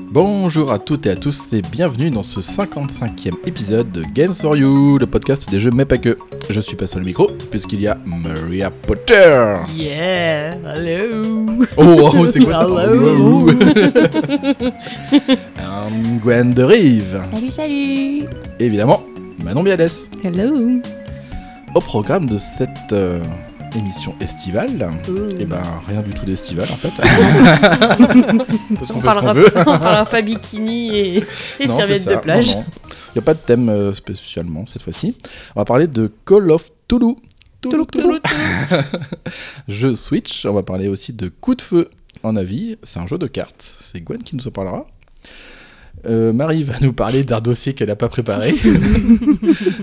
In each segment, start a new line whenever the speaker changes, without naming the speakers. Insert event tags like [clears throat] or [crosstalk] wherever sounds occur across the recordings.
Bonjour à toutes et à tous et bienvenue dans ce 55e épisode de Games for You, le podcast des jeux mais pas que. Je suis pas seul au micro puisqu'il y a Maria Potter.
Yeah, hello.
Oh, oh, c'est quoi ça
Ah Hello.
Um, Gwen de Rive.
Salut, salut
Et évidemment, Manon Biades.
Hello
Au programme de cette euh, émission estivale,
Ouh.
et ben rien du tout d'estival en fait. [laughs] Parce qu'on
on,
fait ce qu'on
parlera,
veut.
[laughs] on parlera pas bikini et, et
Non,
serviettes
c'est ça,
de plage.
non, non. Il n'y a pas de thème euh, spécialement cette fois-ci. On va parler de Call of Toulouse. Toulouse,
Touloulou,
Jeu Switch. On va parler aussi de Coup de feu. En avis, c'est un jeu de cartes. C'est Gwen qui nous en parlera. Euh, Marie va nous parler d'un dossier qu'elle n'a pas
[laughs]
préparé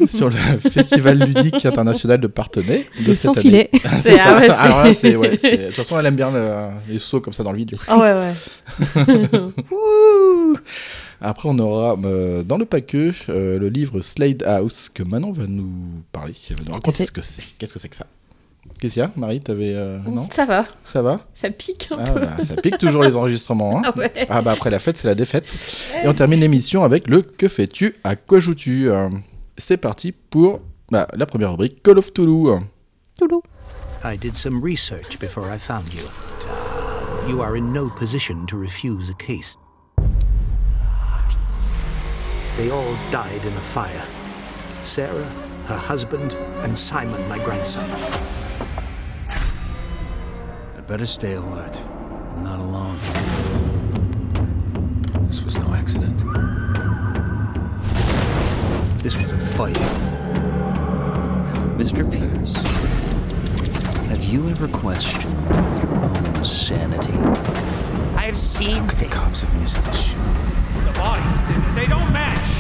sur le Festival ludique international de Partenay. de
C'est sans
cette année.
filet
[laughs]
[laughs]
C'est- ah ouais, c'est-
Alors là, c'est-
[laughs]
ouais, c'est- de toute façon, elle aime bien le- les sauts comme ça dans le vide.
Ah ouais, ouais. Ouh.
Après, on aura euh, dans le paqueux euh, le livre Slade House que Manon va nous parler. Elle va nous raconter
fait.
ce que c'est. Qu'est-ce que c'est que ça Qu'est-ce qu'il y a, Marie T'avais. euh, non
Ça va,
Ça va
ça pique un
ah,
peu.
bah, Ça pique toujours les enregistrements.
[laughs]
hein.
[laughs] Ah ouais.
Ah bah après la fête, c'est la défaite. Et on termine l'émission avec le Que fais-tu À quoi joues-tu Euh, C'est parti pour bah, la première rubrique Call of Toulouse.
Toulou
I did some research before I found you. Uh, You are in no position to refuse a case. They all died in a fire Sarah, her husband, and Simon, my grandson. I'd better stay alert. I'm not alone. This was no accident. This was a fight.
Mr. Pierce, have you ever questioned your own sanity?
I have seen
The cops have missed this shoot.
the bodies. They- They don't match.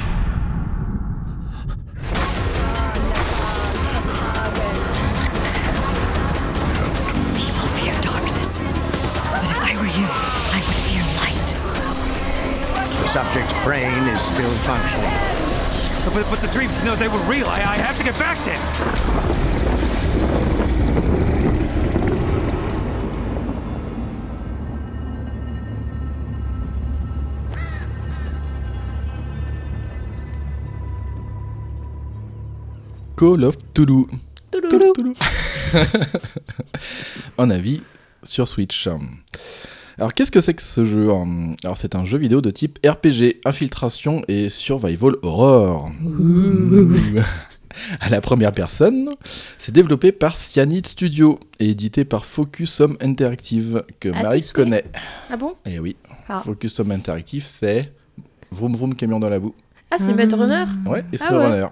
I'll fear darkness. But if I were you, I would fear light.
The subject's brain is still functioning.
But, but the dreams, no, they were real. I, I have to get back there.
Call of Toulouse.
Toulou.
en avis sur Switch. Alors qu'est-ce que c'est que ce jeu hum Alors c'est un jeu vidéo de type RPG, infiltration et survival horror. [laughs] À la première personne, c'est développé par Cyanide Studio et édité par Focus Home Interactive que
Ah,
Marie
t'es souhait.
connaît.
Ah bon
Et oui,
Ah.
Focus Home Interactive c'est Vroom Vroom Camion dans la boue.
Ah, c'est Matt Runner
Mm.
Ouais, et
Ah ouais.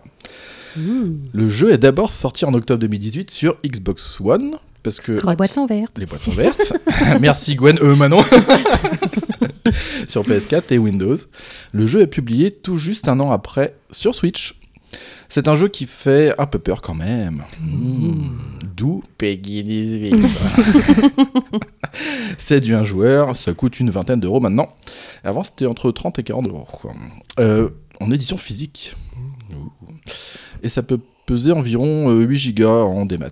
SnowRunner. Le jeu est d'abord sorti en octobre 2018 sur Xbox One parce que
Les boîtes sont [laughs] vertes.
les boîtes sont vertes. [laughs] Merci Gwen, euh Manon. [laughs] sur PS4 et Windows. Le jeu est publié tout juste un an après sur Switch. C'est un jeu qui fait un peu peur quand même. Mmh. D'où Peggy 18. [laughs] C'est du un joueur, ça coûte une vingtaine d'euros maintenant. Avant c'était entre 30 et 40 euros. quoi. Euh, en édition physique. Et ça peut peser environ euh, 8 gigas en démat.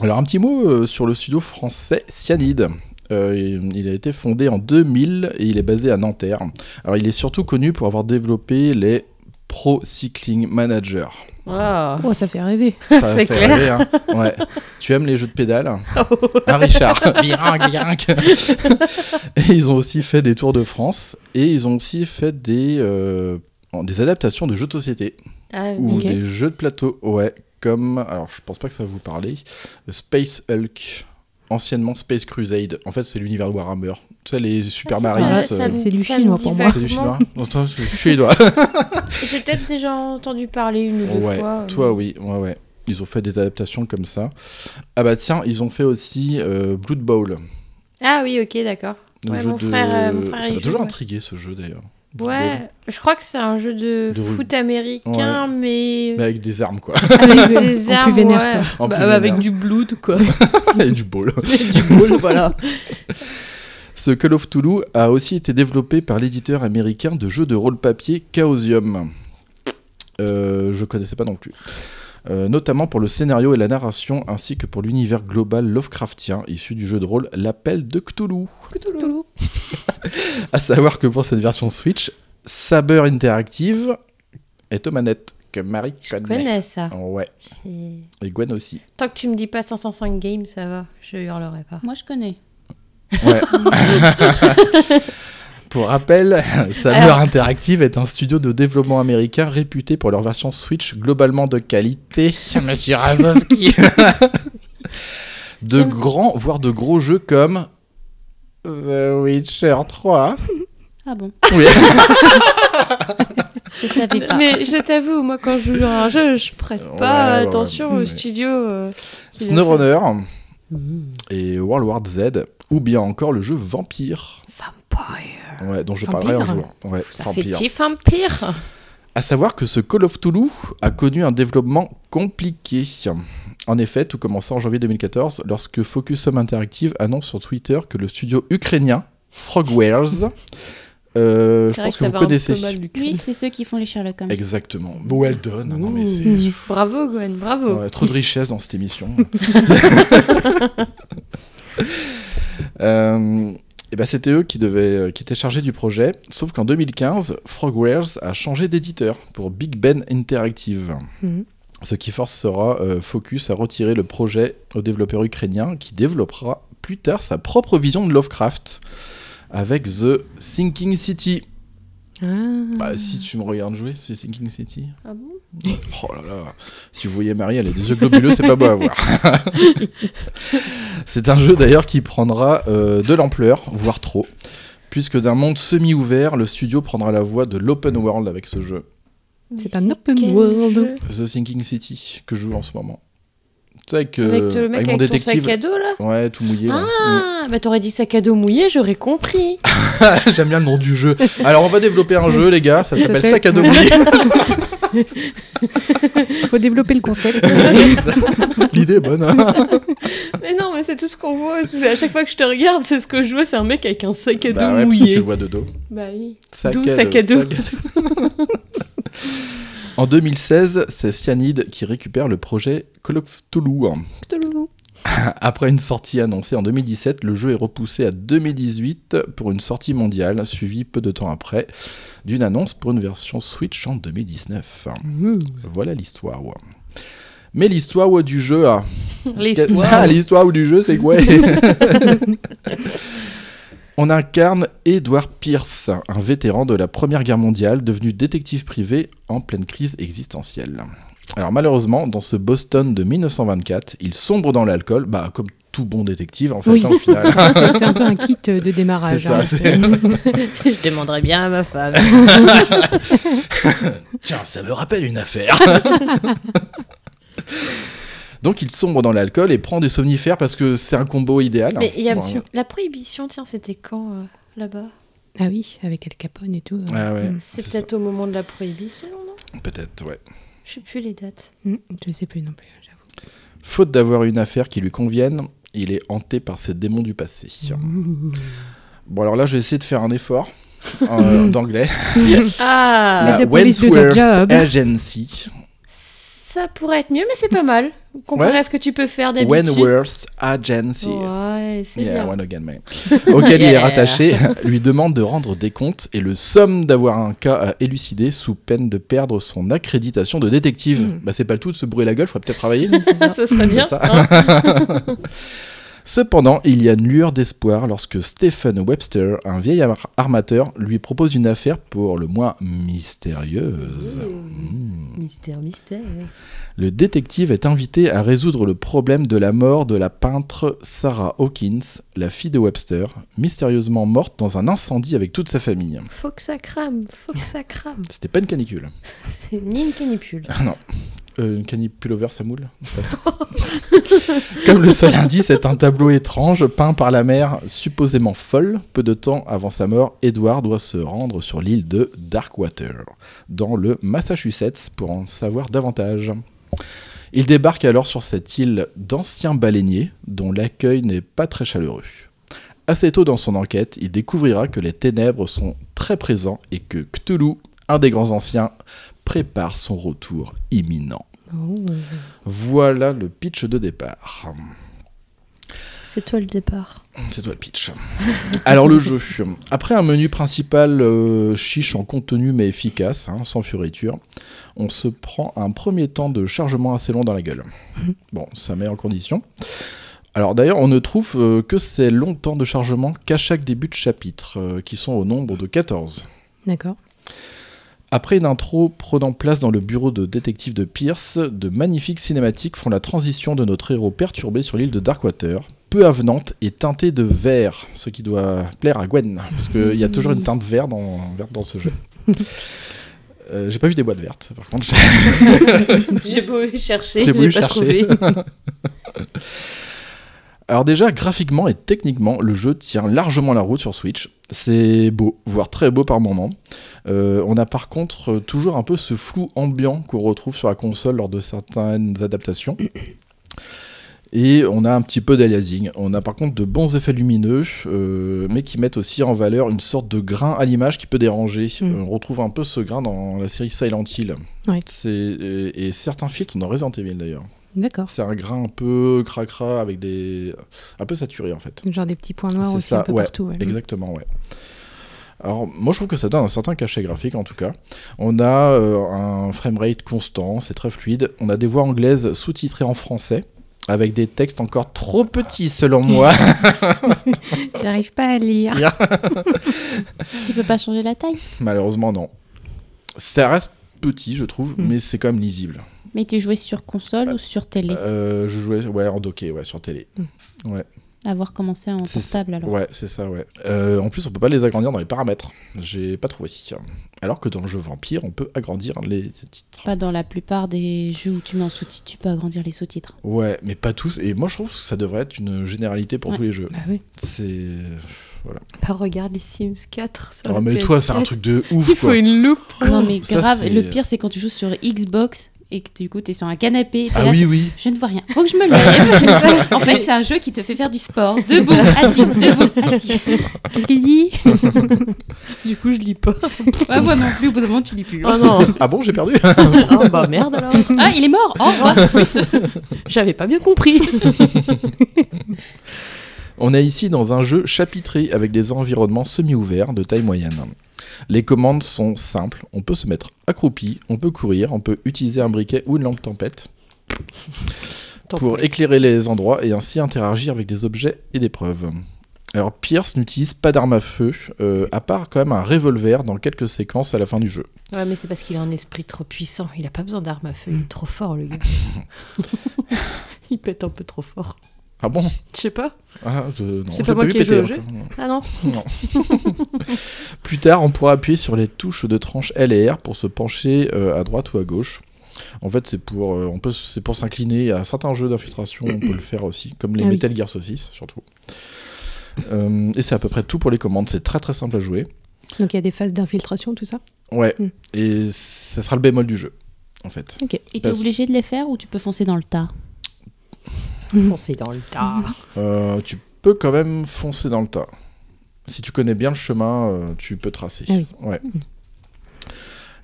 Alors un petit mot euh, sur le studio français Cyanide. Euh, il- il a été fondé en 2000 et il est basé à Nanterre. Alors il est surtout connu pour avoir développé les Pro Cycling Manager.
[laughs] Waouh.
Oh, ça fait [laughs] rêver.
Ça
C'est
fait
clair.
rêver, hein. Ouais. Tu aimes les jeux de
[laughs]
pédales
Oh.
Un Richard. Viringue, viringue. [laughs] et ils ont aussi fait des tours de France et ils ont aussi fait des, euh, des adaptations de jeux de société
Ah,
ou
Ok.
des jeux de plateau, ouais, comme, alors je pense pas que ça va vous parler, Space Hulk, anciennement Space Crusade, en fait c'est l'univers de Warhammer, tu sais les Super
Ah,
ça,
Marines,
ça,
euh,
ça me-
c'est
c'est du
ça
chinois
me
pour
dit
moi.
du
vaguement.
chinois Attends, je je suis les
[laughs]
doigts.
J'ai peut-être déjà entendu parler une ou deux
ouais,
fois. euh.
toi oui, ouais ouais. Ils ont fait des adaptations comme ça. Ah bah tiens, ils ont fait aussi euh, Blood Bowl.
Ah oui, ok, d'accord.
le
Ouais,
jeu
mon
de-
frère, euh, mon frère,
ça
il
m'a
joue,
toujours
ouais.
intrigué ce jeu d'ailleurs. Blood Bowl.
Ouais, je crois que c'est un jeu de,
De
foot américain, mais...
Mais avec des armes quoi.
Avec
avec des armes, ouais.
En
Bah,
plus
avec
vénère.
du blood,
[laughs]
quoi.
Et du ball.
du bol, voilà.
[laughs] Ce Call of Toulouse a aussi été développé par l'éditeur américain de jeux de rôle papier Chaosium. Euh, je connaissais pas non plus. Euh, notamment pour le scénario et la narration, ainsi que pour l'univers global Lovecraftien, issu du jeu de rôle L'Appel de Cthulhu.
Touloulou.
À savoir que pour cette version Switch, Saber Interactive est aux manettes, que Marie
Je
connaît.
connais ça.
Ouais,
Et-
et Gwen aussi.
Tant que tu me dis pas 505 games, ça va, je hurlerai pas.
Moi, je connais.
Ouais. Pour rappel, [laughs] Saber
Alors-
Interactive est un studio de développement américain réputé pour leur version Switch globalement de qualité. [laughs] Monsieur Razowski De grands, voire de gros jeux comme The Witcher 3.
Ah bon
Oui. [laughs]
Je
[laughs]
savais pas.
Mais je t'avoue, moi quand je joue à un jeu, je prête
Ouais,
pas
ouais,
attention
ouais.
au studio. euh, qui le
SnowRunner et World War Z, ou bien encore le jeu Vampire,
fait. Vampire.
ouais, dont je parlerai un
Vampire
jour. Ouais,
Ça fait
Vampire.
petit vampire.
À savoir que ce Call of Toulouse a connu un développement compliqué. En effet, tout commença en janvier 2014 lorsque Focus Home Interactive annonce sur Twitter que le studio ukrainien Frogwares, euh, je
C'est vrai
pense que
que ça
vous
va un peu
connaissez.
mal du cul.
Oui, c'est ceux qui font les Sherlock Holmes.
Exactement. Well done. Non, mais c'est-
Mmh. Bravo Gwen, bravo.
Ouais, trop de richesse dans cette
[laughs]
émission. [laughs] Euh, et ben c'était eux qui, devaient, euh, qui étaient chargés du projet, sauf qu'en 2015, Frogwares a changé d'éditeur pour Big Ben Interactive.
Mhm.
Ce qui forcera euh, Focus à retirer le projet au développeur ukrainien qui développera plus tard sa propre vision de Lovecraft avec The Sinking City.
Ah.
Bah, si tu me regardes jouer, c'est Sinking City.
Ah bon
Oh là là, si vous voyez Marie, elle a des yeux globuleux, c'est pas beau à voir. c'est un jeu d'ailleurs qui prendra euh, de l'ampleur, voire trop, puisque d'un monde semi-ouvert, le studio prendra la voie de l'open world avec ce jeu,
Mais
C'est un open
quel
world.
jeu
The Sinking City, que je joue en ce moment. Tu sais, avec, euh,
Avec le mec
avec
avec,
mon
ton sac à
détective.
dos là
Ouais, tout mouillé. là.
Ah, bah t'aurais dit sac à dos mouillé, j'aurais compris.
Mm. [laughs] J'aime bien le nom du jeu. Alors, on va développer un jeu, les gars, ça
Ça
s'appelle
s'appelle-
Sac à dos mouillé.
Faut développer le concept.
L'idée est bonne. hein.
[laughs] Mais non, mais c'est tout ce qu'on voit. c'est- À chaque fois que je te regarde, c'est ce que je vois, c'est un mec avec un sac à dos
Bah ouais, parce que tu
mouillé.
le vois de dos.
Bah oui.
Sac
D'où sac à dos.
en 2016, c'est Cyanide qui récupère le projet Call of Toulouse.
Touloulou.
Après une sortie annoncée en 2017, le jeu est repoussé à 2018 pour une sortie mondiale, suivie peu de temps après d'une annonce pour une version Switch en 2019. Voilà l'histoire. ouais. Mais l'histoire ouais, du jeu a ah, [laughs]
L'histoire.
l'histoire ou du jeu, c'est quoi [laughs] On incarne Edward Pierce, un vétéran de la Première Guerre mondiale devenu détective privé en pleine crise existentielle. Alors malheureusement, dans ce Boston de 1924, il sombre dans l'alcool, bah comme tout bon détective en fait,
Oui.
hein, au final.
C'est c'est un peu un kit de
C'est
démarrage.
ça,
hein.
c'est-
Ah, [laughs] je demanderais bien à ma femme.
[laughs] Tiens, ça me rappelle une affaire. [laughs] Donc il sombre dans l'alcool et prend des somnifères parce que c'est un combo idéal. hein.
Mais il y a
Ah, Bon,
la prohibition, tiens, c'était quand euh, là-bas
hein.
Ah oui, avec Al Capone et tout.
Ah ouais,
Mm, C'est
c'est ça.
peut-être au moment de la prohibition, non
peut-être, ouais.
Je sais plus les dates.
Mm, Je sais plus non plus. j'avoue.
Faute d'avoir une affaire qui lui convienne, il est hanté par ses démons du
[laughs]
passé. Bon, alors là, je vais essayer de faire un
[laughs]
effort euh, d'anglais.
Ah
La- de police do the job.
Agency.
Ça pourrait être mieux, mais c'est pas mal.
Comparé
Ouais.
à ce que tu peux faire d'habitude.
Wentworth Agency.
Oh.
Ouais, c'est
euh, Yeah,
bien.
one again, man. [laughs] Auquel il est
Yeah.
rattaché, [laughs] lui demande de rendre des comptes et le somme d'avoir un cas à élucider sous peine de perdre son accréditation de détective.
Hmm.
Bah, c'est pas le tout de se brûler la gueule, faudrait peut-être travailler.
ça,
[laughs]
serait bien.
ça.
hein.
[laughs] Cependant, il y a une lueur d'espoir lorsque Stephen Webster, un vieil ar- armateur, lui propose une affaire pour le moins mystérieuse. Hmm.
Mystère, mystère.
Le détective est invité à résoudre le problème de la mort de la peintre Sarah Hawkins, la fille de Webster, mystérieusement morte dans un incendie avec toute sa famille.
Faut que ça crame, faut que ça crame.
C'était pas une canicule.
[laughs] C'est ni une canipule.
Ah non. Euh, une canicule over sa moule [laughs] je sais pas. Comme le seul indice est un tableau étrange peint par la mère supposément folle, peu de temps avant sa mort, Edward doit se rendre sur l'île de Darkwater, dans le Massachusetts, pour en savoir davantage. Il débarque alors sur cette île d'anciens baleiniers, dont l'accueil n'est pas très chaleureux. Assez tôt dans son enquête, il découvrira que les ténèbres sont très présents et que Cthulhu, un des grands anciens, prépare son retour imminent.
Oh,
Voilà le pitch de départ.
C'est toi le départ.
C'est toi le pitch. Alors le jeu. Après un menu principal euh, chiche en contenu mais efficace, hein, sans fioriture, on se prend un premier temps de chargement assez long dans la gueule. Bon, ça met en condition. Alors d'ailleurs, on ne trouve euh, que ces longs temps de chargement qu'à chaque début de chapitre, euh, qui sont au nombre de 14.
D'accord.
Après une intro prenant place dans le bureau de détective de Pierce, de magnifiques cinématiques font la transition de notre héros perturbé sur l'île de Darkwater, peu avenante et teintée de vert, ce qui doit plaire à Gwen, parce qu'il y a toujours une teinte vert dans, verte dans ce jeu. Euh, j'ai pas vu des boîtes vertes, par contre.
[laughs] J'ai beau chercher,
J'ai
j'ai
voulu
pas
chercher. [laughs]
trouvé.
Alors déjà, graphiquement et techniquement, le jeu tient largement la route sur Switch. C'est beau, voire très beau par moments. Euh, on a par contre euh, toujours un peu ce flou ambiant qu'on retrouve sur la console lors de certaines adaptations. Et on a un petit peu d'aliasing. On a par contre de bons effets lumineux, euh, mais qui mettent aussi en valeur une sorte de grain à l'image qui peut déranger.
Mm.
Euh, On retrouve un peu ce grain dans la série Silent Hill.
Ouais.
C'est- et, et certains filtres dans Resident Evil d'ailleurs.
D'accord.
C'est un grain un peu cracra avec des. un peu saturé en fait.
Genre des petits points noirs
C'est
aussi
ça,
un peu
ouais,
partout.
Mhm.
ouais.
Exactement, ouais. Alors, moi je trouve que ça donne un certain cachet graphique en tout cas. On a euh, un framerate constant, c'est très fluide. On a des voix anglaises sous-titrées en français, avec des textes encore trop petits selon moi. [laughs]
J'arrive pas à lire.
Tu peux pas changer la taille,
Malheureusement, non. Ça reste petit, je trouve,
Mm.
mais c'est quand même lisible.
mais tu jouais sur console ou sur télé
Euh, je jouais ouais, en docké, ouais, sur télé.
Avoir commencé en
C'est-
portable alors.
Ouais, c'est ça, ouais. Euh, en plus, on peut pas les agrandir dans les paramètres. J'ai pas trouvé. Alors que dans le jeu Vampire, on peut agrandir les titres.
Pas dans la plupart des jeux où tu mets en sous-titres, tu peux agrandir les sous-titres.
Ouais, mais pas tous. Et moi, je trouve que ça devrait être une généralité pour
Ouais.
tous les jeux.
Bah oui.
C'est.
Bah, regarde les Sims 4 sur
Oh,
le
mais
PS4. [laughs]
toi, c'est un truc de
Il
ouf,
faut
quoi.
une loupe.
Non mais
Ça,
grave,
c'est-
le pire c'est quand tu joues sur Xbox et que du coup t'es sur un canapé, t'es
Ah
là,
oui, oui.
je ne vois rien, faut que je me
[laughs]
lève. en fait c'est un jeu qui te fait faire du sport, debout, assis, debout,
[laughs]
assis.
Qu'est-ce qu'il dit
Du coup, je lis pas.
Ouais, moi non plus, au bout d'un moment tu lis plus.
Oh non.
Ah bon, j'ai perdu
Oh bah merde alors.
Ah il est mort Oh
[laughs]
bah, flûte.
J'avais pas bien compris.
On est ici dans un jeu chapitré avec des environnements semi-ouverts de taille moyenne. Les commandes sont simples, on peut se mettre accroupi, on peut courir, on peut utiliser un briquet ou une lampe
[laughs]
tempête pour éclairer les endroits et ainsi interagir avec des objets et des preuves. Alors Pierce n'utilise pas d'arme à feu, euh, à part quand même un revolver dans quelques séquences à la fin du jeu.
Ouais, mais c'est parce qu'il a un esprit trop puissant. Il a pas besoin d'armes à feu. Il est trop fort, le gars.
[laughs]
il pète un peu trop fort.
Ah bon
Je sais pas.
Ah, euh, non,
C'est
je
pas
l'ai
moi
vu
qui ai joué
péter,
au
hein, quand même.
Ah non.
Plus tard, on pourra appuyer sur les touches de tranche L et R pour se pencher euh, à droite ou à gauche. En fait, c'est pour, euh, on peut, c'est pour s'incliner à certains jeux d'infiltration, on peut le faire aussi, comme les
Ah oui.
Metal Gear Saucisse, surtout. Euh, et c'est à peu près tout pour les commandes, c'est très très simple à jouer.
[laughs] Donc il y a des phases d'infiltration, tout ça
Ouais,
Mm.
et ça sera le bémol du jeu, en fait.
Ok.
Et t'es
Parce-
obligé de les faire ou tu peux foncer dans le tas
Foncez dans le tas.
Ah.
Euh, tu peux quand même foncer dans le tas. Si tu connais bien le chemin, euh, tu peux tracer.
Ah oui.
Ouais.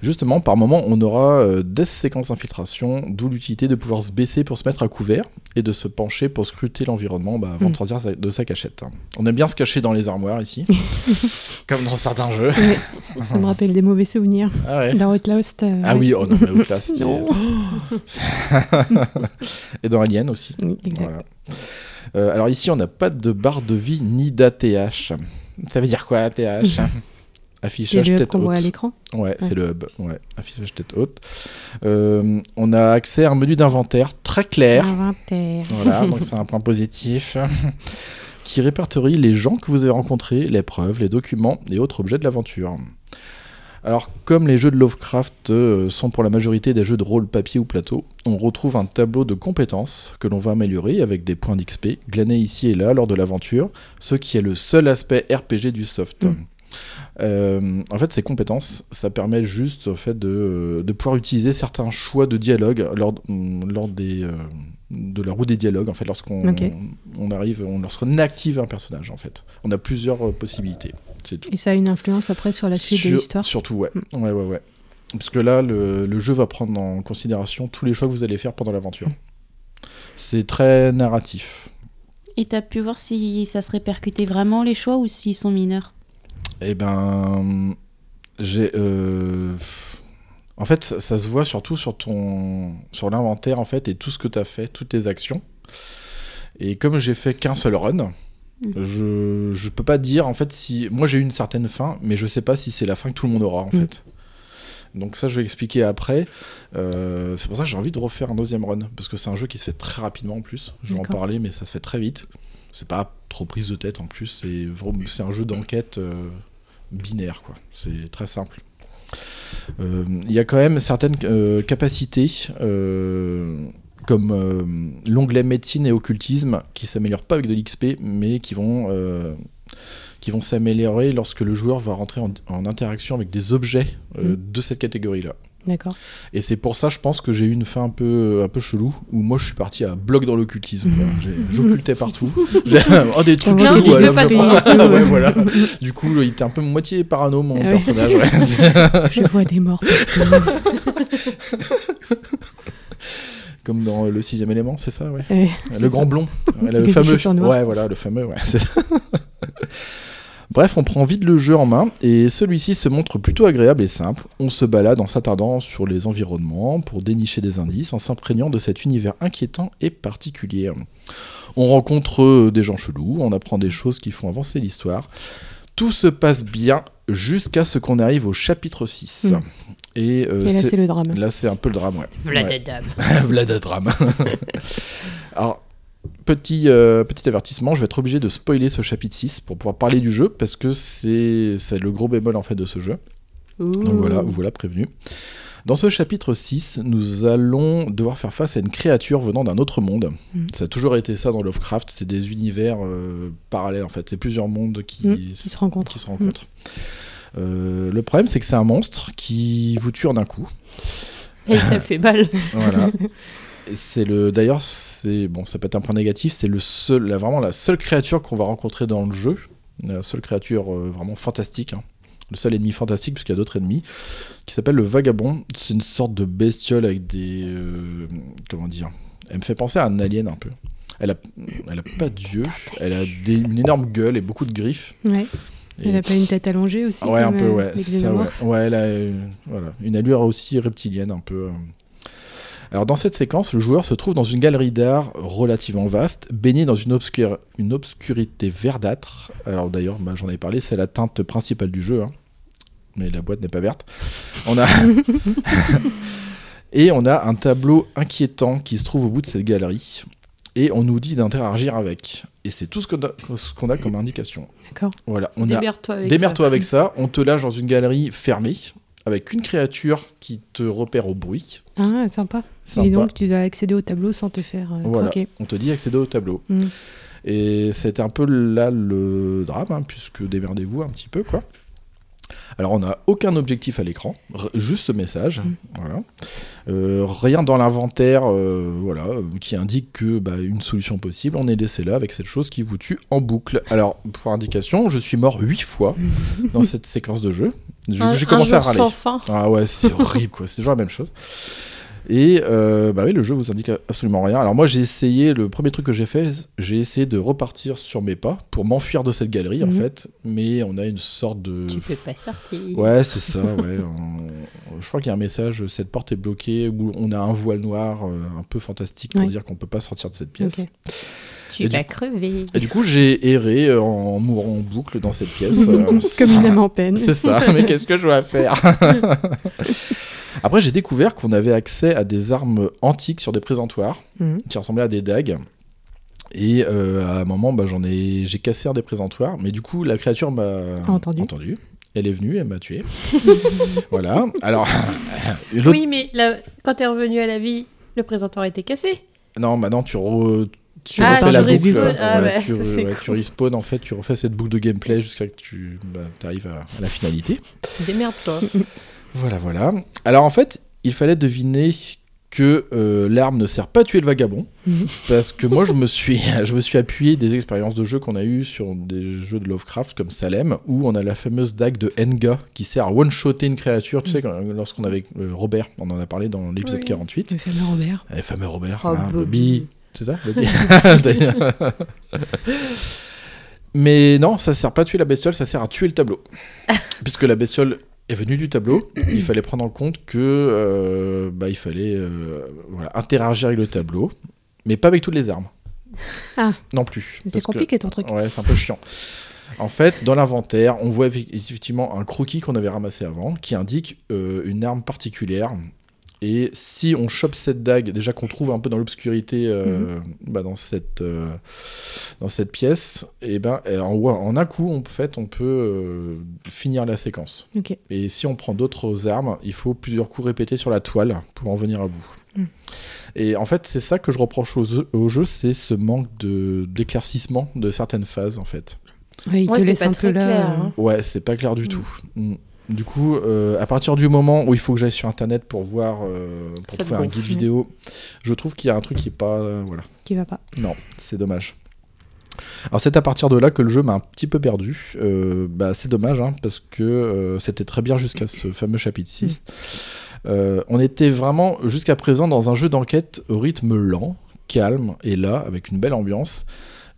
Justement, par moment, on aura euh, des séquences d'infiltration, d'où l'utilité de pouvoir se baisser pour se mettre à couvert et de se pencher pour scruter l'environnement bah, avant
Mm.
de sortir sa- de sa cachette. hein. On aime bien se cacher dans les
[laughs]
armoires ici, comme dans certains jeux.
Ça me rappelle des mauvais souvenirs.
Ah Uh-huh. ouais.
Dans Outlast. euh,
Ah
ouais,
oui,
c'est-
oh non, mais Outlast, c'est- [laughs]
Non.
et dans Alien aussi.
Oui, exact.
Voilà. Euh, alors ici, on n'a pas de barre de vie ni d'ATH. Ça veut dire quoi
[laughs]
ATH
C'est
Affichage
le hub
tête
qu'on voit à
haute.
l'écran.
Ouais,
Ouais.
c'est le hub. Ouais, affichage tête haute. Euh, on a accès à un menu d'inventaire très clair.
[laughs]
Inventaire.
Voilà, donc c'est un point positif. [laughs] qui répertorie les gens que vous avez rencontrés, les preuves, les documents et autres objets de l'aventure. Alors, comme les jeux de Lovecraft euh, sont pour la majorité des jeux de rôle papier ou plateau, on retrouve un tableau de compétences que l'on va améliorer avec des points d'XP glanés ici et là lors de l'aventure, ce qui est le seul aspect RPG du soft.
Mm.
Euh, en fait, ces compétences, ça permet juste au fait de, de pouvoir utiliser certains choix de dialogue lors, lors des, euh, de la roue des dialogues. En fait, lorsqu'on
Ok.
on arrive, on, lorsqu'on active un personnage, en fait, on a plusieurs euh, possibilités. C'est tout.
Et ça a une influence après sur la suite de
Sur-
l'histoire. Mm.
Surtout, ouais. Ouais, ouais, ouais. Parce que là, le, le jeu va prendre en considération tous les choix que vous allez faire pendant l'aventure.
Mm.
C'est très narratif.
Et t'as pu voir si ça se répercutait vraiment les choix ou s'ils sont mineurs
Eh ben, j'ai. euh, En fait, ça, ça se voit surtout sur ton, sur l'inventaire en fait et tout ce que tu as fait, toutes tes actions. Et comme j'ai fait qu'un seul run,
Mhm.
je je peux pas dire en fait si moi j'ai eu une certaine fin, mais je sais pas si c'est la fin que tout le monde aura en
Mhm.
fait. Donc ça, je vais expliquer après. Euh, c'est pour ça que j'ai envie de refaire un deuxième run parce que c'est un jeu qui se fait très rapidement en plus. Je vais en
D'accord.
parler, mais ça se fait très vite. C'est pas trop prise de tête en plus. C'est vraiment- c'est un jeu d'enquête. euh, binaire, quoi. C'est très simple. Euh, Il y a quand même certaines euh, capacités, euh, comme euh, l'onglet médecine et occultisme, qui s'améliorent pas avec de l'XP, mais qui vont, euh, qui vont s'améliorer lorsque le joueur va rentrer en, en interaction avec des objets euh,
Mm.
de cette catégorie-là. [laughs]
D'accord.
Et c'est pour ça, je pense que j'ai eu une fin un peu, euh, un peu chelou, où moi je suis parti à bloc dans l'occultisme. quoi. J'ai- J'occultais
[laughs]
partout. J'ai- oh, des trucs
Non,
chelous,
il Mm. disait
alors,
pas
je
de-
prends. Ah [laughs] ouais, voilà. Du coup, il était un peu moitié parano, mon
Ah oui.
personnage.
[laughs]
ouais.
Je vois des morts.
[laughs] Comme dans euh, le sixième élément, c'est ça, ouais.
Ouais,
le
c'est
grand
ça. [laughs]
blond. Ouais,
Avec
le
les
fameux.
chaussures noires.
Ouais, voilà, le fameux, ouais. [laughs] c'est ça. Bref, on prend vite le jeu en main et celui-ci se montre plutôt agréable et simple. On se balade en s'attardant sur les environnements pour dénicher des indices en s'imprégnant de cet univers inquiétant et particulier. On rencontre euh, des gens chelous, on apprend des choses qui font avancer l'histoire. Tout se passe bien jusqu'à ce qu'on arrive au chapitre 6.
Mm.
Et, euh,
Et là,
c'est-
c'est le drame.
là, c'est un peu le drame, ouais. Ouais.
[laughs]
Vladadam.
Vladadrame. [laughs] Alors, petit, euh, petit avertissement, je vais être obligé de spoiler ce chapitre 6 pour pouvoir parler du jeu, parce que c'est c'est le gros bémol en fait de ce jeu. Donc voilà, vous voilà prévenu. Dans ce chapitre 6, nous allons devoir faire face à une créature venant d'un autre monde.
Mhm.
Ça a toujours été ça dans Lovecraft, c'est des univers euh, parallèles en fait, c'est plusieurs mondes qui,
Mhm, qui se rencontrent.
Hmm. qui se rencontrent. Euh, le problème, c'est que c'est un monstre qui vous tue en un coup.
Et ça fait mal.
Voilà. C'est le d'ailleurs c'est bon ça peut être un point négatif c'est le seul la- vraiment la seule créature qu'on va rencontrer dans le jeu la seule créature euh, vraiment fantastique hein. le seul ennemi fantastique puisqu'il y a d'autres ennemis qui s'appelle le vagabond c'est une sorte de bestiole avec des euh, comment dire elle me fait penser à un alien un peu elle a elle a pas d'yeux elle a des- une énorme gueule et beaucoup de griffes
Ouais.
Et- Ah
Il n'a pas une tête allongée aussi
Ouais, un
comme,
peu,
euh,
ouais.
les
c'est ça, ouais.
xénomorphes
Ouais, elle a, euh, voilà, une allure aussi reptilienne, un peu. euh. Alors, dans cette séquence, le joueur se trouve dans une galerie d'art relativement vaste, baignée dans une, obscur- une obscurité verdâtre. Alors, d'ailleurs, bah, j'en avais parlé, c'est la teinte principale du jeu, hein. mais la boîte n'est pas verte. On a. [laughs] Et on a un tableau inquiétant qui se trouve au bout de cette galerie. Et on nous dit d'interagir avec. Et c'est tout ce qu'on a, ce qu'on a comme indication.
D'accord.
Voilà, on a
Démerde-toi avec
Démerde-toi avec ça. On te lâche dans une galerie fermée avec une créature qui te repère au bruit.
Ah, sympa.
Sympa.
Et donc, tu dois accéder au tableau sans te faire euh,
Voilà.
croquer.
On te dit accéder au tableau.
Mm.
Et c'était un peu là le drame, hein, puisque démerdez-vous un petit peu, quoi. Alors, on n'a aucun objectif à l'écran, r- juste ce message.
Mm.
Voilà. Euh, rien dans l'inventaire euh, voilà, euh, qui indique que bah, une solution possible. On est laissé là avec cette chose qui vous tue en boucle. Alors, pour indication, je suis mort huit
[laughs]
fois dans cette séquence de jeu. J'ai
Un,
j'ai
un
commencé à
jour
râler.
sans fin.
Ah
[laughs]
ouais, c'est horrible quoi, c'est toujours la même chose. Et euh, bah oui, le jeu vous indique absolument rien. Alors moi j'ai essayé, le premier truc que j'ai fait, j'ai essayé de repartir sur mes pas pour m'enfuir de cette galerie en
Mhm.
fait, mais on a une sorte de...
Tu peux pas sortir.
[laughs] Ouais, c'est ça, ouais. On- Je crois qu'il y a un message, cette porte est bloquée, où on a un voile noir euh, un peu fantastique pour
Ouais.
dire qu'on peut pas sortir de cette pièce.
Ok.
Tu
Et
vas
du-
crever.
Et du coup j'ai erré euh, en mourant en boucle dans
[laughs]
cette pièce. euh,
Comme
sans-
une âme en peine.
c'est ça, mais qu'est-ce que je dois faire [laughs] Après, j'ai découvert qu'on avait accès à des armes antiques sur des présentoirs
Mhm.
qui ressemblaient à des dagues. Et euh, à un moment, bah, j'en ai, j'ai cassé un des présentoirs, mais du coup, la créature m'a
A entendu.
Elle est venue, elle m'a tué. voilà. Alors, [laughs] l'autre-
Oui, mais là, quand t'es revenu à la vie, le présentoir était cassé.
non, maintenant tu, re- tu
Ah,
refais
tu
la
respawn.
boucle.
Ah ouais,
tu,
ça,
re-
c'est
ouais, tu
cool.
respawns, en fait, tu refais cette boucle de gameplay jusqu'à que tu arrives à la finalité.
[laughs] Démerde-toi.
Voilà, voilà. Alors en fait, il fallait deviner que euh, l'arme ne sert pas à tuer le vagabond, parce que moi je me suis, [laughs] je me suis appuyé des expériences de jeux qu'on a eues sur des jeux de Lovecraft comme Salem, où on a la fameuse dague de Enga qui sert à one-shotter une créature. Tu sais, quand- lorsqu'on avait euh, Robert, on en a parlé dans l'épisode
Oui.
48.
Le fameux Robert. Ah,
Le fameux Robert,
Oh,
hein, Bobby.
Bobby.
C'est ça
[laughs]
Bobby [laughs] D'ailleurs. Mais non, ça sert pas à tuer la bestiole, ça sert à tuer
[laughs]
le tableau. Puisque la bestiole est venue du tableau, il fallait prendre en compte que euh, bah, il fallait euh, voilà, interagir avec le tableau, mais pas avec toutes les armes.
Ah.
Non plus.
Mais C'est
parce que-
compliqué ton truc.
Ouais, c'est un peu chiant. En fait, dans l'inventaire, on voit effe- effectivement un croquis qu'on avait ramassé avant qui indique euh, une arme particulière. Et si on chope cette dague, déjà qu'on trouve un peu dans l'obscurité euh, bah, dans, cette, euh, dans cette pièce, et ben, euh, en, en un coup, en fait, on peut euh, finir la séquence.
Ok.
Et si on prend d'autres armes, il faut plusieurs coups répétés sur la toile pour en venir à bout.
Mm.
Et en fait, c'est ça que je reproche au, au jeu, c'est ce manque de d'éclaircissement de certaines phases, en fait.
Ouais, il
Ouais,
te
c'est
laisse
pas
un peu
très
là.
clair,
euh,
hein.
Ouais, c'est pas clair du tout. Mm. Du coup, euh, à partir du moment où il faut que j'aille sur Internet pour voir, euh, pour
Ça te
trouver un
gonfle,
guide
ouais.
vidéo, je trouve qu'il y a un truc qui est pas, euh, voilà.
Qui va pas.
Non, c'est dommage. Alors c'est à partir de là que le jeu m'a un petit peu perdu. Euh, bah, c'est dommage hein, parce que euh, c'était très bien jusqu'à ce fameux chapitre
Mm.
6. Euh, on était vraiment jusqu'à présent dans un jeu d'enquête au rythme lent, calme et là avec une belle ambiance.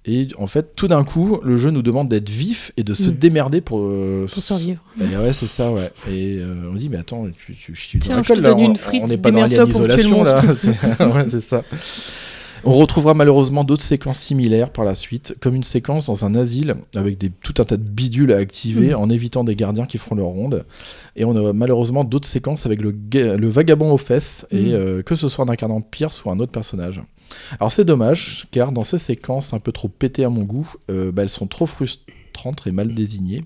Et en fait, tout d'un coup, le jeu nous demande d'être vif et de se
Mm.
démerder pour, euh,
Pour survivre.
et ouais, c'est ça, ouais. Et euh, on dit, mais attends, tu, tu chies dans
Tiens,
la
je te
colle, là.
donne
On-
une frite,
on n'est pas dans
démerde-toi pour tuer le
l'ianisation, là. [laughs] C'est- ouais, c'est ça. On retrouvera malheureusement d'autres séquences similaires par la suite, comme une séquence dans un asile avec des, tout un tas de bidules à activer
Mm.
en évitant des gardiens qui feront leur ronde. Et on a malheureusement d'autres séquences avec le, ga- le vagabond aux fesses, et
Mhm.
euh, que ce soit en incarnant Pierce ou un autre personnage. Alors c'est dommage, car dans ces séquences un peu trop pétées à mon goût, euh, bah, elles sont trop frustrantes et mal désignées.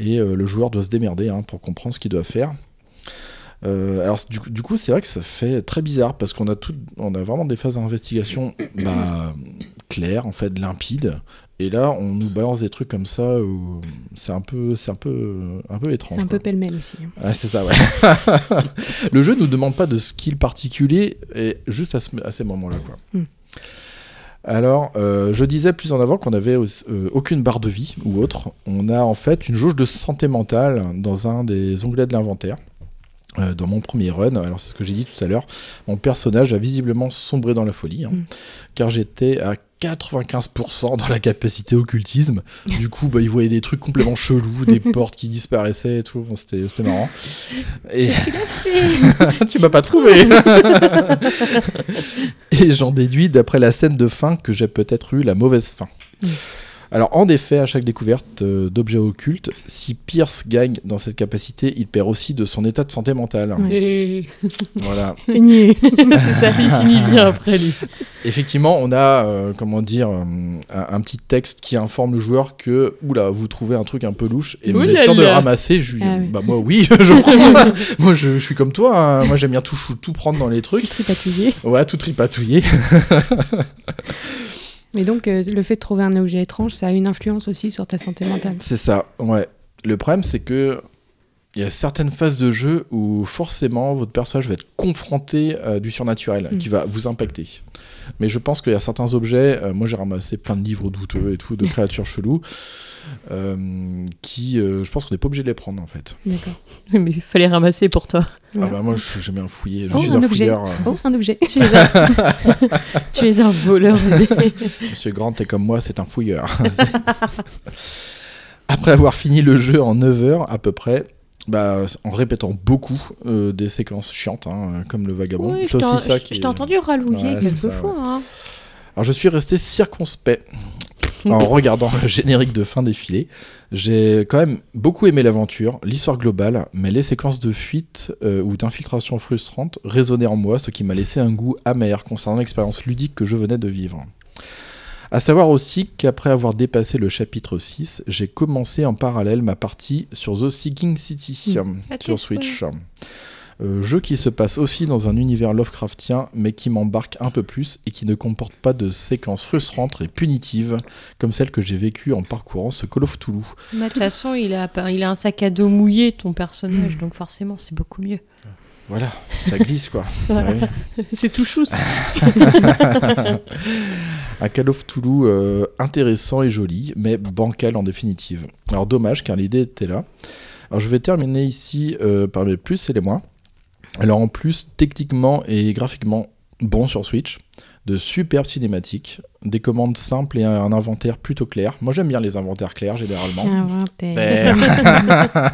Et euh, le joueur doit se démerder hein, pour comprendre ce qu'il doit faire. Euh, alors du, coup- du coup, c'est vrai que ça fait très bizarre parce qu'on a tout, on a vraiment des phases d'investigation bah, claires en fait, limpides. Et là, on nous balance des trucs comme ça où c'est un peu, c'est un peu, un peu étrange.
C'est un peu
quoi.
pêle-mêle aussi. hein.
[laughs]
Ah, c'est ça, ouais. [laughs] le jeu nous demande pas de skill particulier, et juste à, ce- à ces moments-là, quoi.
Hmm.
Alors, euh, je disais plus en avant qu'on avait aussi- euh, aucune barre de vie ou autre. On a en fait une jauge de santé mentale dans un des onglets de l'inventaire. Euh, dans mon premier run, alors c'est ce que j'ai dit tout à l'heure, mon personnage a visiblement sombré dans la folie, hein,
Mm.
car j'étais à 95% dans la capacité occultisme. Du coup, bah, il voyait des trucs complètement chelous, des portes qui disparaissaient et tout. Bon, c'était c'était marrant. Et [laughs] tu m'as pas trouvé. et j'en déduis d'après la scène de fin que j'ai peut-être eu la mauvaise fin. Alors en effet, à chaque découverte euh, d'objets occultes, si Pierce gagne dans cette capacité, il perd aussi de son état de santé mentale.
Ouais.
Et-
Voilà.
[laughs] Nier.
c'est ça, il finit bien après lui.
Effectivement, on a euh, comment dire euh, un, un petit texte qui informe le joueur que oula, vous trouvez un truc un peu louche et vous êtes
Oulala.
sûr de le ramasser. Je lui-
Ah oui.
Bah moi oui, [laughs] je
[laughs]
prends. moi je, je suis comme toi. hein. Moi j'aime bien tout chou- tout prendre dans les trucs.
Tripatouillé.
Ouais, tout tripatouiller.
Mais donc, euh, le fait de trouver un objet étrange, ça a une influence aussi sur ta santé mentale.
C'est ça, ouais. Le problème, c'est que il y a certaines phases de jeu où forcément votre personnage va être confronté à du surnaturel
Mm.
qui va vous impacter. Mais je pense qu'il y a certains objets, euh, moi j'ai ramassé plein de livres douteux et
[laughs]
tout, de créatures cheloues, euh, qui euh, je pense qu'on n'est pas obligé de les prendre en fait.
D'accord.
Mais il fallait ramasser pour toi.
Ah bah moi je- j'aime bien fouiller, je
Oh,
suis
un
un
objet.
fouilleur. euh,
Oh, un objet. [laughs] Tu les as.
tu es un voleur.
Monsieur Grant est comme moi, c'est un fouilleur. [laughs] Après avoir fini le jeu en 9 heures à peu près, bah, en répétant beaucoup euh, des séquences chiantes, hein, comme le vagabond.
Oui,
c'est
je t'en-
aussi ça
je-
qui
je
est-
t'ai entendu râlouiller
Ouais, c'est ça,
quelquefois.
ouais.
hein.
Alors je suis resté circonspect [laughs] en regardant le générique de fin défilé. J'ai quand même beaucoup aimé l'aventure, l'histoire globale, mais les séquences de fuite euh, ou d'infiltration frustrante résonnaient en moi, ce qui m'a laissé un goût amer concernant l'expérience ludique que je venais de vivre. À savoir aussi qu'après avoir dépassé le chapitre 6, j'ai commencé en parallèle ma partie sur The Seeking City
Ah,
sur
qu'est-ce
Switch. Euh, jeu qui se passe aussi dans un univers Lovecraftien, mais qui m'embarque un peu plus et qui ne comporte pas de séquences frustrantes et punitives comme celle que j'ai vécue en parcourant ce Call of Toulouse.
Mais De toute façon, il a, il a un sac à dos mouillé, ton personnage, donc forcément, c'est beaucoup mieux.
Voilà, ça glisse quoi. Ah oui.
c'est tout
[laughs]
chousse.
un Call of Toulouse euh, intéressant et joli, mais bancal en définitive. Alors dommage car l'idée était là. Alors je vais terminer ici euh, par mes plus et les moins. Alors en plus, techniquement et graphiquement bon sur Switch, de superbes cinématiques, des commandes simples et un, un inventaire plutôt clair. Moi j'aime bien les inventaires clairs généralement.
hein, Inventaire.
[laughs]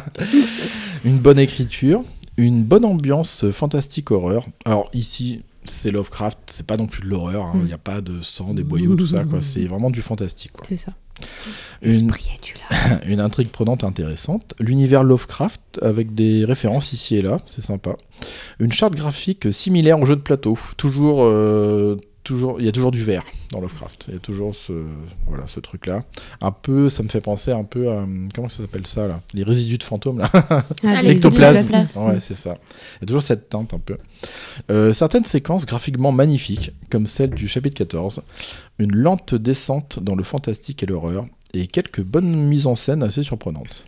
une bonne écriture, une bonne ambiance euh, fantastique horreur. Alors ici, c'est Lovecraft, c'est pas non plus de l'horreur, hein. il
Mm.
n'y a pas de sang, des boyaux, tout ça, quoi. C'est vraiment du fantastique, quoi.
[laughs] C'est ça.
Une,
L'esprit
[laughs]
est du là.
une intrigue prenante et intéressante. L'univers Lovecraft, avec des références ici et là, c'est sympa. Une charte graphique similaire au jeu de plateau. Toujours, euh, toujours, il y a toujours du vert dans Lovecraft. Il y a toujours ce, voilà, ce truc-là. Un peu, ça me fait penser un peu à, euh, comment ça s'appelle ça, là Les résidus de fantômes, là [laughs]
Ah,
Allez,
L'ectoplasme.
L'ectoplasme.
Ouais, c'est ça. Il y a toujours cette teinte un peu. Euh, certaines séquences graphiquement magnifiques, comme celle du chapitre 14, une lente descente dans le fantastique et l'horreur, et quelques bonnes mises en scène assez surprenantes.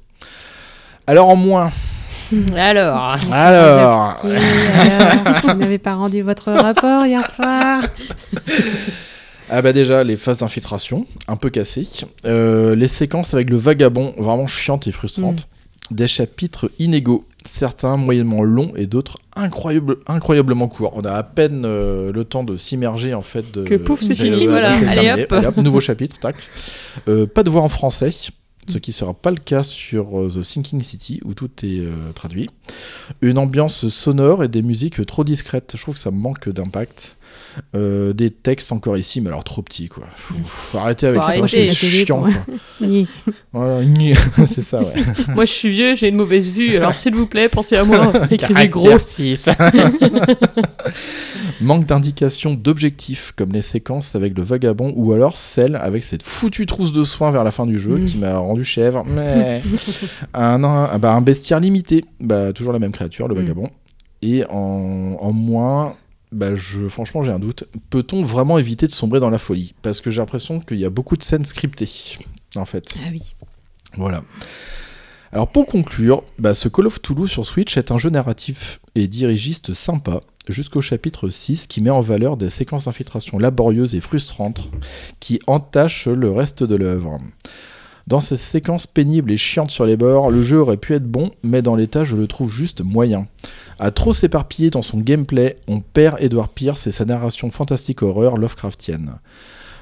Alors en moins,
Alors,
alors,
Wazowski, alors, vous n'avez pas rendu votre rapport hier soir. [laughs]
ah bah déjà les phases d'infiltration, un peu cassées, Euh, les séquences avec le vagabond, vraiment chiantes et frustrantes,
Mm.
des chapitres inégaux, certains moyennement longs et d'autres incroyable, incroyablement courts. On a à peine euh, le temps de s'immerger en fait. De,
Que pouf, c'est
de-
fini, voilà.
c'est
Allez,
terminé.
hop.
Allez, nouveau chapitre, tac. Euh, pas de voix en français, ce qui sera pas le cas sur euh, The Sinking City où tout est euh, traduit. Une ambiance sonore et des musiques trop discrètes. Je trouve que ça manque d'impact. Euh, des textes encore ici, mais alors trop petits quoi. Faut, faut arrêter avec
Faut
ça,
arrêter.
c'est chiant. quoi.
Ni.
Voilà, [laughs] c'est ça, ouais.
moi je suis vieux, j'ai une mauvaise vue, alors s'il vous plaît, pensez à
[laughs]
moi. Écrivez
Caractère
gros.
6. [laughs] Manque d'indications d'objectifs, comme les séquences avec le vagabond ou alors celle avec cette foutue trousse de soins vers la fin du jeu
Mm.
qui m'a rendu chèvre. Mais un, un- bah, un bestiaire limité, bah, toujours la même créature, le
Mm.
vagabond. Et en, en moins, bah, je, franchement, j'ai un doute. Peut-on vraiment éviter de sombrer dans la folie Parce que j'ai l'impression qu'il y a beaucoup de scènes scriptées, en fait.
Ah oui.
Voilà. Alors pour conclure, bah, ce Call of Toulouse sur Switch est un jeu narratif et dirigiste sympa jusqu'au chapitre 6 qui met en valeur des séquences d'infiltration laborieuses et frustrantes qui entachent le reste de l'œuvre. Dans ces séquences pénibles et chiantes sur les bords, le jeu aurait pu être bon, mais dans l'état je le trouve juste moyen. À trop s'éparpiller dans son gameplay, on perd Edward Pierce et sa narration fantastique horreur Lovecraftienne.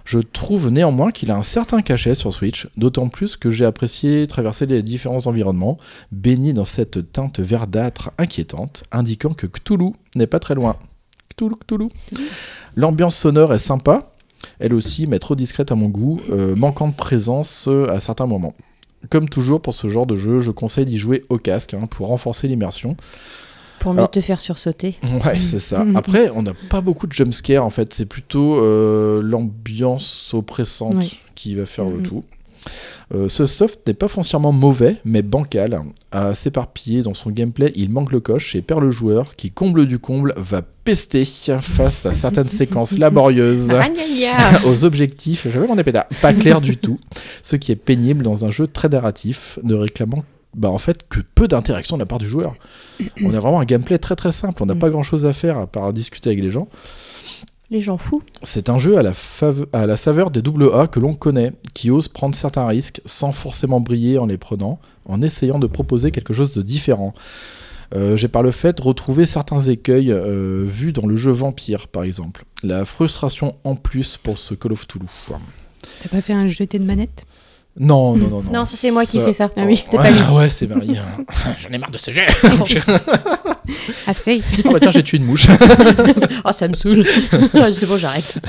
Je trouve néanmoins qu'il a un certain cachet sur Switch, d'autant plus que j'ai apprécié traverser les différents environnements, baigné dans cette teinte verdâtre inquiétante, indiquant que Cthulhu n'est pas très loin. Cthulhu, Cthulhu. L'ambiance sonore est sympa, elle aussi, mais trop discrète à mon goût, euh, manquant de présence euh, à certains moments. Comme toujours pour ce genre de jeu, je conseille d'y jouer au casque hein, pour renforcer l'immersion.
Pour mieux
Alors-
te faire sursauter.
Ouais, c'est ça. Après, on n'a pas beaucoup de jumpscares en fait. C'est plutôt euh, l'ambiance oppressante
Oui.
qui va faire le
Mhm.
tout. Euh, ce soft n'est pas foncièrement mauvais, mais bancal. À s'éparpiller dans son gameplay, il manque le coche et perd le joueur qui, comble du comble, va pester face à certaines séquences laborieuses
Ah, gna,
[laughs]
gna.
aux objectifs, je vais m'en pédas, pas clair du tout, ce qui est pénible dans un jeu très narratif, ne réclamant bah, en fait que peu d'interactions de la part du joueur. on a vraiment un gameplay très très simple, on n'a pas grand chose à faire à part discuter avec les gens.
Mm. Les gens fous.
C'est un jeu à la, fave- à la saveur des double A que l'on connaît, qui ose prendre certains risques sans forcément briller en les prenant, en essayant de proposer quelque chose de différent. Euh, J'ai par le fait retrouvé certains écueils euh, vus dans le jeu Vampire, par exemple. La frustration en plus pour ce Call of Toulouse.
T'as pas fait un jeté de manette
Non, non, non, non.
Non, ça, c'est moi qui fais ça.
Ah oui, t'es pas
Ouais,
lui.
Ouais, c'est Marie. [laughs] J'en ai marre de ce
[laughs]
jeu.
Assez.
oh bah tiens, j'ai tué une
[laughs]
mouche.
oh, Ah, ça
[laughs]
me saoule. c'est bon, j'arrête.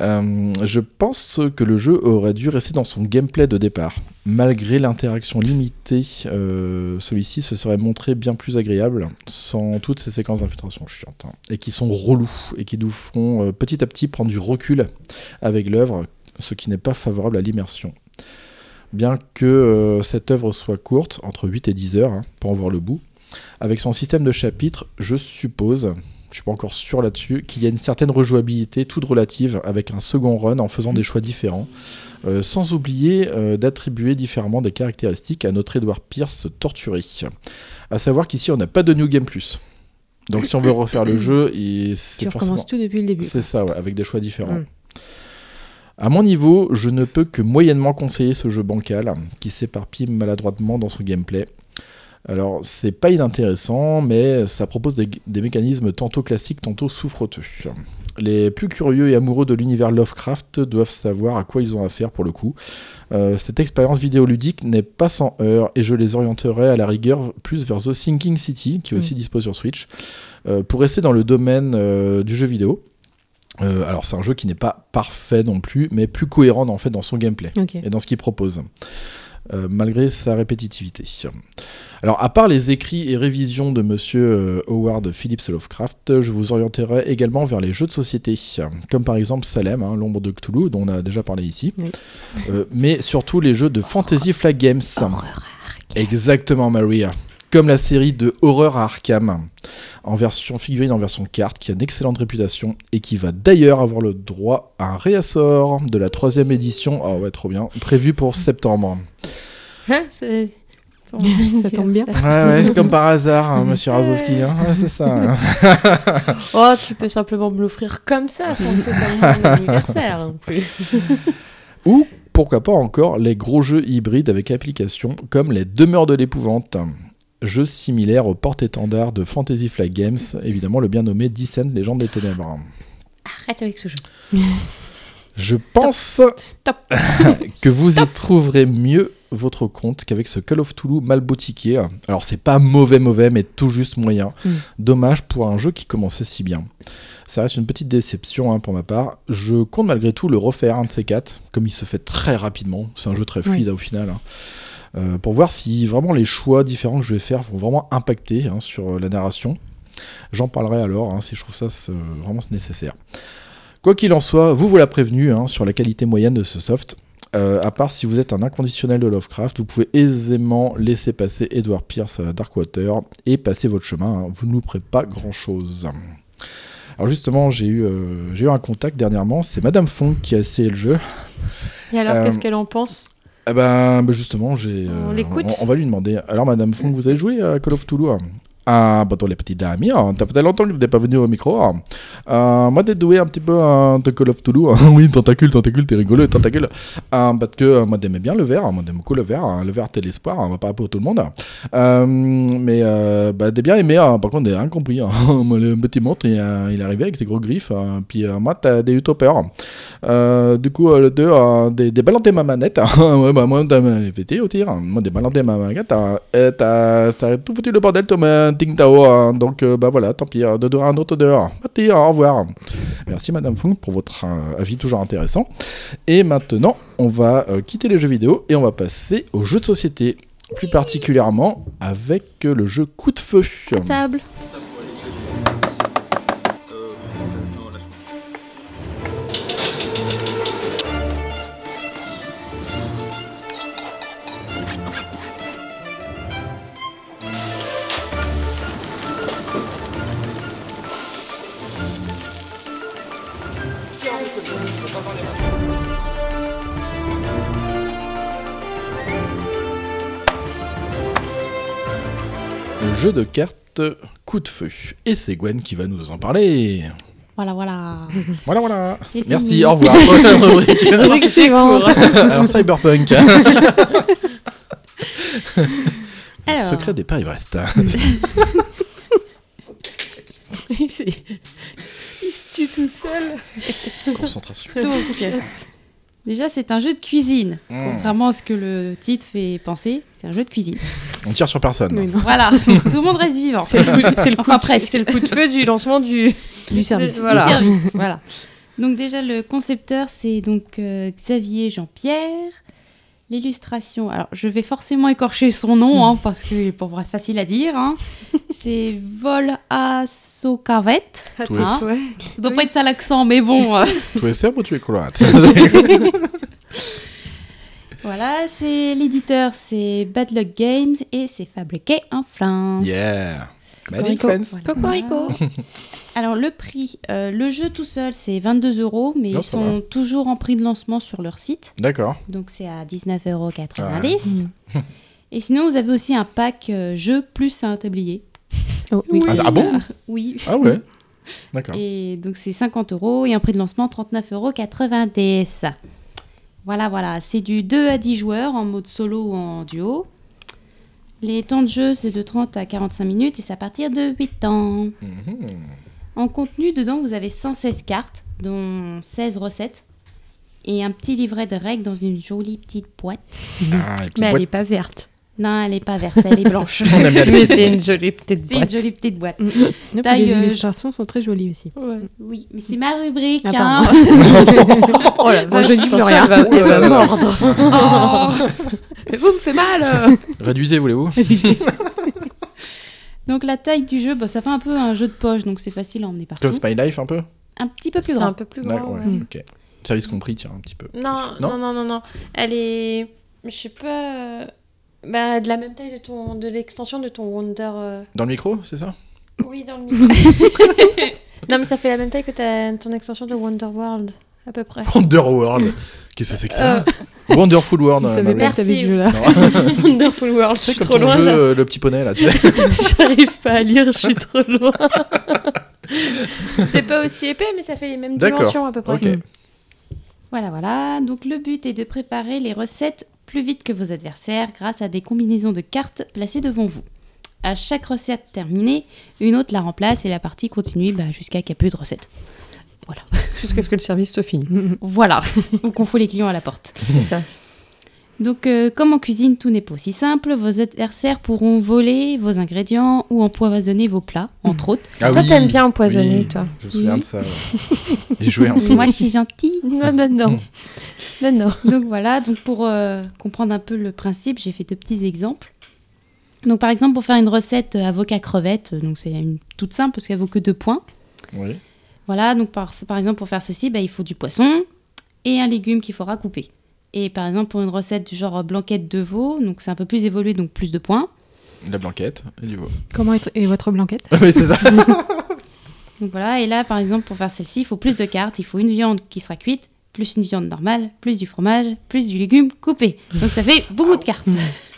Euh, je pense que le jeu aurait dû rester dans son gameplay de départ. Malgré l'interaction limitée, euh, celui-ci se serait montré bien plus agréable, sans toutes ces séquences d'infiltration chiantes, hein, et qui sont relous, et qui nous font euh, petit à petit prendre du recul avec l'œuvre, ce qui n'est pas favorable à l'immersion. Bien que euh, cette œuvre soit courte, entre 8 et 10 heures, hein, pour en voir le bout, avec son système de chapitres, je suppose, je suis pas encore sûr là-dessus, qu'il y a une certaine rejouabilité, toute relative, avec un second run en faisant des choix différents, euh, sans oublier euh, d'attribuer différemment des caractéristiques à notre Edward Pierce torturé. À savoir qu'ici, on n'a pas de New Game Plus. Donc si on veut refaire le jeu, il- c'est
Tu
forcément...
recommences tout depuis le début.
C'est ça, ouais, avec des choix différents.
Mm.
À mon niveau, je ne peux que moyennement conseiller ce jeu bancal qui s'éparpille maladroitement dans son gameplay. Alors, c'est pas inintéressant, mais ça propose des, des mécanismes tantôt classiques, tantôt souffreteux. Les plus curieux et amoureux de l'univers Lovecraft doivent savoir à quoi ils ont affaire pour le coup. Euh, cette expérience vidéoludique n'est pas sans heurts et je les orienterai à la rigueur plus vers The Sinking City, qui est
Mm.
aussi dispo sur Switch, euh, pour rester dans le domaine euh, du jeu vidéo. Euh, alors c'est un jeu qui n'est pas parfait non plus, mais plus cohérent en fait dans son gameplay
Ok.
et dans ce qu'il propose, euh, malgré sa répétitivité. Alors à part les écrits et révisions de Monsieur euh, Howard Phillips Lovecraft, je vous orienterai également vers les jeux de société, comme par exemple Salem, hein, l'ombre de Cthulhu, dont on a déjà parlé ici,
Oui.
Euh, mais surtout les jeux de fantasy flag games. Exactement, Maria. Comme la série de Horreur à Arkham, en version figurine, en version carte, qui a une excellente réputation et qui va d'ailleurs avoir le droit à un réassort de la troisième édition. Ah ouais, trop bien. Prévu pour septembre.
Hein, c'est-
[laughs]
Ça tombe bien.
Ouais, ouais, comme par hasard, hein, monsieur Razowski. hein. Ouais, c'est ça. hein.
Oh, tu peux simplement me l'offrir comme ça, sans que ce soit mon anniversaire non plus.
[laughs] Ou pourquoi pas encore les gros jeux hybrides avec application comme les Demeures de l'épouvante. Jeu similaire au porte-étendard de Fantasy Flag Games, évidemment le bien nommé Descent, Légende des Ténèbres.
Arrête avec ce jeu.
Je pense
Stop.
que vous y trouverez mieux votre compte qu'avec ce Call of Toulouse mal boutiqué. Alors c'est pas mauvais mauvais mais tout juste moyen.
Mm.
Dommage pour un jeu qui commençait si bien. Ça reste une petite déception hein, pour ma part. Je compte malgré tout le refaire un de ces quatre, comme il se fait très rapidement. C'est un jeu très fluide hein, au final. hein. Euh, pour voir si vraiment les choix différents que je vais faire vont vraiment impacter hein, sur euh, la narration. J'en parlerai alors hein, si je trouve ça c'est, euh, vraiment nécessaire. Quoi qu'il en soit, vous vous l'a prévenu hein, sur la qualité moyenne de ce soft. Euh, à part si vous êtes un inconditionnel de Lovecraft, vous pouvez aisément laisser passer Edward Pierce à Darkwater et passer votre chemin. hein. Vous ne louperez pas grand chose. Alors justement, j'ai eu, euh, j'ai eu un contact dernièrement. C'est Madame Fong qui a essayé le jeu.
Et alors,
Euh,
qu'est-ce qu'elle en pense
Eh ben, ben justement, j'ai.
On
euh,
l'écoute
on, on va lui demander. Alors, Madame Fong, vous avez joué à Call of Toulouse hein Ah, bah, dans les petites dames, hein, t'as fait longtemps que vous n'êtes pas venu au micro. hein. Euh, moi, t'es doué un petit peu hein, de Call of Toulouse. hein. [laughs] oui, tentacule, tentacule, t'es rigolo, tentacule. Euh, parce que euh, moi, t'aimais bien le verre. hein, Moi, t'aime beaucoup le verre. hein. Le verre, t'es l'espoir. hein, par rapport à tout le monde. Euh, mais, euh, bah, t'es bien aimé. hein. Par contre, t'es incompris. hein. [laughs] Moi, le petit monstre, il, euh, il est arrivé avec ses gros griffes. hein. Puis, euh, moi, t'as des utopeurs. Euh, du coup, euh, le 2, euh, des, des balles dans ma manette. [laughs] ouais, bah, moi, t'as euh, pété au tir. hein. Moi, des balles dans ma manette. hein. Et t'as, ça a tout foutu le bordel, ton euh, Ding Dao. hein. Donc, euh, bah voilà, tant pis. euh, De dehors, un autre dehors. Parti, au revoir. Merci, Madame Fung, pour votre euh, avis toujours intéressant. Et maintenant, on va euh, quitter les jeux vidéo et on va passer aux jeux de société. Plus particulièrement avec euh, le jeu Coup de Feu.
Table.
jeu de cartes Coup de feu. Et c'est Gwen qui va nous en parler.
Voilà, voilà.
[laughs] Voilà, voilà.
C'est
Merci,
fini.
au revoir. Prochaine rubrique.
Alors, c'était
suivante.
hein.
court.
[laughs] Alors, Cyberpunk. hein. Le
Alors.
secret des Paris-Brest.
Il s'est- il se tue tout seul.
Concentration.
Donc, déjà, c'est un jeu de cuisine.
Mm.
Contrairement à ce que le titre fait penser, c'est un jeu de
[laughs]
cuisine.
On tire sur personne.
Oui, non.
Voilà, tout le monde reste vivant.
C'est le coup, [laughs] c'est le coup
Enfin,
de-
presque.
c'est le coup de feu du lancement du.
Du service.
Du
Voilà.
service, [laughs] voilà. Donc déjà le concepteur c'est donc euh, Xavier Jean-Pierre. L'illustration, alors je vais forcément écorcher son nom
Hmm.
hein, parce que pour être facile à dire, hein. c'est Vol à Socavet.
Tous les-
Hein. Ça doit pas être ça l'accent, mais bon. euh,
Tu es serbe ou tu es croate
voilà, c'est l'éditeur, c'est Bad Luck Games et c'est fabriqué en France.
Yeah. Made in
Cocorico.
France.
Voilà. Alors le prix, euh, le jeu tout seul c'est 22 euros, mais
Oh,
ils
ça
sont toujours en prix de lancement sur leur site.
D'accord.
Donc c'est à 19,90 euros.
Ah
Et sinon, vous avez aussi un pack euh, jeu plus un tablier.
Oh, oui.
Ah, ah bon
[laughs] Oui.
Ah ouais. D'accord.
Et donc c'est 50 euros et un prix de lancement 39,90 euros. Voilà, voilà. C'est du 2 à 10 joueurs en mode solo ou en duo. Les temps de jeu, c'est de 30 à 45 minutes et c'est à partir de 8 ans.
Mhm.
En contenu, dedans, vous avez 116 cartes, dont 16 recettes et un petit livret de règles dans une jolie petite boîte.
Ah, et puis
Mais elle
boîte-
est pas verte.
Non, elle n'est pas verte, elle est blanche.
[laughs] on aime
[laughs]
bien les
[laughs] Mais
petites
c'est
boîtes.
une jolie petite
C'est une
boîte.
jolie petite boîte.
Non, puis
Taille,
les
euh,
illustrations sont très jolies aussi.
Oui, mais c'est ma rubrique.
Ah,
hein. [laughs]
[laughs]
Oh la
Bon,
vache,
je dis plus
attention,
rien.
elle va- Oh.
Oh là
elle
là
va
là.
mordre. [laughs] Mais vous me faites mal. [laughs]
Réduisez, voulez-vous
Donc la taille du jeu, bah, ça fait un peu un jeu de poche, donc c'est facile à emmener partout.
Close My Life un peu
Un petit peu plus
C'est un
grand.
peu plus
D'accord,
grand. Mm.
ouais,
ouais.
ok. Service compris, tiens, un petit peu.
Non,
Non
non, non, non, non. Elle est, je sais pas, euh, bah, de la même taille de ton, de l'extension de ton Wonder. euh,
Dans le micro, c'est ça
Oui, dans le micro. [laughs] non, mais ça fait la même taille que ta, ton extension de Wonder World, à peu près.
Wonderworld Qu'est-ce que c'est que ça Wonderful
Tu
World euh,
savais pas
Marie.
que t'avais
Merci.
ce jeu-là.
[laughs] Wonderful World, je
Tu sais,
suis
comme
trop
ton
loin.
jeu, euh, le petit poney, là, tu sais.
j'a- [laughs] J'arrive pas à lire, je suis trop loin. [laughs] C'est pas aussi épais, mais ça fait les mêmes
D'accord.
dimensions à peu près.
Ok.
Voilà, voilà. Donc le but est de préparer les recettes plus vite que vos adversaires grâce à des combinaisons de cartes placées devant vous. À chaque recette terminée, une autre la remplace et la partie continue bah, jusqu'à qu'il n'y a plus
[laughs]
de recettes.
Jusqu'à ce que le service soit fini.
Voilà, ou qu'on fout les clients à la porte.
C'est ça.
Donc, euh, comme en cuisine, tout n'est pas aussi simple. Vos adversaires pourront voler vos ingrédients ou empoisonner vos plats, entre autres.
Ah
toi,
oui,
t'aimes bien empoisonner,
oui,
toi.
Je me souviens de ça. ouais. J'ai joué
[laughs]
un peu.
Moi, je suis gentille.
Non, non,
Hmm.
non. non, non.
Donc voilà, donc pour euh, comprendre un peu le principe, j'ai fait deux petits exemples. Donc par exemple, pour faire une recette euh, avocat crevette, euh, donc c'est une toute simple parce qu'elle vaut que deux points.
Oui.
Voilà, donc par, par exemple pour faire ceci, bah, il faut du poisson et un légume qu'il faudra couper. Et par exemple pour une recette du genre euh, blanquette de veau, donc c'est un peu plus évolué, donc plus de points.
La blanquette et [laughs] du veau.
[laughs] Comment est, est votre blanquette
Oui, c'est ça.
Donc voilà, et là par exemple pour faire celle-ci, il faut plus de cartes, il faut une viande qui sera cuite, plus une viande normale, plus du fromage, plus du légume coupé. Donc ça fait beaucoup
[laughs]
de cartes.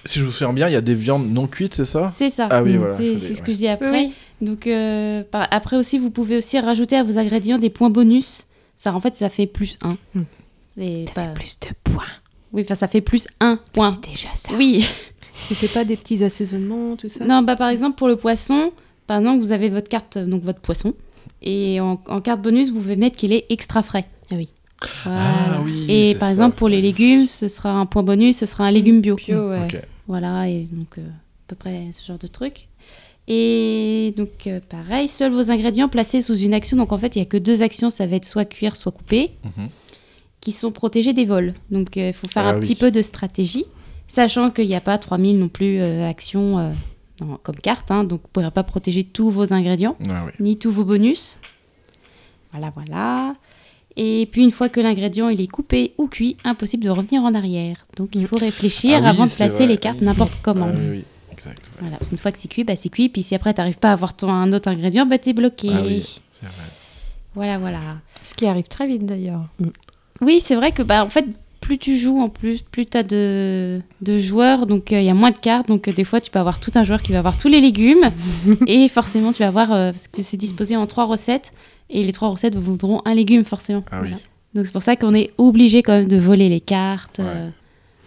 Si je me souviens bien, il y a des viandes non cuites, c'est ça
C'est ça.
Ah oui, voilà, je
C'est
l'ai,
c'est ce
ouais.
que je dis après.
Oui.
Donc euh, par- après aussi, vous pouvez aussi rajouter à vos ingrédients des points bonus. Ça, en fait, ça fait plus 1.
Mm.
C'est pas-
plus de points. Bah,
Oui, enfin, ça fait plus 1 point.
déjà ça. [laughs]
Oui.
C'était pas des petits assaisonnements, tout ça
Non, bah par exemple pour le poisson, par exemple vous avez votre carte, donc votre poisson, et en, en carte bonus vous pouvez mettre qu'il est extra frais. Ah oui.
Ah oui,
et
c'est
par
ça.
exemple pour les légumes, ce sera un point bonus, ce sera un légume bio.
Bio, ouais.
Ok.
Voilà, et donc euh, à peu près ce genre de truc. Et donc euh, pareil, seuls vos ingrédients placés sous une action, donc en fait il n'y a que deux actions, ça va être soit cuire, soit couper,
Mhm.
qui sont protégés des vols. Donc il faut faire
Ah
un
oui.
petit peu de stratégie, sachant qu'il n'y a pas 3000 non plus euh, actions euh, dans- comme carte, hein, donc vous ne pourrez pas protéger tous vos ingrédients,
Ah oui.
ni tous vos bonus. Voilà, voilà. Et puis une fois que l'ingrédient il est coupé ou cuit, impossible de revenir en arrière. Donc il faut réfléchir
Ah oui,
avant de
c'est
placer
vrai,
les cartes
oui.
n'importe comment.
Ah oui, oui, exact. ouais.
Voilà, parce qu'une fois que c'est cuit, bah, c'est cuit. Puis si après, t'arrives pas à avoir ton, un autre ingrédient, bah, t'es bloqué.
Ah oui, c'est vrai.
Voilà, voilà.
Ce qui arrive très vite d'ailleurs.
Oui, c'est vrai que, bah, en fait, plus tu joues en plus, plus tu as de, de joueurs, donc euh, il y a moins de cartes. Donc euh, des fois, tu peux avoir tout un joueur qui va avoir tous les légumes. et forcément, tu vas avoir, euh, parce que c'est disposé en trois recettes, et les trois recettes voudront un légume, forcément.
Ah oui.
Donc c'est pour ça qu'on est obligé quand même de voler les cartes. euh.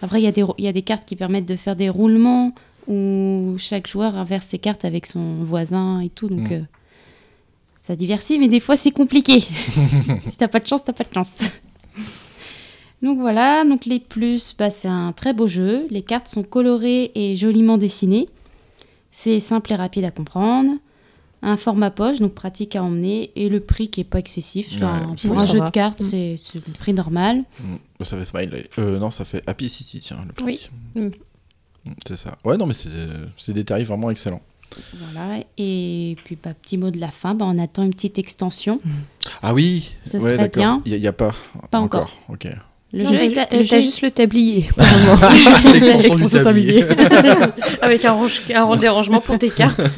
Après, il y, a des rou- il y a des cartes qui permettent de faire des roulements où chaque joueur inverse ses cartes avec son voisin et tout. Donc
Mm.
euh, ça divertit, mais des fois c'est compliqué. si t'as pas de chance, t'as pas de chance. [laughs] donc voilà, donc les plus, bah, c'est un très beau jeu. Les cartes sont colorées et joliment dessinées. C'est simple et rapide à comprendre. Un format poche, donc pratique à emmener, et le prix qui est pas excessif. Enfin,
Ouais,
pour
oui,
un
ça
jeu
va.
de cartes, c'est c'est le prix normal.
Mm. Ça fait Smiley. Euh, non, ça fait Happy City, tiens, le prix.
Oui.
Mm, C'est ça. Ouais, non, mais c'est c'est des tarifs vraiment excellents.
Voilà. Et puis, bah, petit mot de la fin, bah, on attend une petite extension.
Ah oui
Ce
ouais,
serait
d'accord.
bien.
Il n'y a, pas.
Pas encore.
Ok.
Le
Non,
jeu
mais
est-
t'as-
le jeu
t'as
est-
juste le
[laughs]
tablier.
L'extension du tablier.
Avec un, range, un dérangement pour
[laughs]
tes cartes.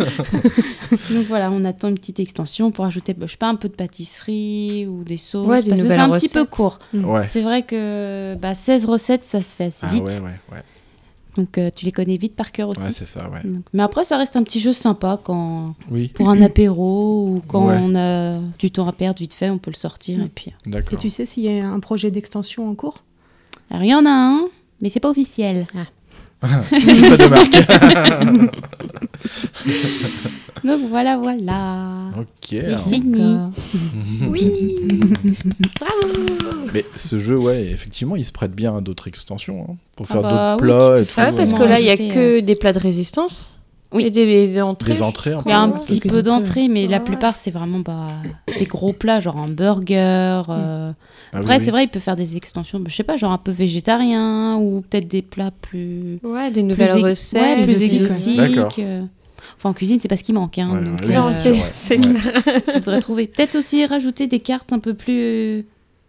Donc voilà, on attend une petite extension pour ajouter, bah, je sais pas, un peu de pâtisserie ou des sauces.
Ouais, des
parce que c'est
nouvelles
un petit
recettes.
peu court.
Mm.
Ouais.
C'est vrai que bah, 16 recettes, ça se fait assez
Ah
vite.
ouais, ouais, ouais.
Donc euh, tu les connais vite par cœur aussi.
Ouais, c'est ça, ouais.
Donc- mais après, ça reste un petit jeu sympa quand
Oui.
pour un apéro ou quand
Ouais.
on a du temps à perdre vite fait, on peut le sortir. Et puis, euh.
Et
D'accord.
tu sais s'il y a un projet d'extension en cours
alors il y en a un, mais c'est pas officiel.
[laughs] J'ai pas de marque.
[laughs] Donc voilà, voilà.
ok.
C'est fini. oui. Bravo.
Mais ce jeu, ouais, effectivement, il se prête bien à d'autres extensions. hein, pour
Ah
faire
bah
d'autres
oui,
plats
tu
et
peux
tout.
Ah,
faire
parce
Forcément
que là, il n'y a
ajouter,
que des plats de résistance.
Oui.
Et des, des entrées.
Des entrées,
je
Il y a un
crois.
petit
c'est
peu
tout,
d'entrée, mais la
Ouais.
plupart, c'est vraiment bah, des gros plats, genre un burger.
Ah
euh,
oui,
Après,
oui.
c'est vrai, il peut faire des extensions, bah, je sais pas, genre un peu végétarien ou peut-être des plats plus.
Ouais, des nouvelles
plus ex-
recettes.
ouais, plus
des-
D'accord.
exotiques. euh. Enfin, en cuisine, c'est pas ce qui manque. Hein,
Ouais,
donc,
ouais, oui,
euh,
Non, c'est
sûr, ouais.
[laughs] c'est
Ouais.
clair.
on devrait trouver. Peut-être aussi rajouter des cartes un peu plus euh,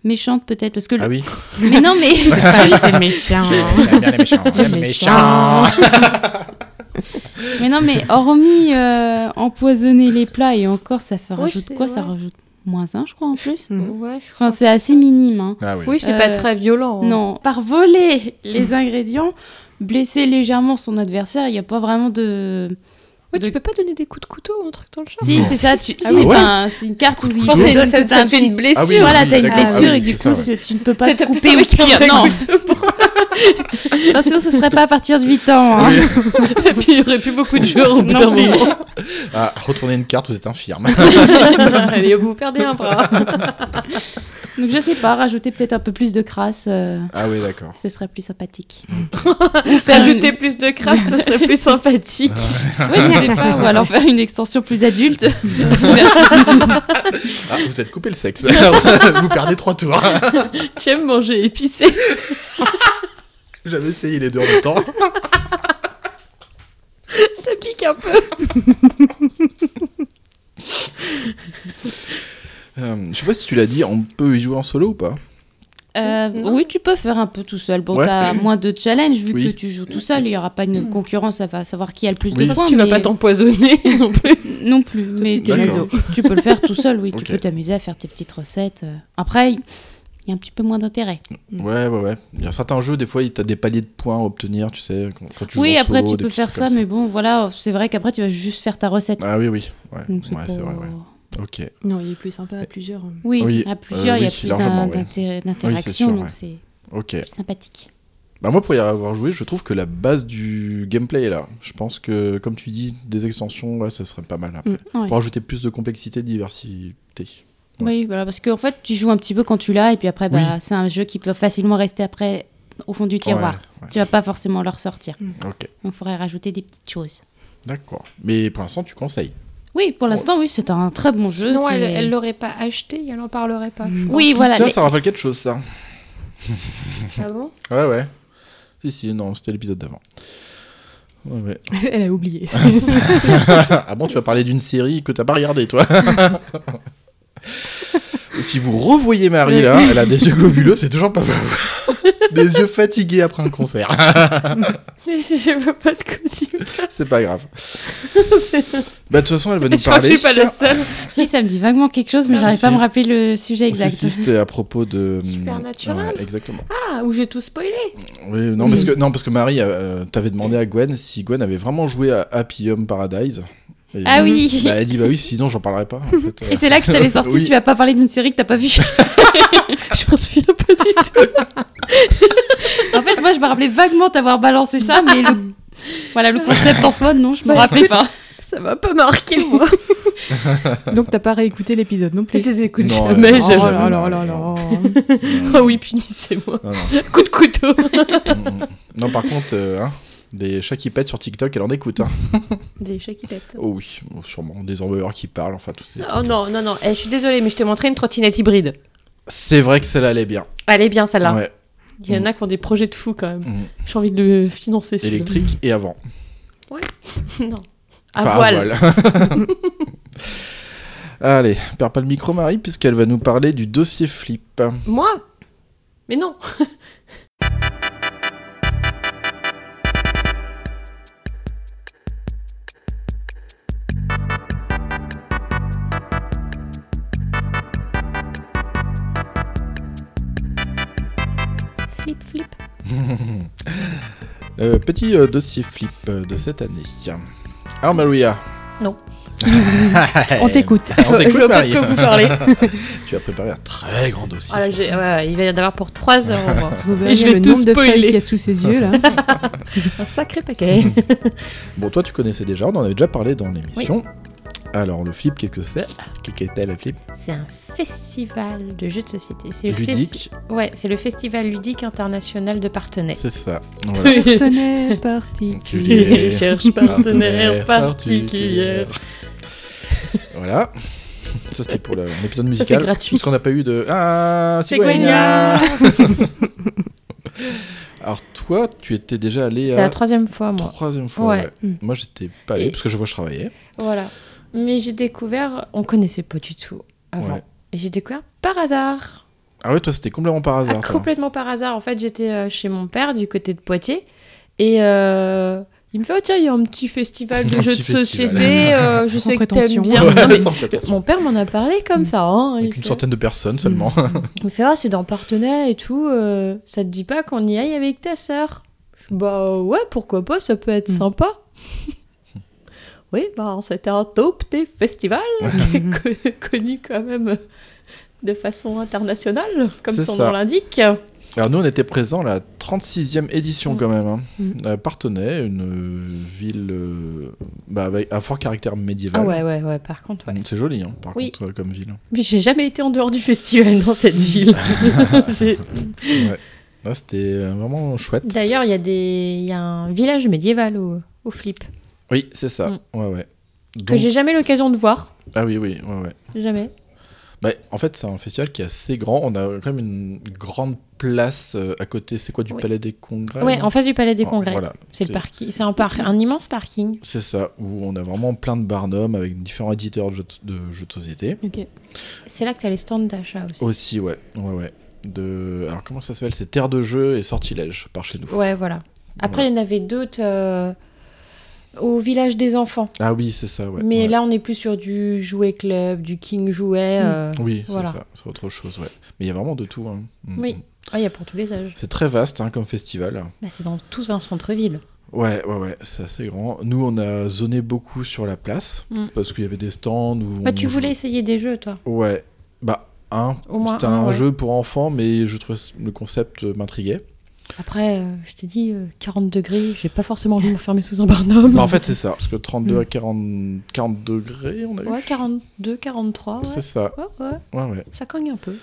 méchantes, peut-être. Parce que Ah, le-
Ah oui.
Mais non,
[laughs]
mais.
C'est méchant.
J'aime bien les méchants. j'aime les méchants.
[laughs] mais non, mais hormis euh, empoisonner les plats, et encore, ça fait rajoute
c'est
quoi Ça
vrai.
rajoute moins un, je crois, en plus.
Ouais, je
Enfin,
crois.
c'est assez minime. hein.
Ah oui.
Oui, c'est pas
Euh,
très violent. hein.
Non, par voler
[laughs]
les ingrédients, blesser légèrement son adversaire, il n'y a pas vraiment de.
Ouais,
de-
tu peux pas donner des coups de couteau, un truc dans le genre
Si, c'est ça, tu...
Ah
si,
ouais
enfin, c'est une carte où il
Je pense que
donne
c'est- ça,
que t'as
ça
un
te fait
petit-
une blessure.
Ah oui,
voilà, t'as une
d'accord.
blessure
Ah oui,
et du
c'est
coup,
ça,
ce- tu ne peux pas
T'as- t'as
couper
pas
ou
avec un
cuire.
vrai
Non,
coup de [laughs] couteau.
parce que ce serait pas à partir de 8 ans. hein. [laughs]
Et puis il y aurait plus beaucoup de joueurs au bout
Non
d'un [laughs]
plus.
moment.
Ah, retournez une carte, vous êtes
[laughs]
infirme.
Allez, vous perdez un bras.
Donc je sais pas, rajouter peut-être un peu plus de crasse, euh,
ah oui, d'accord.
ce serait plus sympathique.
[laughs] Rajouter plus de crasse, ce serait [laughs] plus sympathique.
[laughs]
Ouais, je sais pas, ou alors faire une extension plus adulte. [laughs]
Ah, vous êtes coupé le
[laughs]
sexe. vous perdez trois tours.
tu aimes manger épicé.
J'avais essayé les deux en même temps. [laughs]
Ça pique un peu.
Euh, je sais pas si tu l'as dit, on peut y jouer en solo ou pas
Euh,
Non.
oui, tu peux faire un peu tout seul. Bon,
Ouais.
t'as moins de challenge vu
Oui.
que tu joues tout seul. Il n'y aura pas une concurrence à fa- savoir qui a le plus
Oui.
de points.
Mm. tu vas
mais-
pas t'empoisonner non plus.
Non plus.
Sauf
mais
si
tu,
t'es D'accord.
[laughs] tu peux le faire tout seul, oui.
Ok.
Tu peux t'amuser à faire tes petites recettes. euh. Après, il y a un petit peu moins d'intérêt.
Ouais, ouais, ouais. Il y a certains jeux, des fois, t'as des paliers de points à obtenir, tu sais, quand, quand tu joues
Oui,
en
après,
solo,
tu
des
peux
petits
faire
trucs comme
ça, mais bon, voilà, c'est vrai qu'après, tu vas juste faire ta recette.
Ah oui, oui. Ouais,
Donc, c'est
Ouais, c'est
pas-
vrai, ouais. Ok.
Non, il est plus sympa à plusieurs.
Oui,
Oui,
à plusieurs,
euh,
il y a
oui,
plus
largement,
d'in-
ouais.
d'inté-
sûr,
d'interaction,
ouais.
donc c'est
Ok.
plus sympathique.
Bah moi pour y avoir joué, je trouve que la base du gameplay est là. Je pense que comme tu dis, des extensions, ouais, ça serait pas mal après.
Mm, Ouais.
Pour ajouter plus de complexité, de diversité. Ouais.
Oui, voilà, parce qu'en fait, tu joues un petit peu quand tu l'as, et puis après, bah,
Oui.
c'est un jeu qui peut facilement rester après au fond du tiroir.
Ouais,
Tu vas pas forcément le ressortir.
ouais. Ok,
Donc, il faudrait rajouter des petites choses.
d'accord. Mais pour l'instant, tu conseilles.
Oui, pour l'instant, oui, c'est un très bon jeu.
Sinon,
c'est-
elle elle l'aurait pas acheté, elle en parlerait pas. je pense.
Oui, voilà.
Tiens,
les-
ça rappelle quelque chose, ça.
Ah [laughs] bon
Ouais, ouais. Si, si, non, c'était l'épisode d'avant. Ouais, ouais.
Elle a oublié. [laughs]
ah bon, tu vas parler d'une série que t'as pas regardée, [laughs] toi
[laughs]
Si vous revoyez Marie là, elle a des yeux globuleux, c'est toujours pas mal. Des yeux fatigués après un concert.
Mais je vois pas de quoi tu
[laughs]
[laughs]
C'est pas grave.
parles.
Bah, de toute façon, elle va nous
Je crois que
parler.
je suis pas la seule.
si, ça me dit vaguement quelque chose, mais
Ah, Si,
j'arrive pas à
si.
me rappeler le sujet exact.
Si, si, c'était à propos de. mm,
Supernatural.
Ouais, exactement.
Ah, où j'ai tout spoilé.
Oui, non, parce que, non, parce que Marie, euh, t'avais demandé à Gwen si Gwen avait vraiment joué à Happy Home Paradise. Et-
Ah oui.
[laughs] Bah, Elle dit bah oui, sinon j'en parlerai
[laughs]
pas. en fait.
Et c'est là que je t'avais sorti,
Oui.
tu vas pas parler d'une série que
[laughs]
t'as pas vue.
Je m'en souviens pas du tout.
en fait, moi, je me rappelais vaguement t'avoir balancé ça, mais le... voilà, le concept en soi, non, je me
Bah,
rappelais
écoute,
pas.
Ça m'a pas marqué, moi.
Donc t'as pas réécouté l'épisode non
[laughs] Je
plus.
les écoute
Non,
jamais.
euh,
oh
jamais.
j'avoue,
[laughs]
là là
non,
là là.
non.
Oh oui, punissez-moi.
Ah Non, non.
[laughs] Coup de couteau.
Euh, Mm, mm. non, par contre, euh, hein, les chats qui pètent sur TikTok, elle en écoute. hein.
Des chats qui pètent.
Oh oui, bon, sûrement. Des envoyeurs qui parlent, enfin tout. ces-
Oh non, non, non. Eh, je suis désolée, mais je t'ai montré une trottinette hybride.
C'est vrai que celle-là, elle est bien.
Elle est bien, celle-là.
Ouais.
Il y en a qui ont des projets de fou, quand même.
Mm.
J'ai envie de le financer, celui-là.
Électrique et avant.
Non. À
Enfin,
voile.
voile. [laughs] Allez, perds pas le micro, Marie, puisqu'elle va nous parler du dossier flip.
Moi Mais non Flip, flip.
Euh, petit euh, dossier flip euh, de cette année. Alors, Maria. [laughs]
Non.
On t'écoute.
Eh, On
[laughs] Je
t'écoute,
veux
Marie.
que vous parlez.
[laughs] tu as préparé un très grand dossier.
Ah là, j'ai- ouais, ouais, il va y en avoir pour 3 heures au moins.
Vous
je
verriez
vais
le
tout
nombre de
spoiler.
feuilles qu'il y a sous ses yeux là.
[laughs] Un sacré paquet.
Bon, toi, tu connaissais déjà, on en avait déjà parlé dans l'émission. Alors, le flip, qu'est-ce que c'est Qu'est-ce que c'était, le flip
[laughs] C'est un festival de jeux de société. C'est le fes-
Ludique,
Ouais, c'est le Festival ludique international de Partenay.
c'est
[laughs]
ça. Voilà.
Partenaire particulier.
Particulier.
Cherche
Partenaire
partenaire particulier.
[laughs] Voilà. Ça, c'était pour le- l'épisode
Ça,
musical.
c'est gratuit.
Parce qu'on n'a pas eu de. Ah,
C'est
Cigüeña
Gwenya
Alors, toi, tu étais déjà allé
C'est
à.
la troisième fois, moi.
Troisième fois,
Ouais. Mm.
ouais. Moi, j'étais pas allé
Et-
parce que je vois, je travaillais.
Voilà. Mais j'ai découvert, on connaissait pas du tout avant.
Ouais.
Et j'ai découvert par hasard.
Ah, ouais, toi, c'était complètement par
Ah,
hasard. toi.
complètement par hasard. En fait, j'étais euh, chez mon père du côté de Poitiers. Et euh, il me fait, oh tiens, il y a un petit festival de
Un
jeux de
petit festival. [laughs]
société. euh, je
Sans
sais que
prétention.
t'aimes bien.
Ouais, [laughs]
Non, mais
sans prétention.
mon père m'en a parlé comme ça. hein. Il
Avec une
fait-
centaine de personnes seulement. [laughs]
Il me fait Ah, c'est dans Partenay et tout, euh, ça te dit pas qu'on y aille avec ta sœur Je dis, Bah ouais, pourquoi pas, ça peut être
Mm.
sympa. [laughs] oui, bah c'était un taupe des festivals, qui est [laughs] co- connu quand même de façon internationale, comme
C'est
son
ça. Bah
nom l'indique.
Alors nous, on était présents à la 36e édition
Mm.
quand même. Hein.
Mm.
Euh, Parthenay, une euh, ville euh, bah, avec un fort caractère médiéval.
Ah ouais, ouais, ouais, par contre, ouais.
C'est joli, hein, par
Oui.
contre, euh, comme ville.
Mais j'ai jamais été en dehors du festival
[laughs]
dans cette ville. J'ai-
Ouais. Là, c'était euh, vraiment chouette.
D'ailleurs, il y, a des- il y a un village médiéval au, au Flip,
Oui, c'est ça.
Mm.
Ouais, ouais.
que
Donc-
j'ai jamais l'occasion de voir.
Ah oui, oui, ouais, ouais.
Jamais.
Bah, en fait, c'est un festival qui est assez grand. On a quand même une grande place euh, à côté. C'est quoi du
Oui.
Palais des Congrès
Ouais, en face du Palais des
Ah,
Congrès.
voilà.
C'est
C'est-
le parking. C'est un, par- un immense parking.
C'est ça, où on a vraiment plein de barnums avec différents éditeurs de jeux de, jeux de société.
C'est là que t'as les stands d'achat aussi.
Aussi, ouais. Ouais, ouais. De... Alors, comment ça s'appelle C'est Terre de Jeu et Sortilège, par chez nous.
Ouais, voilà. Après, il y en avait d'autres euh, au village des enfants.
Ah oui, c'est ça, ouais. Mm.
Mais
ouais.
là, on est plus sur du jouet club, du King Jouet. euh,
Oui, c'est
voilà.
ça, c'est autre chose, ouais. Mais il y a vraiment de tout. hein. Mm,
Oui.
mm.
Ah, Il y a pour tous les âges.
C'est très vaste hein, comme festival.
Bah, c'est dans tout un centre-ville.
Ouais, ouais, ouais, c'est assez grand. Nous, on a zoné beaucoup sur la place,
Mm.
parce qu'il y avait des stands où.
Bah,
on
tu voulais
jouait-
essayer des jeux, toi.
Ouais. Bah, un.
Au moins
C'était
un,
un
ouais.
jeu pour enfants, mais je trouvais le concept euh, m'intriguait.
Après, euh, je t'ai dit, euh, 40 degrés, j'ai pas forcément envie de m'enfermer sous un barnum.
[laughs] Bah, en fait, c'est ça. Parce que 32 à 40, 40 degrés, on a eu.
Ouais, 42, 43, ouais.
C'est ça.
Ouais, ouais,
Ouais, ouais.
ça cogne un peu.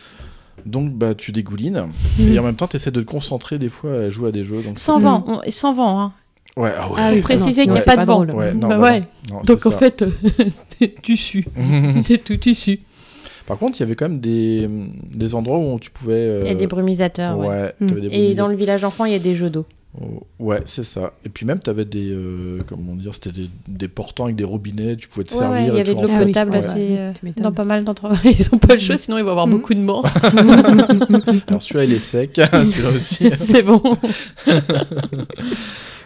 Donc, bah, tu dégoulines. Et en même temps, tu essaies de te concentrer des fois à jouer à des jeux. Donc...
Mhm. Sans
Mm.
vent, on- et sans vent, hein.
Ouais, ah ouais.
Ah oui,
Préciser
sinon,
qu'il n'y a
c'est
pas de vent.
drôle.
Ouais, non,
Bah
bah
ouais.
non. Non,
Donc
c'est
en
ça.
fait, [laughs] t'es- tu
[laughs]
sues. T'es tout
Euh,
tissu.
[laughs] Par contre, il y avait quand même des, des endroits où tu pouvais. euh,
Il y a des brumisateurs,
Ouais,
ouais. Mhm.
t'avais des
Et
brumises.
dans le village enfant, il y a des jeux d'eau.
Oh, ouais, c'est ça. Et puis même, t'avais des. euh, comment dire C'était des, des portants avec des robinets, tu pouvais te
Ouais, ouais,
servir.
il y
et
avait de
tout
l'eau
en fait.
potable
Ouais.
assez. euh,
Tu m'étonnes.
dans pas mal d'entreprises. [laughs] Ils ont pas le choix, sinon ils vont avoir beaucoup
[laughs]
de morts.
Alors celui-là, il est sec. [laughs] celui-là aussi.
[laughs] C'est bon.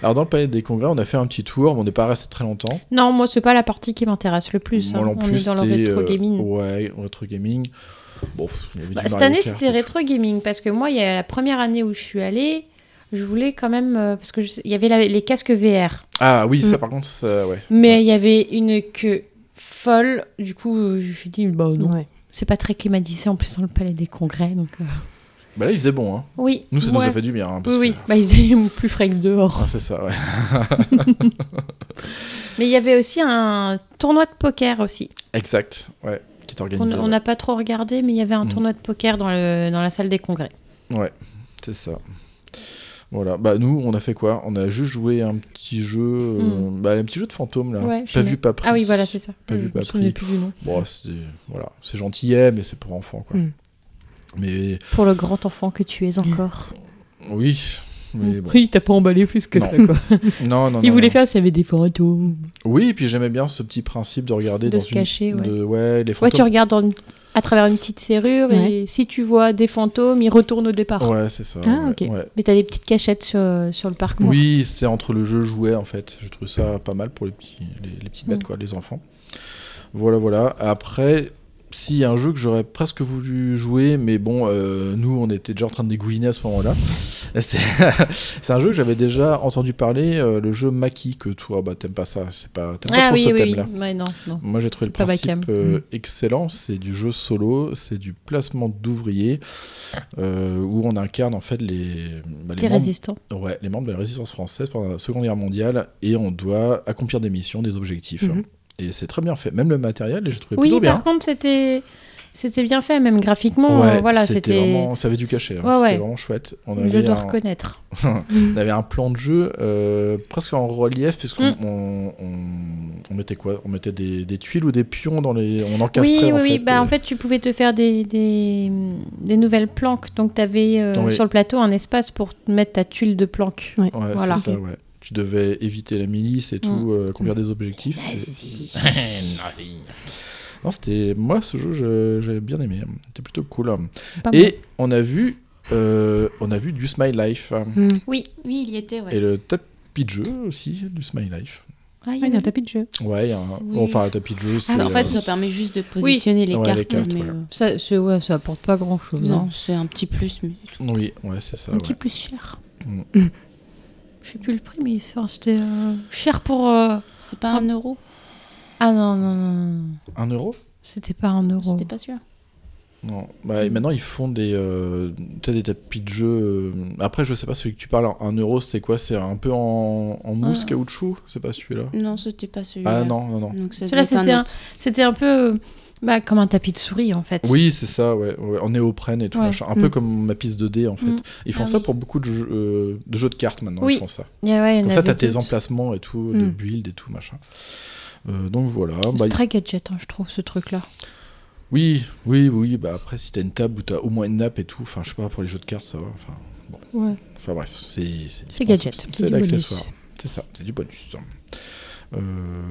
Alors dans le palais des congrès, on a fait un petit tour, mais on n'est pas resté très longtemps.
Non, moi, c'est pas la partie qui m'intéresse le plus.
Moi,
hein.
en
On
plus,
est dans le
c'était,
rétro
euh,
gaming.
ouais, rétro gaming. Bon, pff, il y avait
Bah,
du
cette
Mario
année,
Kart et
c'était
tout.
rétro gaming parce que moi, il y a la première année où je suis allée, je voulais quand même euh, parce que je- il y avait la- les casques VR,
Ah oui, ça
Mm.
par contre, ça, ouais.
mais il y avait une queue folle. Du coup, euh, je me suis dit bah non, c'est pas très climatisé en plus dans le palais des congrès, donc euh,
Bah là, il faisait bon, hein.
oui.
Nous, ça
ouais.
nous a fait du bien. hein, parce
oui, oui.
que-
Bah, il faisait [laughs] plus frais que dehors.
Ah, c'est ça, ouais. [laughs]
Mais il y avait aussi un tournoi de poker aussi.
exact, ouais. Qui est
On
organisé.
on n'a pas trop regardé, mais il y avait un
Mm.
tournoi de poker dans le dans la salle des congrès.
Ouais, c'est ça. Voilà, bah nous, on a fait quoi On a juste joué un petit jeu, euh, bah, un petit jeu de fantôme là.
Mm. Ouais, je
pas
sais
vu,
pas.
pas pris.
Ah oui, voilà, c'est ça.
Pas
Je
vu,
me
pas
souvenais
pris.
plus du nom.
Bon, c'est voilà, c'est gentillet, mais c'est pour enfants quoi.
Mm.
Mais
Pour le grand enfant que tu es encore.
oui, mais bon.
Oui, t'as pas emballé plus que
Non.
ça, quoi.
Non, non,
Mm. Il
non,
voulait
non.
faire s'il y avait des fantômes.
Oui, et puis j'aimais bien ce petit principe de regarder
De
dans
se
une-
cacher, ouais.
de- ouais, les
Ouais, tu
fantômes.
regardes dans une- à travers une petite serrure et si tu vois des fantômes, ils retournent au départ.
Ouais, c'est ça.
Ah,
ouais,
ok.
ouais.
Mais t'as des petites cachettes sur, sur le parcours.
Oui, c'est entre le jeu jouet en fait. Je trouve ça pas mal pour les, petits, les, les petites bêtes,
Mm.
quoi, les enfants. Voilà, voilà. Après, s'il y a un jeu que j'aurais presque voulu jouer, mais bon, euh, nous, on était déjà en train de dégouiner à ce moment-là. [laughs] C'est c'est un jeu que j'avais déjà entendu parler, euh, le jeu Maki, que toi, bah, t'aimes pas ça. C'est pas, t'aimes pas
Ah
trop
oui,
ce
oui, oui.
thème-là.
Ouais, non, non.
Moi, j'ai trouvé le
C'est pas Mm. ma
principe
cam.
euh, excellent. C'est du jeu solo, c'est du placement d'ouvriers, euh, où on incarne en fait les, bah, les
Des
membres-
résistants.
Ouais, les membres de la résistance française pendant la Seconde Guerre mondiale, et on doit accomplir des missions, des objectifs.
Mhm.
Et c'est très bien fait. Même le matériel, j'ai trouvé
Oui, bah,
plutôt
par
bien.
contre, c'était c'était bien fait, même graphiquement. euh,
Ouais,
voilà,
c'était
c'était.
vraiment, ça avait du cachet. hein.
Ouais, ouais.
C'était vraiment chouette. On
Je
avait
dois
un-
reconnaître.
on avait un plan de jeu euh, presque en relief puisqu'on
Mm.
on, on- on mettait quoi On mettait des, des tuiles ou des pions dans les, on
Oui,
encastrait
oui,
en
oui.
fait.
Bah,
euh,
en fait, tu pouvais te faire des, des, des nouvelles planques. Donc, tu avais
Oui.
sur le plateau un espace pour te mettre ta tuile de planque.
Ouais, c'est
voilà. Mm.
ça, ouais. Tu devais éviter la milice et tout, euh, accomplir des objectifs. C'est- Nazi. Non, c'était. Moi, ce jeu, je- j'avais bien aimé. hein. C'était plutôt cool.
Pas
et
mal.
on a vu. euh, on a vu du Smile Life. hein.
Mm.
Oui.
Oui, il y était, ouais.
Et le tapis de jeu aussi, du Smile Life.
Ah,
il y a un tapis de jeu.
Ouais, il y a un-
Oui.
enfin, un tapis de jeu. c'est,
en fait,
euh,
ça permet juste de positionner les
Ouais,
cartes.
les cartes,
mais,
voilà.
euh,
Ça, c'est- ouais, ça apporte pas hein. grand chose.
non, c'est un petit plus. Mais...
Oui, ouais, c'est ça.
Un petit
ouais.
plus cher.
Mm.
Je sais plus le prix, mais enfin, c'était euh, cher pour. euh,
C'est pas un euro
Ah non, non, non, non.
Un euro
C'était pas un euro.
C'était pas sûr.
Non. Bah, et maintenant, ils font des, euh, peut-être des tapis de jeu. euh, Après, je sais pas, celui que tu parles, un euro, c'était quoi C'est un peu en, en mousse
Ah.
caoutchouc C'est pas celui-là
Non, c'était pas celui-là.
Ah non, non, non.
Donc ça
Celui-là,
doit être
c'était
un
un,
autre.
c'était un peu euh, bah, comme un tapis de souris, en fait.
Oui, c'est ça, ouais, ouais, en néoprène et tout
Ouais.
machin. Un peu
Mm.
comme ma piste 2D en fait.
Mm.
Ils font
Ah
ça
oui.
pour beaucoup de jeux, euh, de jeux de cartes maintenant.
Oui.
Ils font ça.
Et ouais, il y en
Comme ça,
avait
t'as tes
d'autres.
emplacements et tout, de
Mm.
build et tout machin. Euh, donc voilà. bah,
C'est très gadget, hein, je trouve, ce truc-là.
Oui, oui, oui. Bah après, si t'as une table où t'as au moins une nappe et tout, enfin, je sais pas, pour les jeux de cartes, ça va. Enfin, bon.
Ouais.
Enfin bref, c'est c'est
C'est
dispensable.
gadget, c'est
C'est
du
l'accessoire.
bonus.
C'est ça, c'est du bonus. Euh,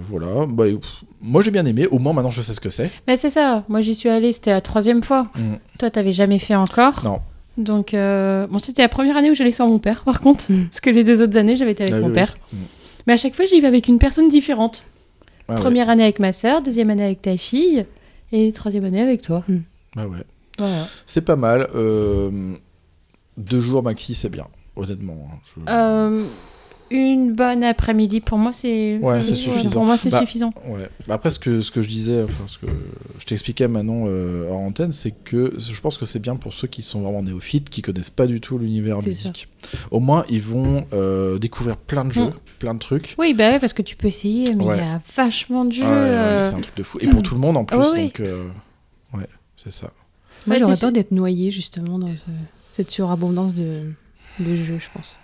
voilà. Bah, pff, moi, j'ai bien aimé. Au moins, maintenant, je sais ce que c'est.
Mais c'est ça, moi j'y suis allée, c'était la troisième fois.
Mm.
Toi, t'avais jamais fait encore.
Non.
Donc, euh, bon, c'était la première année où j'allais sans mon père, par contre. Parce que les deux autres années, j'avais été avec
Ah oui,
mon
oui.
père.
Mm.
Mais à chaque fois, j'y vais avec une personne différente.
Ah ouais.
première année avec ma sœur, deuxième année avec ta fille, et troisième année avec toi.
Ah ouais.
Voilà.
C'est pas mal. euh, deux jours maxi, c'est bien, honnêtement. hein, je-
Euh, une bonne après-midi, pour moi, c'est
Ouais, c'est
Voilà.
suffisant.
Pour moi, c'est
Bah,
suffisant.
Ouais. Bah après, ce que, ce que je disais, enfin, ce que je t'expliquais maintenant euh, hors antenne, c'est que je pense que c'est bien pour ceux qui sont vraiment néophytes, qui connaissent pas du tout l'univers
C'est
musique. Au moins, ils vont euh, découvrir plein de jeux,
Mm.
plein de trucs.
Oui, bah ouais, parce que tu peux essayer, mais il
Ouais.
y a vachement de jeux.
Ah ouais, ouais,
euh,
c'est un truc de fou. Et pour tout le monde en plus,
Ah ouais,
donc euh, ouais, c'est ça.
Moi,
Ouais,
j'aurais
c'est sûr.
peur d'être noyée, justement, dans ce- cette surabondance de, de jeux, je pense.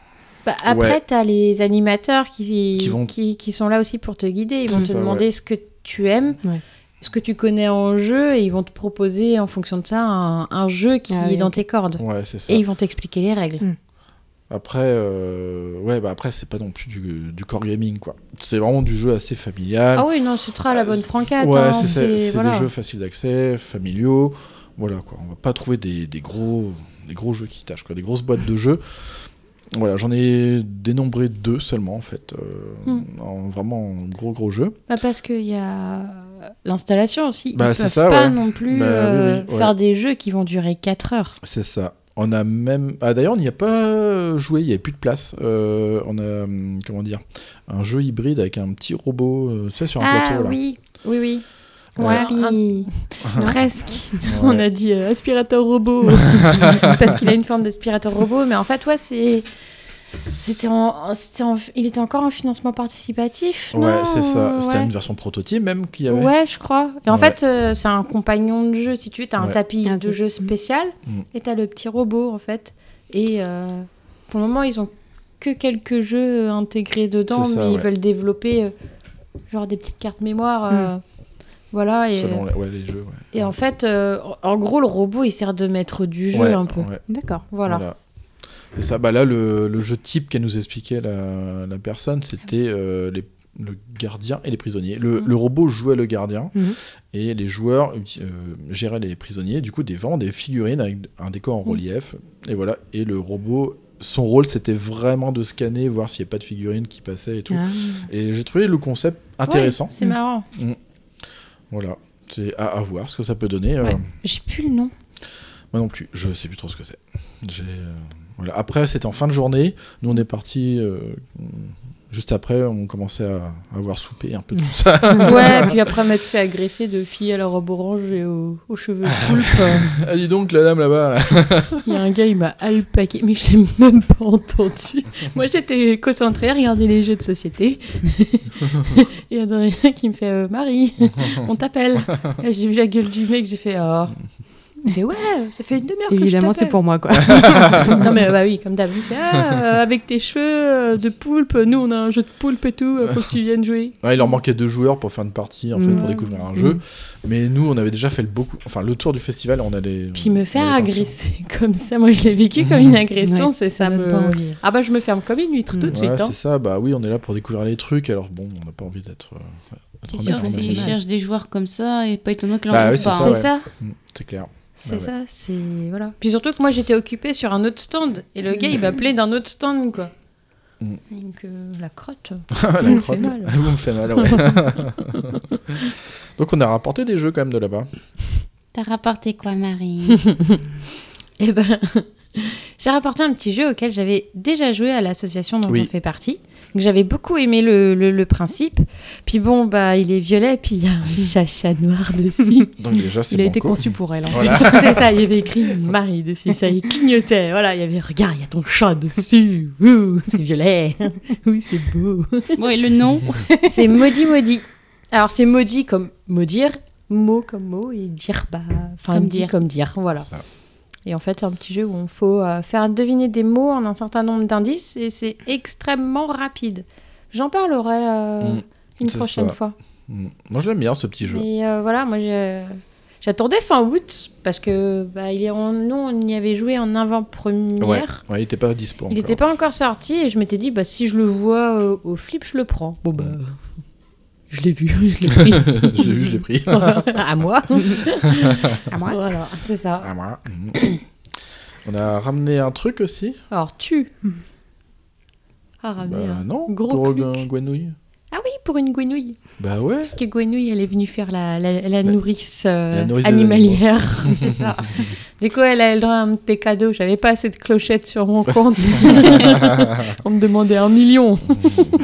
Bah, après,
Ouais.
t'as les animateurs qui,
Qui
qui,
vont-
qui, sont là aussi pour te guider. Ils vont
C'est
te
ça,
demander ce que tu aimes,
Ouais.
ce que tu connais en jeu, et ils vont te proposer en fonction de ça un, un jeu qui
Ah
est
oui,
dans
ok.
tes cordes.
Ouais, c'est ça.
Et ils vont t'expliquer les règles.
Après, euh, ouais, bah après, c'est pas non plus du, du core gaming, quoi. C'est vraiment du jeu assez familial.
Ah oui, non, c'est très à la bonne franquette.
euh, Ouais,
hein,
Bah, c'est ça, c'est
voilà.
des jeux faciles d'accès, familiaux. Voilà, quoi. On va pas trouver des, des gros, des gros jeux qui tâchent, quoi. Des grosses boîtes de jeux. Voilà, j'en ai dénombré deux seulement, en fait. euh,
Hmm.
en vraiment en gros, gros jeu.
Bah, parce qu'il y a l'installation aussi.
Bah,
Ils
c'est
peuvent
ça,
pas
ouais.
non plus
Bah, oui,
euh,
oui, ouais.
faire des jeux qui vont durer 4 heures.
C'est ça. On a même. Ah, d'ailleurs, on n'y a pas joué, il n'y avait plus de place. Euh, on a, hum, comment dire, un jeu hybride avec un petit robot, euh, tu sais, sur un
ah
plateau, là.
oui, oui, oui.
Ouais.
Wally.
Presque.
Ouais.
On a dit euh, aspirateur robot
[laughs]
[laughs]
parce qu'il a une forme d'aspirateur robot, mais en fait, ouais, c'est.
C'était en- c'était en- il était encore en financement participatif.
Ouais,
non
c'est ça. C'était
ouais.
une version prototype, même, qu'il y avait.
Ouais, je crois. Et en
Ouais.
fait, euh, c'est un compagnon de jeu, si tu veux. T'as un
Ouais.
tapis de jeu spécial
Mm.
et t'as le petit robot, en fait. Et euh, pour le moment, ils ont que quelques jeux euh, intégrés dedans,
C'est ça,
mais ils
ouais. Mm.
veulent développer euh, genre des petites cartes mémoire. euh, Voilà. Et,
Selon les, ouais, les jeux, ouais.
et en fait, euh, en gros, le robot, il sert de maître du jeu
Ouais,
un peu.
ouais.
D'accord. Voilà.
C'est ça. Bah là, le, le jeu type qu'elle nous expliquait la, la personne,
Ah
c'était euh, les- le gardien et les prisonniers.
Mhm.
Le, le robot jouait le gardien
Mhm.
et les joueurs euh, géraient les prisonniers. Du coup, des vraiment des figurines avec un décor
Mhm.
en relief. Et voilà. Et le robot. Son rôle, c'était vraiment de scanner, voir s'il n'y avait pas de figurines qui passaient et tout.
Ah.
Et j'ai trouvé le concept intéressant.
Ouais, c'est marrant.
Mm. Voilà. C'est à, à voir ce que ça peut donner.
Ouais.
euh.
J'ai plus le nom.
Moi non plus, je sais plus trop ce que c'est. J'ai, euh, voilà. Après, c'était en fin de journée. Nous, on est parti juste après. On commençait à à avoir soupé un peu tout [laughs] ça.
[laughs] [laughs] ouais, puis après m'être fait agresser de filles à la robe orange et aux, aux cheveux poulpes.
ah, dis donc, la dame là-bas. là.
[laughs] Il y a un gars, il m'a alpaqué, mais je l'ai même pas entendu. Moi, j'étais concentrée à regarder les jeux
[laughs]
de société. Il y en a un qui me fait euh, Marie, on t'appelle.
[laughs]
Et J'ai vu la gueule du mec, j'ai fait Oh. Il fait Ouais, ça fait une demi-heure que je
Évidemment, c'est
t'appelle.
pour moi, quoi.
non, mais bah oui, comme d'habitude. Ah, euh, avec tes cheveux euh, de poulpe, nous, on a un jeu de poulpe et tout, euh, faut que tu viennes jouer.
Ouais, il leur manquait deux joueurs pour faire une partie, en fait,
Mm.
pour découvrir un
Mm.
jeu. Mais nous, on avait déjà fait le, beaucoup... enfin, le tour du festival. On allait.
Puis me faire agresser [laughs] comme ça, moi je l'ai vécu comme une agression,
Ouais,
c'est ça
ça donne
me.
pas envie.
Ah bah je me ferme comme une huître tout de
Mm. Ouais,
suite. hein.
c'est ça, bah oui, on est là pour découvrir les trucs. Alors bon, on n'a pas envie d'être. euh,
Ah, C'est
être
sûr
en
que s'ils
informatique.
cherchent des joueurs comme ça, et pas étonnant qu'ils en
Bah oui,
trouvent
c'est
pas.
ça.
hein.
ouais. Mm, C'est [laughs] clair.
C'est
Ouais, ouais.
ça, c'est. Voilà. Puis surtout que moi j'étais occupée sur un autre stand et le gars il m'appelait d'un autre stand quoi.
Mm.
Donc euh, la crotte.
[laughs] la
elle me
crotte.
fait mal.
Vous me fait mal, ouais. [laughs] Donc on a rapporté des jeux quand même de là-bas.
T'as rapporté quoi, Marie
[laughs] Eh ben, j'ai rapporté un petit jeu auquel j'avais déjà joué à l'association dont
Oui.
on fait partie. Donc, J'avais beaucoup aimé le, le- le principe. Puis bon, bah, il est violet, puis il y a un [laughs] chacha noir dessus.
Donc déjà, c'est
Il a
banco.
été conçu pour elle. hein. en
Voilà.
fait. [laughs] c'est ça, il y avait écrit Marie dessus, ça y clignotait. Voilà, il y avait Regarde, il y a ton chat dessus. Ouh, c'est violet. [laughs] Oui, c'est beau.
[laughs] Bon, et le [laughs] nom
[laughs] C'est maudit, maudit. Alors, c'est maudit comme maudire, mot comme mot, et dire, bah, enfin,
Comme
dit
dire.
comme dire, voilà. Et en fait, c'est un petit jeu où il faut euh, faire deviner des mots en un certain nombre d'indices, et c'est extrêmement rapide. J'en parlerai euh,
Mm,
une
c'est
prochaine
ça.
fois.
Mm. Moi, je l'aime bien, ce petit jeu.
Mais euh, voilà, moi, j'ai- j'attendais fin août, parce que bah, il est en... nous, on y avait joué en avant-première.
Ouais. Ouais, il était pas dispo
Il
encore.
n'était pas encore sorti et je m'étais dit, bah, si je le vois euh, au flip, je le prends. Bon, bah, je l'ai vu, je l'ai pris.
[laughs] Je l'ai vu, je l'ai
[laughs]
pris.
à moi.
À
moi. [laughs] Voilà, c'est ça.
Ah, moi. Mm. On a ramené un truc aussi
Alors, tu. Ah,
Bah,
ramener un
non,
gros
pour
cluc.
euh, Gwenouille.
Ah oui, pour une guenouille.
Bah ouais.
Parce que Gwenouille, elle est venue faire la, la, la nourrice, euh,
la nourrice des
animalière.
[laughs] animaux.
C'est ça. Du coup, elle a le droit à un petit cadeau. J'avais pas assez de clochettes sur
[laughs]
mon compte. On me demandait un million.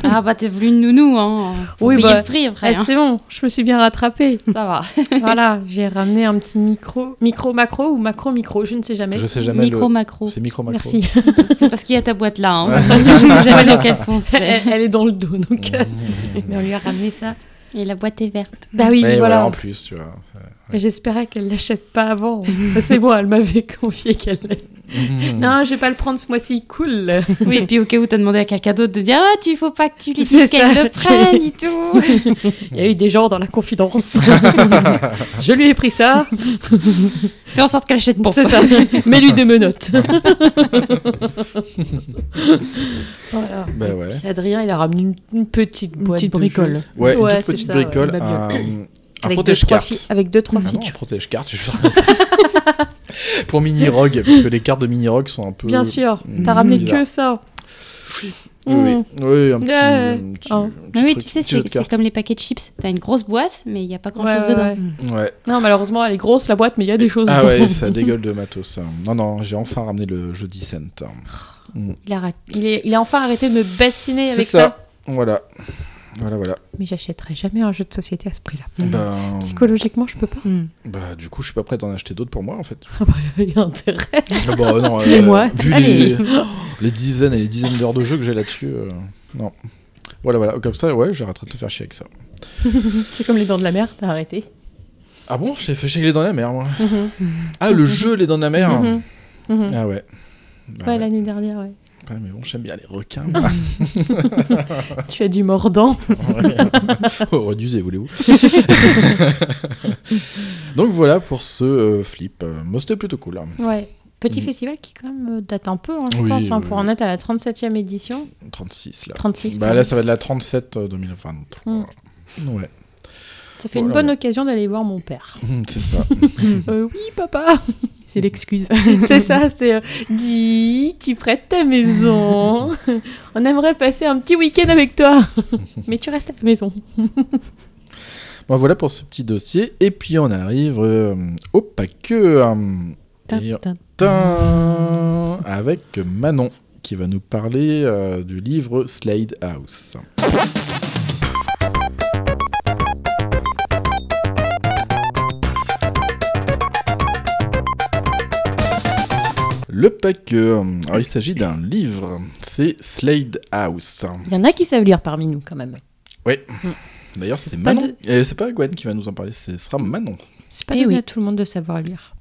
Ah bah t'es voulu une nounou, hein Faut payer le prix après,
eh,
hein.
c'est bon, je me suis bien [laughs] rattrapée. Ça va. voilà, j'ai ramené un petit micro, micro macro ou macro micro, je ne sais jamais.
Je sais jamais Micro le- macro. c'est micro macro.
[laughs] Merci.
C'est parce qu'il y a ta boîte là, hein.
[laughs]
Ouais.
Je sais jamais dans quel sens c'est.
Elle, elle est dans le dos, donc. euh, Mais on lui a ramené ça.
Et la boîte est verte.
Bah oui,
Ouais,
voilà.
En plus, tu vois.
Ah, Et J'espérais qu'elle l'achète pas avant. c'est bon, elle m'avait confié qu'elle
[laughs]
non, je vais pas le prendre ce mois-ci, cool.
Oui, et puis au cas où t'as demandé à quelqu'un d'autre de dire Ah, tu faut pas que tu lui dises qu'elle le prenne et [laughs] tout.
Il y a eu des gens dans
[laughs]
la confidence. je lui ai pris ça.
Fais en sorte qu'elle achète bon.
C'est ça. [laughs] Mets-lui des menottes. voilà.
Ben ouais.
Puis Adrien, il a ramené une, une petite boîte
petite
de
bricole.
jeux.
Ouais, une toute
c'est
petite
ça, ouais.
bricole,
Bah, bien.
un,
avec, deux, trois
protège-carte.
fi- avec deux, trois
Ah non,
figures.
protège-carte, je suis sûr.
[laughs]
Pour mini-rogue, parce que les cartes de mini-rogue sont un peu.
Bien sûr,
Mm,
t'as ramené
bizarre.
que ça.
Oui, oui. Oui, un petit.
Mmh. Ouais.
un petit-
Ah.
un petit
oui,
truc,
tu sais,
petit jeu
c'est
de
c'est
cartes.
comme les paquets de chips. T'as une grosse boîte, mais il n'y a pas grand chose
Ouais, ouais,
dedans.
ouais.
Ouais.
Non, malheureusement, elle est grosse la boîte, mais il y a des choses
Ah
dedans. [laughs]
ouais, ça dégueule de matos. ça. Non, non, j'ai enfin ramené le hein. jeu Descent.
Il a, ra- il est- il a enfin arrêté de me bassiner
C'est
avec ça.
ça. Voilà. Voilà, voilà.
Mais j'achèterai jamais un jeu de société à ce prix-là.
Ben,
Psychologiquement, je peux pas.
bah, du coup, je suis pas prêt d'en acheter d'autres pour moi, en
[laughs]
fait.
Ah bah, [laughs] il y a intérêt.
Ah bah, non,
Tous les mois.
vu les,
Allez.
les dizaines et les dizaines d'heures de jeu que j'ai là-dessus, euh, non. Voilà, voilà. Comme ça, ouais, j'arrêterai de te faire chier avec ça.
C'est comme les dents de la mer, t'as arrêté.
Ah bon, j'ai fait chier les dents de la mer, moi. Ah, le jeu Les dents de la mer.
Mhm. Mhm.
Ah ouais. Bah,
Ouais,
ouais.
l'année dernière, ouais.
Ouais, mais bon, j'aime bien les
[laughs]
requins. moi.
Tu as du mordant.
Ouais. [laughs] Oh, Réduisez, voulez-vous. [laughs] Donc voilà pour ce euh, flip. Euh, moi, c'était plutôt cool. hein.
Ouais. Petit
Mm.
festival qui quand même euh, date un peu, hein, je
Oui,
pense. hein,
oui,
pour
oui.
en être à la 37e édition.
36 là.
36.
Bah
pardon.
là, ça va de la 37 euh, 2023.
Mm.
Ouais, [laughs]
ça fait une
voilà.
bonne occasion d'aller voir mon père.
c'est ça.
[laughs] Euh, oui,
[laughs]
papa.
C'est [laughs] l'excuse.
C'est ça, c'est euh, dis, tu prêtes ta maison.
[laughs]
On aimerait passer un petit week-end avec toi.
[laughs]
Mais tu restes à la maison.
Bon, voilà pour ce petit dossier. Et puis, on arrive euh, au paqueux. hein. Et- Tin avec Manon qui va nous parler euh, du livre Slade House. Le pack, euh, alors il s'agit d'un livre, c'est Slade House.
Il y en a qui savent lire parmi nous quand même.
D'ailleurs c'est
pas
Manon,
de-
et c'est pas Gwen qui va nous en parler, ce sera Manon.
C'est pas
Eh
donné
oui.
à tout le monde de savoir lire.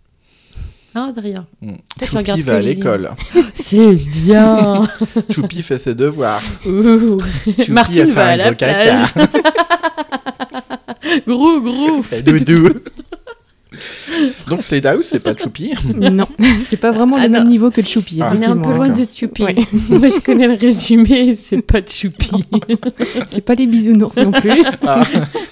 Ah,
Hein, [laughs] Adrien
Mm.
tu regardes
Choupi
que
va à
les
l'école,
C'est bien.
Choupi fait ses devoirs,
Ouh.
Choupi
Martine
a fait
va
un
à la
gros caca.
plage.
[laughs]
Grou, grou.
Et doudou.
[laughs]
Donc Slade House, c'est pas Choupi.
[laughs] Non, [laughs] c'est pas vraiment
Ah
le même
non.
niveau que le choupi.
Ah.
On est un peu
effectivement.
loin de
d'accord.
Tchoupi.
Ouais.
Moi, je connais le résumé, c'est pas Tchoupi.
C'est pas les bisounours non plus.
Ah.
[laughs]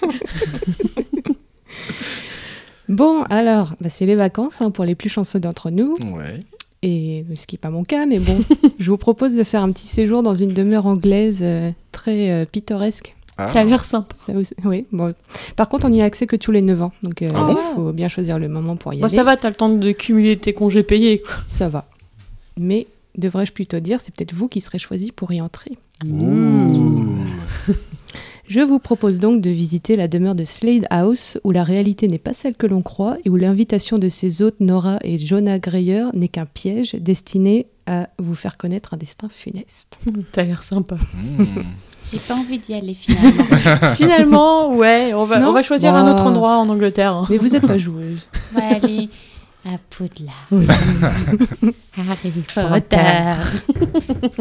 Bon, alors, bah, c'est les vacances hein, pour les plus chanceux d'entre nous,
Ouais.
et ce qui n'est pas mon cas, mais bon, je vous propose de faire un petit séjour dans une demeure anglaise euh, très euh, pittoresque.
Ah.
Ça a l'air sympa.
Ça vous- Oui, bon. Par contre, on n'y a accès que tous les 9 ans, donc euh, il
Ah bon
faut bien choisir le moment pour y
Bon,
aller.
ça va, t'as le temps de cumuler tes congés payés. Quoi.
Ça va. Mais devrais-je plutôt dire, c'est peut-être vous qui serez choisi pour y entrer. Je vous propose donc de visiter la demeure de Slade House, où la réalité n'est pas celle que l'on croit et où l'invitation de ses hôtes Nora et Jonah Greyer n'est qu'un piège destiné à vous faire connaître un destin
[laughs]
funeste.
T'as l'air sympa.
Mmh.
J'ai pas envie d'y aller finalement.
Finalement, ouais, on va,
Non
on va choisir un
Bah.
autre endroit en Angleterre. hein.
Mais vous êtes
[laughs]
pas joueuse.
On va aller à Poudlard. [laughs] Harry
Potter.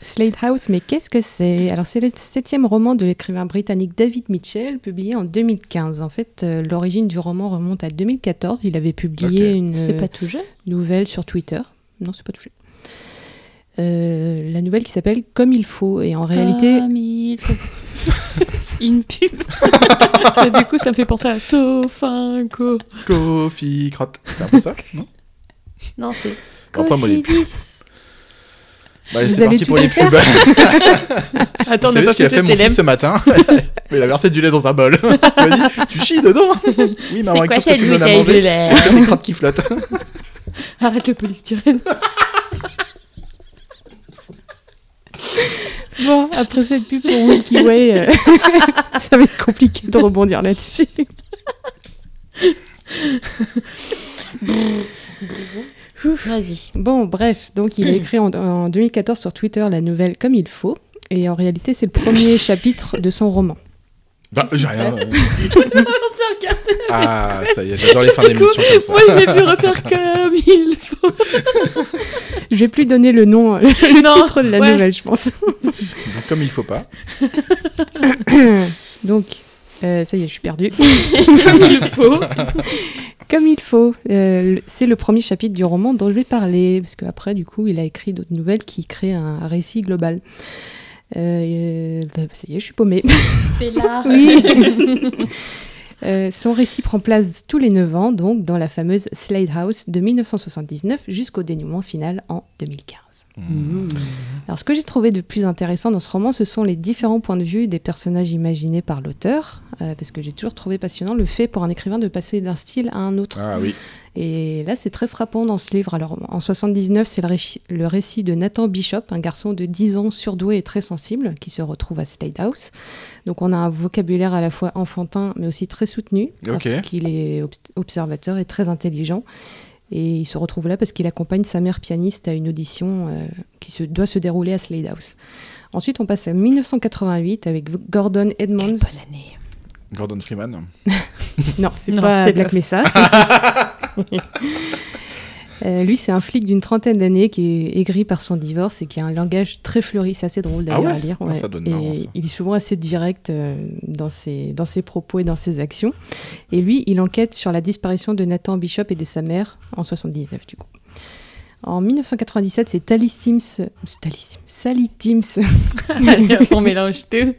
Slade House, mais qu'est-ce que c'est Alors c'est le septième roman de l'écrivain britannique David Mitchell, publié en 2015. En fait, euh, l'origine du roman remonte à 2014. Il avait publié
Ok.
une...
C'est pas tout jeune.
nouvelle sur Twitter. Non, c'est pas touché. Euh, la nouvelle qui s'appelle Comme il faut et en réalité
Comme il faut. C'est une pub.
[laughs] Et du coup, ça me fait penser à Sofinco.
Coffee crotte. C'est un peu ça Non
Non, c'est
Après, moi, les-
Cofidis.
Bah, allez,
Vous
c'est
avez
parti
tout
pour les
à faire
pubs. Vous
[laughs] Attends, on n'a
savez
pas
ce qu'il a
fait
fait
cet
mon fils
élève.
ce
[laughs]
matin Mais il a versé du lait dans un bol. [laughs] Il m'a dit Tu chies dedans Oui, maman,
C'est
avec
quoi
tout ce que
cette
tu me donnes à manger,
bouteille de lait
c'est que des crottes qui flottent.
Arrête le polystyrène.
Ah, bon après cette pub pour Milky Way, euh, [laughs] ça va être compliqué de rebondir là-dessus.
Vas-y.
Bon bref, donc [laughs] il a écrit en, en 2014 sur Twitter la nouvelle Comme il faut et en réalité c'est le [laughs] premier chapitre de son roman.
Bah, j'ai rien. [laughs] euh.
On
[laughs]
s'est regardé.
Ah, ça y est, j'adore les fins
Du coup,
d'émission comme ça.
moi, je l'ai vu refaire comme il faut.
bientôt. [laughs] je vais plus donner le nom, [laughs] le
Non,
titre de la
ouais.
nouvelle, je pense.
Donc, comme il faut pas.
[coughs] Donc, euh, ça y est, je suis perdue.
Comme il faut.
Comme il faut. Euh, le- c'est le premier chapitre du roman dont je vais parler, parce qu'après, du coup, il a écrit d'autres nouvelles qui créent un récit global. Euh, euh, bah, ça y est, je suis paumée.
Fais-la.
Oui. [laughs] Euh, son récit prend place tous les 9 ans, donc dans la fameuse Slade House de 1979 jusqu'au dénouement final en 2015. Alors, ce que j'ai trouvé de plus intéressant dans ce roman, ce sont les différents points de vue des personnages imaginés par l'auteur, euh, parce que j'ai toujours trouvé passionnant le fait pour un écrivain de passer d'un style à un autre.
Ah oui.
Et là, c'est très frappant dans ce livre. Alors, en 79, c'est le, réchi- le récit de Nathan Bishop, un garçon de 10 ans surdoué et très sensible, qui se retrouve à Slade House. Donc, on a un vocabulaire à la fois enfantin, mais aussi très soutenu, parce
Ok.
qu'il est ob- observateur et très intelligent. Et il se retrouve là parce qu'il accompagne sa mère pianiste à une audition euh, qui se, doit se dérouler à Slade House. Ensuite, on passe à 1988 avec V- Gordon Edmonds.
Gordon Freeman.
[laughs] Non, c'est
Non,
pas
c'est
Black
le- [laughs]
Mesa. Euh, lui, c'est un flic d'une trentaine d'années qui est aigri par son divorce et qui a un langage très fleuri. C'est assez drôle
Ah
d'ailleurs
ouais
à lire.
Ah, ça doit être
Et
marrant, ça.
il est souvent assez direct euh, dans, ses, dans ses propos et dans ses actions. Et lui, il enquête sur la disparition de Nathan Bishop et de sa mère en 79 du coup. En 1997, c'est Tally Sims, c'est Tally Sims- Sally
[laughs]
[laughs] Timms
on mélange tout.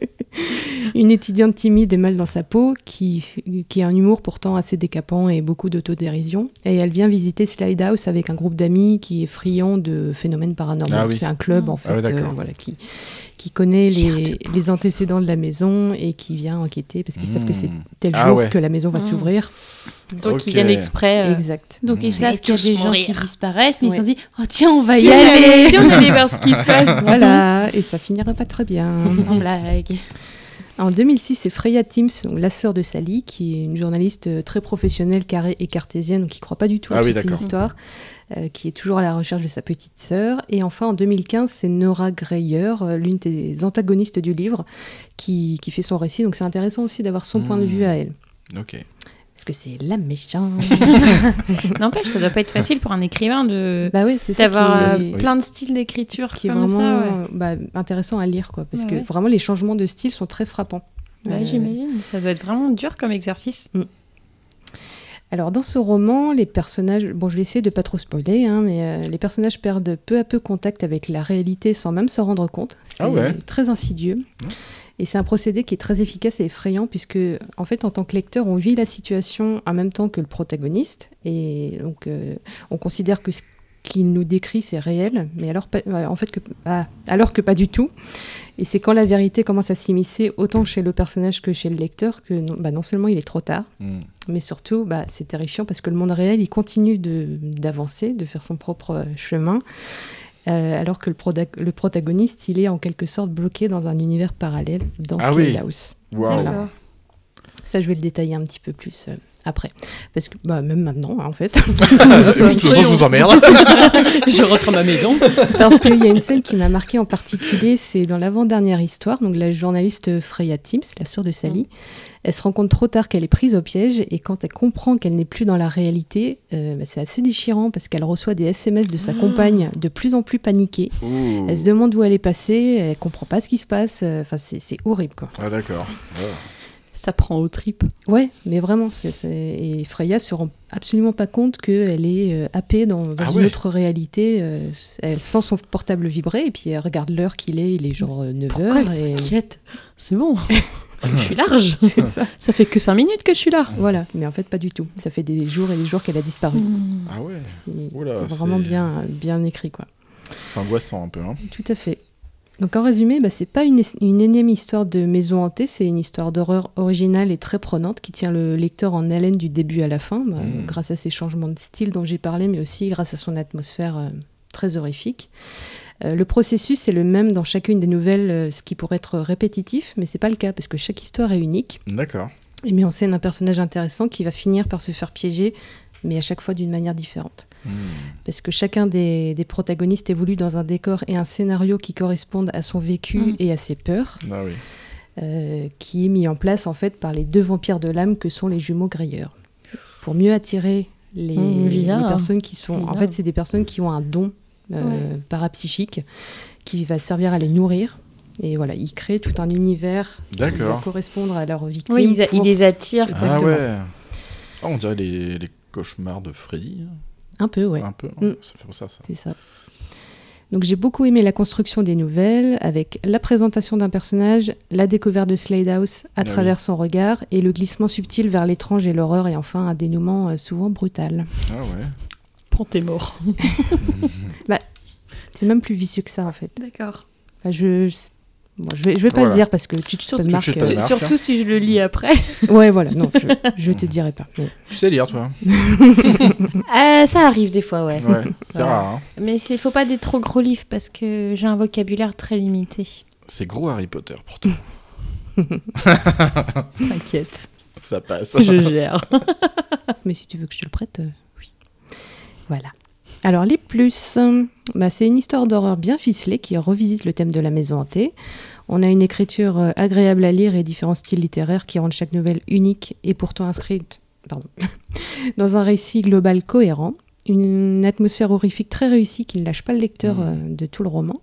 une étudiante timide et mal dans sa peau, qui, qui a un humour pourtant assez décapant et beaucoup d'autodérision. Et elle vient visiter Slide House avec un groupe d'amis qui est friand de phénomènes paranormaux.
Ah oui.
C'est un club, en fait,
Ah oui, d'accord.
euh, voilà, qui, qui connaît les, les antécédents de la maison et qui vient enquêter parce qu'ils savent que c'est
Mmh.
tel
Ah
jour
ouais.
que la maison va
Mmh.
s'ouvrir.
Donc
Ok.
ils viennent exprès. euh,
Exact.
Donc ils savent
allez
qu'il y a
tous
des gens
mourir.
qui disparaissent, mais ils
Ouais.
se sont dit Oh tiens, on va
Si
y
on
aller
allait- si on allait voir ce qui
[laughs]
se passe,
Ah.
dis donc.
Voilà, et ça finira pas très bien.
En blague.
En 2006, c'est Freya Timms, donc la sœur de Sally, qui est une journaliste euh, très professionnelle, carrée et cartésienne, donc qui ne croit pas du tout à
Ah oui,
toutes ces
d'accord.
histoires, euh, qui est toujours à la recherche de sa petite sœur. Et enfin, en 2015, c'est Nora Greyer, euh, l'une des antagonistes du livre, qui, qui fait son récit. Donc c'est intéressant aussi d'avoir son point de
Mmh.
vue à elle.
Ok.
Parce que c'est
[laughs]
la méchante.
N'empêche, ça doit pas être facile pour un écrivain de
bah oui, c'est ça
d'avoir
qui,
euh, plein de styles d'écriture
qui est
comme
vraiment
ça. ouais.
euh, bah, intéressant à lire, quoi, parce
Ouais,
que
ouais.
vraiment les changements de style sont très frappants.
Bah,
Euh,
J'imagine, ça doit être vraiment dur comme exercice.
Alors dans ce roman, les personnages, bon je vais essayer de pas trop spoiler, hein, mais euh, les personnages perdent peu à peu contact avec la réalité sans même s'en rendre compte. C'est
Ah ouais.
très insidieux. Et c'est un procédé qui est très efficace et effrayant puisque en fait en tant que lecteur on vit la situation en même temps que le protagoniste et donc euh, on considère que ce qu'il nous décrit c'est réel, mais alors pas- voilà, en fait que ah, alors que pas du tout. Et c'est quand la vérité commence à s'immiscer autant chez le personnage que chez le lecteur que non, bah, non seulement il est trop tard.
Mm.
Mais surtout, bah, c'est terrifiant parce que le monde réel, il continue de- d'avancer, de faire son propre euh, chemin, euh, alors que le, proda- le protagoniste, il est en quelque sorte bloqué dans un univers parallèle, dans
Ah
Slade
oui.
House.
Waouh.
D'accord.
Ça, je vais le détailler un petit peu plus euh, après. Parce que, bah, même maintenant, hein, en
[laughs]
fait. [laughs]
De toute façon, je vous emmerde.
Je rentre à ma maison.
Parce qu'il y a une scène qui m'a marquée en particulier, c'est dans l'avant-dernière histoire, donc la journaliste Freya Timms, la sœur de Sally, elle se rend compte trop tard qu'elle est prise au piège et quand elle comprend qu'elle n'est plus dans la réalité, euh, bah, c'est assez déchirant parce qu'elle reçoit des SMS de sa compagne de plus en plus paniquée.
Ouh.
Elle se demande où elle est passée, elle comprend pas ce qui se passe, euh, enfin c'est- c'est horrible quoi.
Ah d'accord.
Ça prend aux tripes.
Ouais, mais vraiment, c'est- c'est- et Freya se rend absolument pas compte qu'elle est euh, happée dans, dans
Ah
une
ouais.
autre réalité. euh, elle sent son portable vibrer et puis elle regarde l'heure qu'il est, il est genre
Pourquoi elle
9h. Et...
s'inquiète C'est bon. je suis large.
C'est ça.
Ça fait que 5 minutes que je suis là.
Voilà, mais en fait pas du tout. Ça fait des jours et des jours qu'elle a disparu.
Ah ouais.
C'est
Oula,
c'est vraiment
c'est-
bien, bien écrit quoi.
C'est angoissant un peu. Hein.
Tout à fait. Donc en résumé, bah, c'est pas une, es- une énième histoire de maison hantée, c'est une histoire d'horreur originale et très prenante qui tient le lecteur en haleine du début à la fin, bah,
Mm.
grâce à ses changements de style dont j'ai parlé, mais aussi grâce à son atmosphère euh, très horrifique. Euh, le processus est le même dans chacune des nouvelles, euh, ce qui pourrait être répétitif, mais c'est pas le cas parce que chaque histoire est unique
D'accord.
et met en scène un personnage intéressant qui va finir par se faire piéger, mais à chaque fois d'une manière différente
Mm.
parce que chacun des, des protagonistes évolue dans un décor et un scénario qui correspondent à son vécu
Mm.
et à ses peurs,
Ah oui.
euh, qui est mis en place en fait par les deux vampires de l'âme que sont les jumeaux Greyer. Pour mieux attirer les,
Mm, bizarre,
les
hein.
personnes qui sont. En
Bizarre.
fait, c'est des personnes qui ont un don euh,
Ouais.
parapsychique qui va servir à les nourrir. Et voilà, ils créent tout un univers qui va
D'accord.
correspondre à leurs victimes.
Oui, ils a-
pour-
ils les attirent. Ah
Exactement.
Ah ouais. Ah, on dirait les, les cauchemars de Freddy. hein.
Un peu, ouais.
Un peu.
Mm.
Ça fait ça, ça.
C'est ça. Donc j'ai beaucoup aimé la construction des nouvelles, avec la présentation d'un personnage, la découverte de Sladehouse à
Ah
travers son regard, et le glissement subtil vers l'étrange et l'horreur, et enfin un dénouement euh, souvent brutal.
Ah ouais.
Panté mort.
Bah, c'est même plus vicieux que ça en fait.
D'accord.
Enfin, je, je, bon, je vais, je vais pas
Voilà.
le dire parce que tu te marques.
Tutut Tadmark,
Surtout
hein.
si je le
[laughs]
lis après.
euh, Ouais, voilà, non, je, je te dirai [laughs] pas. mais-
Tu sais lire,
[laughs]
toi.
Euh, ça arrive des fois, ouais.
Ouais, c'est rare, hein.
Mais il faut pas des trop gros livres parce que j'ai un vocabulaire très limité.
C'est gros Harry Potter,
[laughs]
pourtant. [laughs]
T'inquiète.
Ça passe.
Je gère.
Mais si tu veux que je te le prête, euh, oui. Voilà. Alors, les plus, euh, bah, c'est une histoire d'horreur bien ficelée qui revisite le thème de la maison hantée. On a une écriture euh, agréable à lire et différents styles littéraires qui rendent chaque nouvelle unique et pourtant inscrite pardon, [laughs] dans un récit global cohérent. Une atmosphère horrifique très réussie qui ne lâche pas le lecteur
Mmh.
euh, de tout le roman.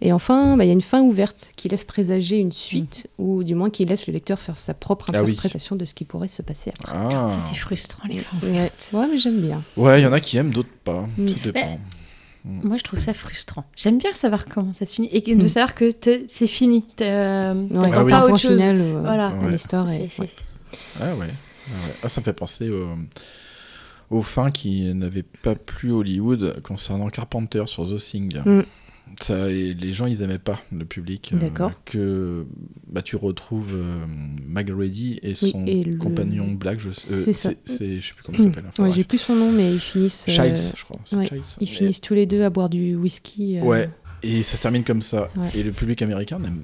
Et enfin, bah, il y a une fin ouverte qui laisse présager une suite, ou du moins qui laisse le lecteur faire sa propre
Mmh. Ah oui.
interprétation de ce qui pourrait se passer après.
Ah.
Ça, c'est frustrant, les fins
Ouais, Ouais, mais j'aime bien.
Ouais, il y en a qui aiment, d'autres pas.
Mm.
Ça dépend.
Ben, Moi, je trouve ça frustrant. J'aime bien savoir comment ça se finit et que- de savoir que te- c'est fini. T'es, euh,
Ouais, Ah
T'attends
oui.
pas
Un point
autre chose.
final, euh,
voilà.
à l'histoire et-
C'est- c'est-
Ah ouais. Ah ouais. Ah, ça me fait penser au- aux fins qui n'avaient pas plu Hollywood concernant Carpenter sur The Thing.
Mm.
Ça, et les gens, ils aimaient pas le public. euh,
D'accord.
que bah, tu retrouves euh, McGrady et
Oui,
son
et le-
compagnon Black. Je, euh,
C'est ça. Mm.
c'est- je sais plus comment il s'appelle. enfin,
Ouais,
bref.
j'ai plus son nom, mais ils finissent.
Chives, je crois, c'est
ouais,
Chives.
Ils
Mais-
finissent tous les deux à boire du whisky. euh,
Ouais, et ça se termine comme ça.
Ouais.
Et le public américain, n'aime-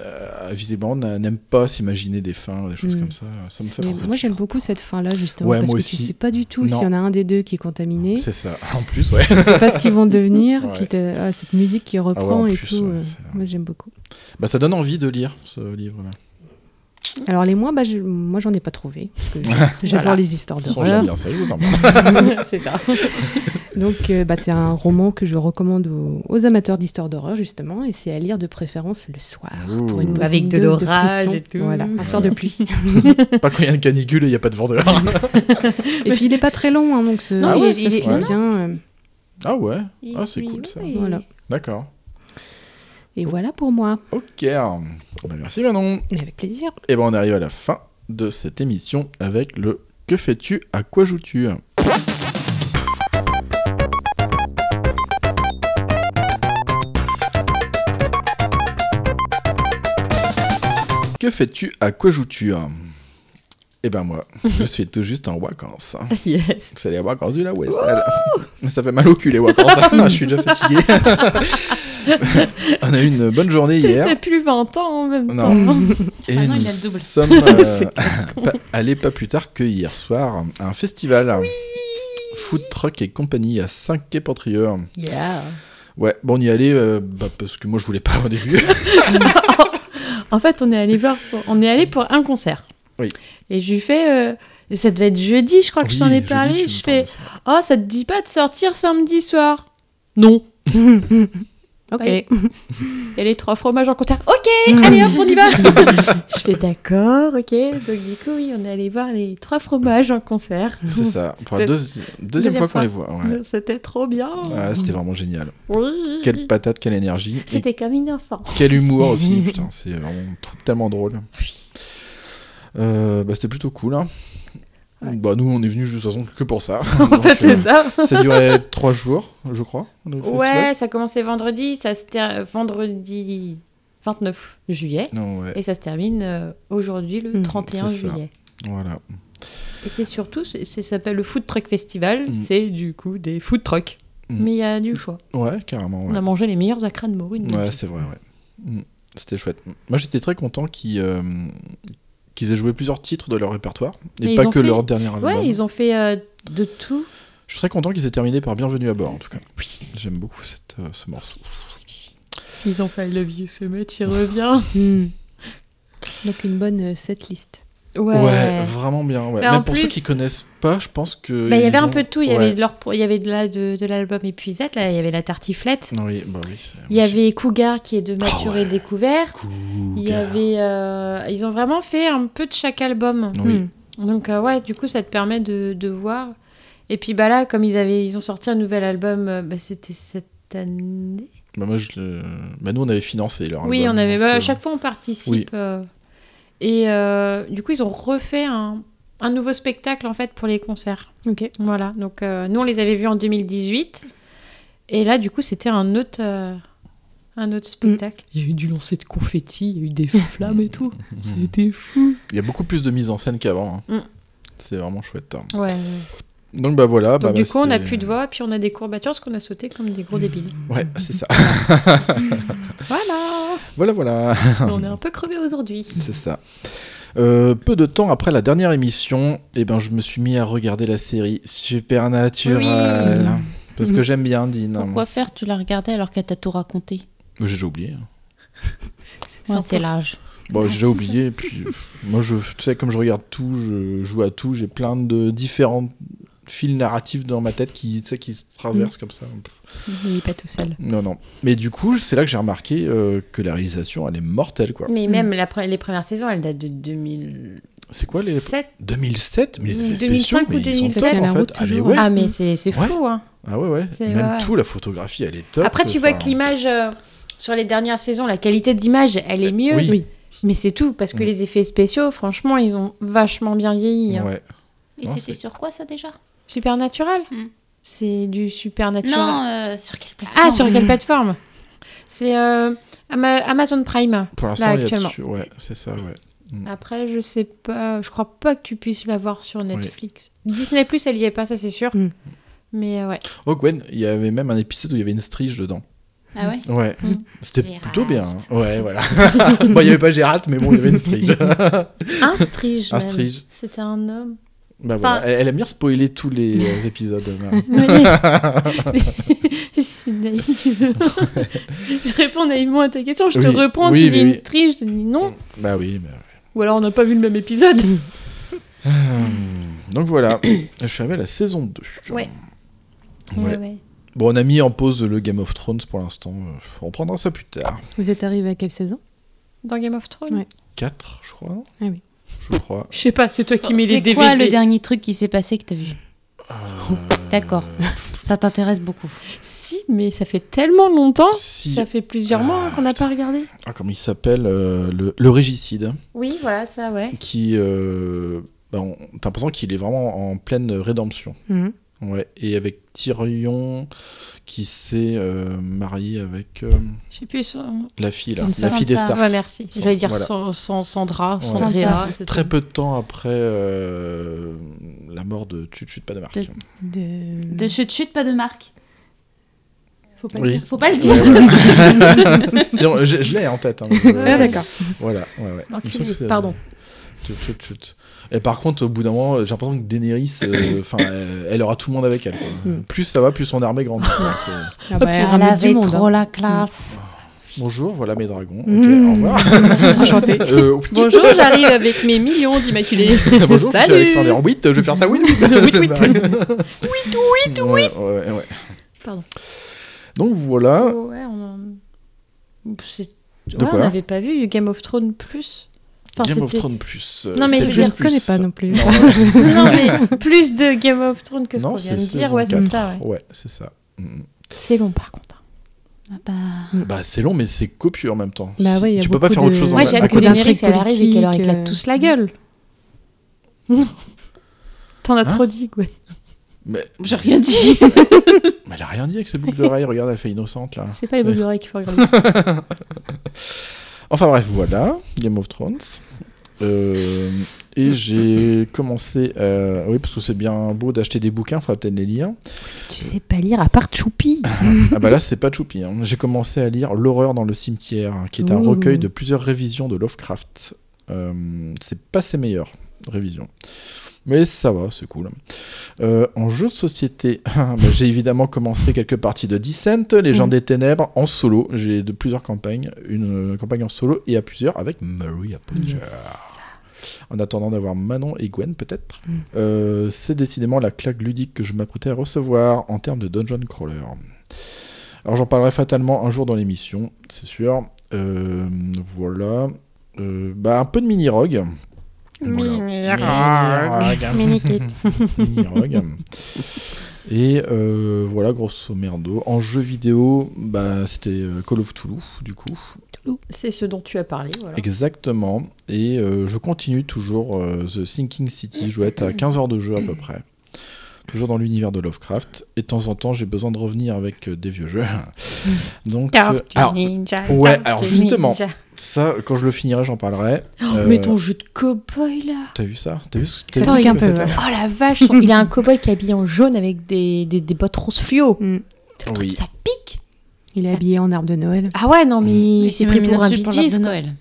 euh, visiblement, n'a- n'aime pas s'imaginer des fins, des choses
Mm.
comme ça. Ça me fait
mais
penser.
moi j'aime beaucoup cette fin là justement
Ouais,
parce
moi
que tu
aussi.
sais pas du tout s'il y
Non.
en a un des deux qui est contaminé.
C'est ça, [laughs] en plus, ouais.
Tu sais pas ce qu'ils vont devenir.
Ouais.
puis t'as- ah, cette musique qui reprend
en
et
plus,
tout.
ouais,
euh, moi j'aime beaucoup.
Bah, ça donne envie de lire ce livre-là.
Alors les moins, bah, je- moi j'en ai pas trouvé. parce que
[laughs]
je- J'adore
Voilà.
les histoires
De toute façon, j'aime
d'horreur.
bien ça, je vous emmerde.
[laughs]
c'est ça.
Donc, euh, bah, c'est un roman que je recommande aux, aux amateurs d'histoire d'horreur, justement, et c'est à lire de préférence le soir. Pour une bonne
Avec de
dose
l'orage
frisson.
et tout.
Voilà, un soir de
[laughs]
pluie.
pas quand il y a une canicule et il n'y a pas de vendeur.
[laughs] et puis, il est pas très long, hein, donc ce-
Non,
Ah ouais,
ça
il est-
se
il est-
lit
non,
bien. euh,
ah ouais,
Il-
ah, c'est
il-
cool ça.
ouais.
voilà.
[laughs]
D'accord.
Et voilà pour moi.
Ok. Bah, merci Manon.
Mais avec plaisir.
Et ben on arrive à la fin de cette émission avec le Que fais-tu À quoi joues-tu Que fais-tu À quoi joues-tu Eh ben moi, je suis tout juste en vacances.
Yes.
C'est les vacances du La Westale. Ça fait mal au cul les vacances. je suis déjà fatigué. [laughs] on a eu une bonne journée hier.
T'as plus 20 ans en même
Non.
[laughs]
temps.
Et
Ah non, il
nous
a le double.
sommes
[laughs]
euh, [laughs]
C'est
pas- allés pas plus tard que hier soir à un festival. Food Truck et compagnie à 5 quai Portrieux.
Yeah.
Ouais, bon, on y allait euh, bah, parce que moi je voulais pas au début.
En fait, on est allé voir, pour- on est allé pour un concert.
Oui.
Et je lui fais, euh, ça devait être jeudi, je crois que je t'en
Oui,
ai
jeudi, tu
parlé.
me
Je
parles
fais,
de ça.
oh, ça te dit pas de sortir samedi soir Non.
Ok.
Ouais. Il y a les trois fromages en concert. Ok, allez hop, on y va. je fais d'accord, ok. Donc du coup, oui, on est allé voir les trois fromages en concert.
C'est ça, pour la
C'était-
deuxi- deuxième, fois qu'on les voit. ouais.
C'était trop bien.
Ah, C'était vraiment génial.
Oui.
Quelle patate, quelle énergie. Et
C'était comme
[laughs]
une enfant.
Quel humour aussi,
[laughs]
putain, c'est vraiment tr- tellement drôle. Euh, bah, c'était plutôt cool. hein. Bah, nous, on est venus de toute façon que pour ça.
[laughs] En fait,
Donc,
c'est
euh,
ça.
Ça durait trois jours, je crois. le festival.
Ouais, ça commençait vendredi, ça se ter- vendredi 29 juillet.
Non, ouais.
Et ça se termine euh, aujourd'hui, le 31
Hmm, C'est ça.
juillet.
Voilà.
Et c'est surtout, c'est- c'est- ça s'appelle le Food Truck Festival.
Mm.
C'est du coup des food trucks.
Mm.
Mais il y a du choix.
Ouais, carrément.
On
Ouais,
a mangé les meilleurs acras de morue. de notre
Ouais,
vie.
c'est vrai, ouais. Mm. C'était chouette. Moi, j'étais très content qu'ils euh, qu'ils aient joué plusieurs titres de leur répertoire. Et
Mais
pas
ils ont
que
fait-
leur dernier album.
Ouais, ils ont fait euh, de tout.
Je suis très content qu'ils aient terminé par Bienvenue à bord, en tout cas. J'aime beaucoup cette, euh, ce morceau.
Ils ont fait I Love You So Much, il revient.
Hmm. Donc, une bonne euh, setlist.
[laughs] Ouais.
vraiment bien. ouais.
Bah, en
Même pour ceux
plus-
qui connaissent pas, je pense que.
Bah, il y
ils
avait un
ont-
peu de tout. Il y
Ouais.
avait de leur, il y avait de la de, de l'album épuisette. Là, il y avait la tartiflette.
Oui, bah oui. c'est-
Il y avait Cougar qui est de mature et découverte. Il y
Ah Cougar.
avait, euh, ils ont vraiment fait un peu de chaque album.
Oui.
Hmm.
Donc euh, ouais, du coup, ça te permet de, de voir. Et puis bah là, comme ils avaient, ils ont sorti un nouvel album. euh, bah, c'était cette année.
Bah, moi, je le- bah, nous, on avait financé leur
oui,
album,
on avait.
donc,
bah,
euh,
à chaque fois, on participe.
oui.
euh, et euh, du coup, ils ont refait un, un nouveau spectacle en fait pour les concerts.
Ok.
Voilà. Donc euh, nous, on les avait vus en 2018. Et là, du coup, c'était un autre, euh, un autre spectacle.
Il y a eu du lancer de confettis, il y a eu des flammes et [laughs] tout. C'était fou.
Il y a beaucoup plus de mise en scène qu'avant. hein.
Mm.
C'est vraiment chouette. hein.
Ouais.
Donc, bah voilà.
Donc
bah,
du
bah,
coup, on n'a
c'était-
plus de voix, puis on a des courbatures parce qu'on a sauté comme des gros débiles.
[laughs] Ouais, c'est ça.
Voilà.
voilà, voilà. [laughs]
on est un peu crevé aujourd'hui.
C'est ça. Euh, peu de temps après la dernière émission, eh ben, je me suis mis à regarder la série Supernatural.
Oui.
Parce
Mm.
que j'aime bien Dean. hein. Bah,
Pourquoi faire Tu l'as regardé alors qu'elle t'a tout raconté.
J'ai oublié.
Ah,
Ouais,
encore-
c'est large.
Bon, j'ai oublié. et Puis, euh, moi, je, tu sais, comme je regarde tout, je joue à tout, j'ai plein de différents fils narratifs dans ma tête qui, tu sais, qui se
Mm.
traversent comme ça.
Il n'est pas tout seul.
Non, non. Mais du coup, c'est là que j'ai remarqué euh, que la réalisation, elle est mortelle, quoi.
Mais même la pre- les premières saisons, elles datent de 2000.
C'est quoi les.
Sept.
2007 Mais les effets
2005
spéciaux,
ou
mais ils sont
2007.
top,
Tiens, la
en fait.
route,
Ah, mais
toujours.
ouais.
Ah, mais c'est c'est
Ouais.
fou, hein.
Ah ouais, ouais.
C'est-
Même
ouais,
tout, la photographie, elle est top.
Après, tu vois
enfin,
que l'image, euh, sur les dernières saisons, la qualité de l'image, elle est mieux.
oui. Oui.
Mais c'est tout, parce que
Mm.
les effets spéciaux, franchement, ils ont vachement bien vieilli. hein.
Ouais.
Et
Non,
c'était
c'est-
sur quoi ça déjà
Supernatural
Mm.
C'est du supernatural.
Non, euh, sur quelle plateforme
ah, sur quelle plateforme C'est euh, Ama- Amazon Prime.
Pour
là,
l'instant, il y a
actuellement.
dessus. Ouais, c'est ça, ouais.
Après, je sais pas, je crois pas que tu puisses l'avoir sur Netflix. Disney Plus, elle y est pas, ça c'est sûr.
Hmm.
Mais euh, ouais.
Oh, Gwen, il y avait même un épisode où il y avait une striche dedans.
Ah ouais
Ouais.
Mm.
C'était
Gérald.
plutôt bien. hein. Ouais, voilà. [laughs] bon, il n'y avait pas Gérald, mais bon, il y avait une striche.
[laughs] Un strige.
Un
même.
strige.
C'était un homme. [laughs]
Bah
Enfin-
voilà, elle, elle aime bien spoiler tous les
[laughs]
euh, épisodes. Marie.
je suis naïve. je réponds naïvement à ta question. Je te
Oui,
réponds,
oui, mais
tu dis une
oui.
strige, je te dis non.
bah oui. bah
Ou alors on n'a pas vu le même épisode.
ouais. Donc
[coughs]
voilà, je suis arrivé à la saison 2.
Ouais.
Ouais.
Ouais, ouais.
Bon, on a mis en pause le Game of Thrones pour l'instant. euh, On prendra ça plus tard.
Vous êtes arrivé à quelle saison
[laughs] Dans Game of Thrones
4, je crois. non
Ah oui.
Je crois.
Je sais pas, Oh, c'est toi qui mets les
C'est
DVD.
quoi le dernier truc qui s'est passé que t'as vu
Euh,
D'accord. Ça t'intéresse beaucoup.
Si, mais ça fait tellement longtemps.
Si.
Oh, Ça fait plusieurs mois qu'on n'a pas regardé.
Ah, comme il s'appelle euh, le, le régicide. hein,
Oui, voilà, ça, ouais.
Qui. euh, bah, on- T'as l'impression qu'il est vraiment en pleine rédemption.
Hmm.
Mhm.
Ouais. Et avec Tyrion qui s'est euh, marié avec. euh,
Je sais plus. son-
La fille, là.
Sansa.
La fille des
Sansa.
Stark.
Ouais, merci.
Sans-
J'allais dire
voilà.
sans, sans Sandra,
Ouais.
sans Andrea. c'est
Très
tout.
peu de temps après euh, la mort de Chut Chut pas de marque.
De,
de...
chute-chute, pas de marque. Faut
Ah,
pas le
Oui.
dire. Faut pas le dire.
Ouais, [laughs] voilà. Sinon, je, je l'ai en tête. hein, mais,
Ah, d'accord.
Voilà, ouais, ouais. Il me
Enculé,
semble que c'est- euh,
pardon.
Chut, chut, chut. Et par contre, au bout d'un moment, j'ai l'impression que Daenerys, [coughs] euh, enfin, euh, elle aura tout le monde avec elle. quoi.
Mm.
Plus ça va, plus son armée grandit. quoi. [laughs] C'est- euh,
Ah bah,
Elle
elle ramène du
avait
monde,
trop
hein.
la classe.
Bonjour, voilà mes dragons. Ok,
Mm.
au
[laughs]
revoir.
Enchantée.
Euh, oui. [laughs]
Bonjour, j'arrive avec mes millions d'immaculés.
Bonjour, je suis
Salut.
Alexander. Oui, je vais faire
[laughs]
ça. Bah, Oui, oui,
Oui, oui.
oui, oui.
Pardon.
Donc voilà.
Ouais, on en- C'est-
De
Ouais, on
quoi
n'avait pas vu Game of Thrones plus. Enfin,
Game of
c'était-
Thrones plus. euh,
Non, mais
c'est
je veux
plus
dire,
plus.
connais pas non plus.
Non, ouais.
[laughs] non, mais plus de Game of Thrones que ce qu'on
Non,
vient de
c'est
dire.
saison
Ouais, c'est
quatre.
ça. [laughs] Ouais.
Ouais, c'est ça. Mm.
C'est long par contre. hein.
Ah
Bah, c'est long, mais c'est copieux en même temps.
Bah
Si-
ouais, il y a
tu peux pas
beaucoup
faire autre
de-
chose en
Moi, j'ai
à
hâte que
côté.
Daenerys elle
intrigues
arrive et qu'elle leur
politiques, euh,
éclate tous la gueule. [laughs] T'en as
Hein
trop dit, ouais.
Mais
[laughs] J'ai rien [laughs] dit.
mais elle a rien dit avec ses boucles d'oreilles. Regarde, elle fait innocente là.
C'est pas les boucles d'oreilles qu'il faut regarder.
Enfin bref, voilà, Game of Thrones. Euh, et j'ai commencé. euh, oui, parce que c'est bien beau d'acheter des bouquins, faudra peut-être les lire.
Tu sais pas lire à part Choupi.
[laughs] Ah bah là, c'est pas choupi. hein. J'ai commencé à lire L'horreur dans le cimetière, hein, qui est un
Ouh.
recueil de plusieurs révisions de Lovecraft. Euh, c'est pas ses meilleures révisions. Mais ça va, c'est cool. Euh, en jeu de société, [laughs] bah, j'ai évidemment commencé quelques parties de Descent, Les gens
Mm.
des ténèbres, en solo. J'ai de plusieurs campagnes, une euh, campagne en solo et à plusieurs avec Murray Apodger. En attendant d'avoir Manon et Gwen, peut-être. Euh, c'est décidément la claque ludique que je m'apprêtais à recevoir en termes de dungeon crawler. Alors j'en parlerai fatalement un jour dans l'émission, c'est sûr. Euh, voilà. Euh, bah, un peu de mini-rogue. Voilà. Mini-rogue. Mini-rogue. Et euh, voilà, grosso merdo. En jeu vidéo, bah, c'était euh, Call of Toulouse, du coup.
C'est ce dont tu as parlé. Voilà.
Exactement. Et euh, je continue toujours euh, The Sinking City. Je dois être à 15 heures de jeu à peu près. Toujours dans l'univers de Lovecraft. Et de temps en temps, j'ai besoin de revenir avec euh, des
[laughs]
vieux jeux. Donc, euh,
Tortue
alors,
Ninja,
ouais,
Tortue
alors justement,
Ninja.
ça, quand je le finirai,
[gasps]
j'en parlerai.
Oh,
Euh,
Mais ton jeu de cow-boy là
T'as vu ça T'as vu ce t'as
Ça
vu ce
pique un
que
peu.
c'était
Oh la vache, son- il
[laughs]
a un cow-boy qui est habillé en jaune avec des, des, des bottes rose fluo.
Oui.
Ça pique
Hmm. Il est habillé en arbre de
[laughs]
Noël.
Ah ouais, non, mais,
Mais
c'est
c'est
pris
même
pour
une
un
insulte pour l'arbre
bêtise.
de
Noël.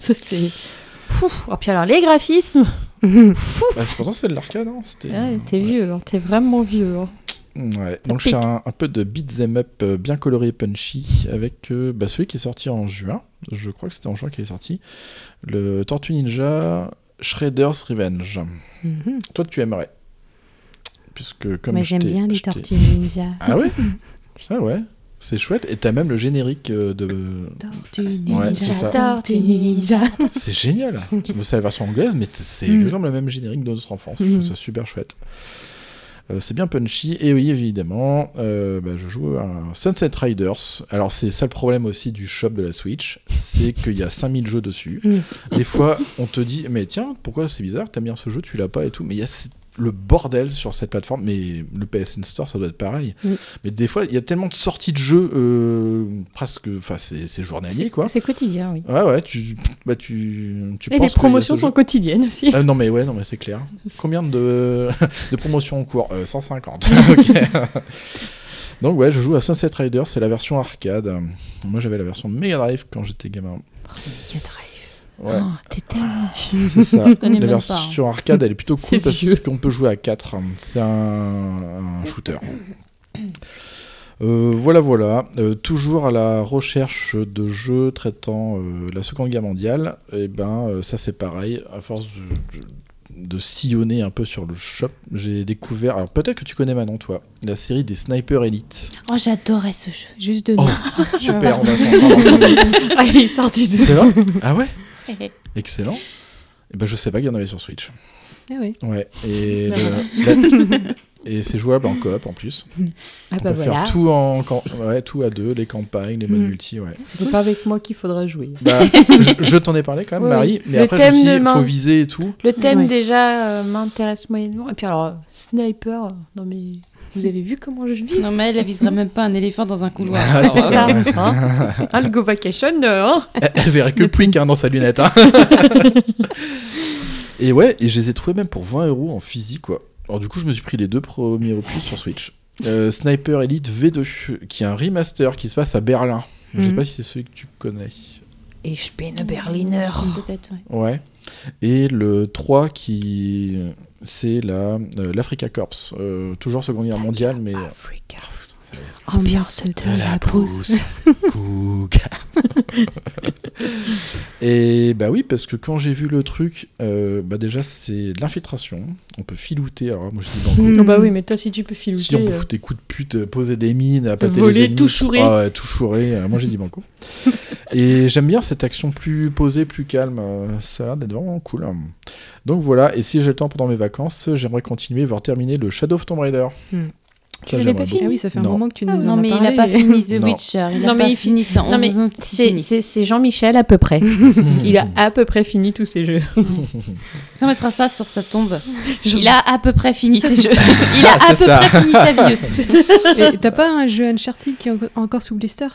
Ça c'est. Fouf. Oh, puis alors les graphismes
Hmm.
Bah, c'est pourtant c'est de l'arcade, hein. C'était-
Ouais, t'es vieux, hein, t'es vraiment vieux. hein.
Ouais,
Ça
donc je fais
pique.
un, un peu de beat'em up euh, bien coloré et punchy avec euh, bah, celui qui est sorti en juin. Je crois que c'était en juin qu'il est sorti. Le Tortue Ninja Shredder's Revenge. Toi, tu aimerais. Puisque comme
Moi
je
j'aime
t'ai-
bien les
je t'ai-
tortues ninja.
Ah
[laughs]
ouais Ah ouais C'est chouette. Et t'as même le générique euh, de.
Tortues
Ouais, c'est
ninja,
ça.
tortues ninja.
C'est génial. C'est la version anglaise, mais t- c'est
Mm.
exactement le même générique de notre enfance. Je trouve ça super chouette. Euh, c'est bien punchy. Et oui, évidemment, euh, bah, je joue à un Sunset Riders. Alors, c'est ça le problème aussi du shop de la Switch. C'est qu'il y a 5000 jeux dessus.
Mm.
Des fois, on te dit, mais tiens, pourquoi c'est bizarre, t'aimes bien ce jeu, tu l'as pas et tout. Mais il y a c- le bordel sur cette plateforme. Mais le PSN Store, ça doit être pareil.
Mm.
Mais des fois, il y a tellement de sorties de jeux, euh, presque. Enfin, c'est c'est journalier, quoi.
C'est quotidien, oui.
Ouais, ouais, tu, bah, tu, tu
Et
penses
les
qu'il y a
promotions
ce
sont
jeu.
quotidiennes
[laughs]
aussi.
Euh, non, mais ouais, non, mais c'est clair. Combien de, [laughs] de promotions en cours Euh, 150.
[laughs]
Ok. Donc, ouais, je joue à Sunset Rider, c'est la version arcade. Moi, j'avais la version Mega Drive quand j'étais gamin. Ouais.
Oh, T'es tellement vieux.
C'est ça.
T'en
La
es même pas, hein.
version arcade, elle est plutôt
C'est
cool parce
vieux.
qu'on peut jouer à 4. C'est un, un shooter. Euh, voilà, voilà. Euh, toujours à la recherche de jeux traitant euh, la Seconde Guerre mondiale, et ben euh, ça c'est pareil. À force de, de- de sillonner un peu sur le shop, j'ai découvert. Alors peut-être que tu connais Manon, toi, la série des Sniper Elite.
Oh, j'adorais ce jeu.
Juste de nom.
[laughs] Super, on va s'en
Ah, il est sorti de
C'est
ça.
vrai Ah
[laughs]
ouais Excellent. Et ben je sais pas qu'il y en avait sur Switch.
[laughs] Ah ouais.
Ouais, et,
[laughs]
Bah
le- la- et c'est jouable en coop en plus.
Ah
On
bah
peut
voilà. Hmm.
faire tout, en, camp- ouais, tout à deux, les campagnes, les modes
Mm.
multi, ouais.
C'est pas avec moi qu'il faudra jouer.
Bah, je je t'en ai parlé quand même,
Oui,
Marie,
oui.
mais
Le
après je me
thème
suis
de
dit,
main.
faut viser et tout.
Le thème
Ouais.
déjà euh, m'intéresse moyennement. Et puis alors, euh, sniper, euh, non mais vous avez vu comment je vis
Non, mais elle aviserait même pas un éléphant dans un couloir.
Ah, c'est
C'est ça, hein
[laughs]
Ah, le Go Vacation, euh, hein
Elle, elle verrait que Pouic hein, dans sa
[laughs]
lunette. hein. et ouais, et je les ai trouvés même pour 20 euros en physique, quoi. Alors du coup, je me suis pris les deux premiers opus sur Switch. Euh, Sniper Elite V2, qui est un remaster qui se passe à Berlin. Je
Hmm.
sais
Mhm.
pas si c'est celui que tu connais.
Et je peine Berliner.
Peut-être, ouais.
Ouais. Et le 3 qui c'est la euh, l'Africa Corps, Euh, toujours Seconde Guerre mondiale mais
Ambiance de la [laughs] pousse.
Et bah oui parce que quand j'ai vu le truc euh, bah déjà c'est de l'infiltration, on peut filouter alors moi je dis
[laughs]
dans le-
Non bah oui, mais toi si tu peux filouter.
Si on peut
euh,
foutre des coups de pute, euh, poser des mines, à pâter
Voler,
les ennemis.
tout chourer.
Ah ouais, tout chourer. euh, Moi j'ai dit banco. et j'aime bien cette action plus posée, plus calme. euh, Ça a l'air d'être vraiment cool. hein. Donc voilà. Et si j'ai le temps pendant mes vacances, euh, j'aimerais continuer, voire terminer le Shadow of Tomb Raider.
Hmm.
Ça,
l'avais
j'aimerais
pas
beaucoup.
fini
Ah oui, ça fait un
Non.
moment que tu nous en
non,
as
mais il
parlé.
a pas
[laughs]
fini The
Non.
Witcher. Il
Non,
a
mais
pas
il
fini ça.
Non mais c'est- c'est c'est Jean-Michel à peu près. [laughs]
Ah
[laughs]
Il a à peu près fini tous ses [laughs] jeux.
Ça mettra ça sur sa tombe. Il a à peu près fini ses jeux. [laughs] Il a
Ah,
à
c'est
peu
ça.
près fini sa vie aussi. [laughs]
[laughs] Et T'as pas un jeu Uncharted qui est enco- encore sous blister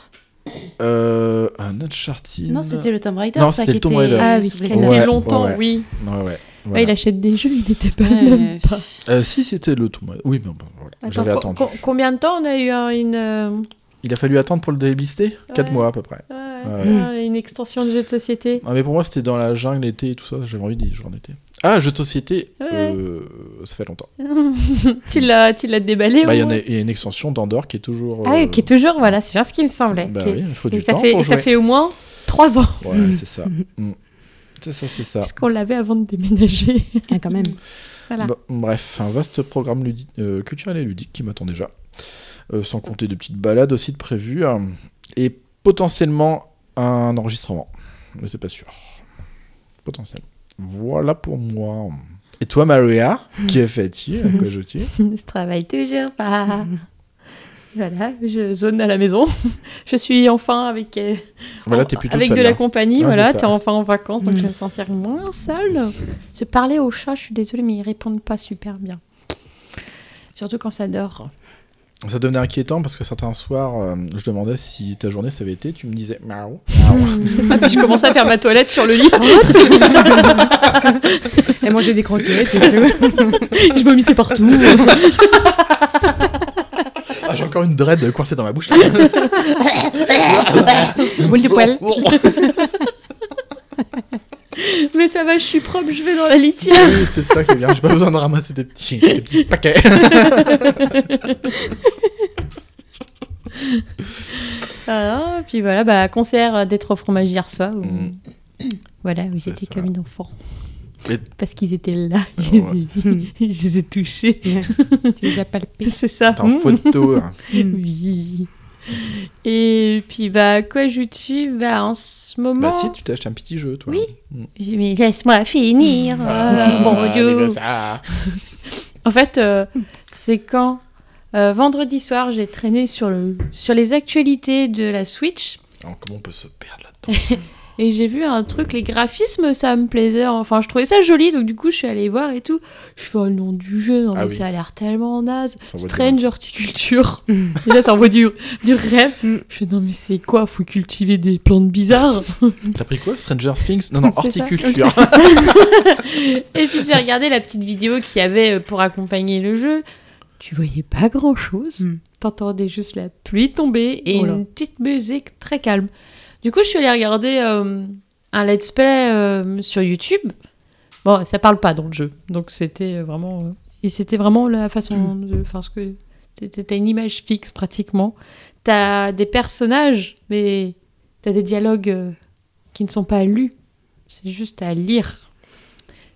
Euh, un Uncharted.
Non, c'était le Tomb Raider.
Non,
ça,
c'était
qui
le Tomb
était,
Raider.
euh,
Ah oui,
sous les
qui
C'était
statues.
Ouais,
longtemps,
ouais, ouais.
oui.
Ouais, ouais.
Ouais,
voilà.
il achète des jeux, il n'était pas
Ouais.
même pas.
Euh, si c'était le Tomb Raider. Oui, mais bon, voilà.
Attends,
J'avais
co-
attendu.
co- combien de temps on a eu un- une, euh,
Il a fallu attendre pour le délister 4
Ouais.
mois à peu près.
ouais, une extension de jeu de société [laughs]
Ah, mais pour moi, c'était dans la jungle, l'été et tout ça. J'avais envie des jours d'été. Ah, jeu de société
Ouais.
euh, Ça fait longtemps.
Tu l'as tu l'as déballé
Bah,
au
Il y en a-
moins
il y, a une extension d'Andorre qui est toujours.
Ah oui,
euh,
qui est toujours, voilà, c'est bien ce qui me semblait.
Bah
Qui-
oui, il faut
Et
du
ça
temps
fait,
pour
ça
jouer.
fait au moins 3 ans.
Ouais, c'est ça. Mm. C'est ça, c'est ça.
Puisqu'on l'avait avant de déménager. [laughs]
Ah, quand même.
Voilà.
Bon, Bah, bref, un vaste programme ludi- euh, culturel et ludique qui m'attend déjà. Euh, sans compter de petites balades aussi de prévues. hein, et potentiellement un enregistrement. Mais c'est pas sûr. Potentiel. Voilà pour moi. Et toi, Maria, que fais-tu Que joues-tu
Je travaille toujours
[laughs]
pas. voilà, je zone à la maison. je suis enfin avec, euh,
Voilà, t'es plutôt
avec
seule,
de la
là.
compagnie.
Ouais,
voilà,
c'est
t'es
ça.
enfin en vacances, donc
Mm.
je vais me sentir moins seule. Se parler au chat, je suis désolée, mais ils répondent pas super bien. Surtout quand ça dort.
Ça devenait inquiétant parce que certains soirs, euh, je demandais si ta journée ça avait été. Tu me disais miaou. miaou.
Ah, puis je commence à faire ma toilette sur le lit. [laughs]
Et moi, j'ai des croquettes, c'est tout.
je vomissais partout.
Ah, j'ai encore une dread coincée dans ma
[laughs]
bouche.
[laughs]
Boule de
[laughs]
poil.
Mais ça va, je suis propre, je vais dans la litière.
Oui, c'est ça qui est bien. J'ai pas besoin de ramasser des petits, des petits paquets.
Ah, puis voilà, bah, concert euh, des trois fromages hier soir. où-
Mm.
Voilà, où
C'est
j'étais
ça.
comme une enfant.
Et- Ah,
Parce qu'ils étaient là, je les ai vus, [laughs] je les ai touchés.
Tu les as palpés.
C'est ça. Mm.
T'es en
[laughs]
photo. hein.
Oui. Et puis, bah, quoi, YouTube bah, En ce moment.
Bah si, tu t'es acheté un petit jeu, toi. Ah,
Oui. Mais laisse-moi finir, euh, mon Dieu.
bah, ça.
En fait, euh, c'est quand euh, vendredi soir, j'ai traîné sur, le, sur les actualités de la Switch.
Alors, comment on peut se perdre là-dedans
Et j'ai vu un truc, les graphismes, ça me plaisait. hein. Enfin, je trouvais ça joli, donc du coup, je suis allée voir et tout. Je fais oh, le nom du jeu, non,
Ah
mais
oui.
ça a l'air tellement naze.
Ça envoie du
Strange horticulture. Déjà, ça envoie du, du rêve. Je fais non, mais c'est quoi Faut cultiver des plantes bizarres.
T'as pris quoi Stranger Things Non, non,
C'est ça. [laughs]
horticulture. [laughs]
et puis, j'ai regardé la petite vidéo qu'il y avait euh, pour accompagner le jeu. Tu voyais pas grand chose.
Hmm.
T'entendais juste la pluie tomber et
Oh là.
une petite musique très calme. Du coup, je suis allée regarder euh, un let's play euh, sur YouTube. Bon, ça parle pas dans le jeu, donc c'était vraiment. euh, et c'était vraiment la façon
Hmm.
de. Enfin, ce que. t'as- T'as une image fixe pratiquement. T'as des personnages, mais t'as des dialogues euh, qui ne sont pas lus. C'est juste à lire.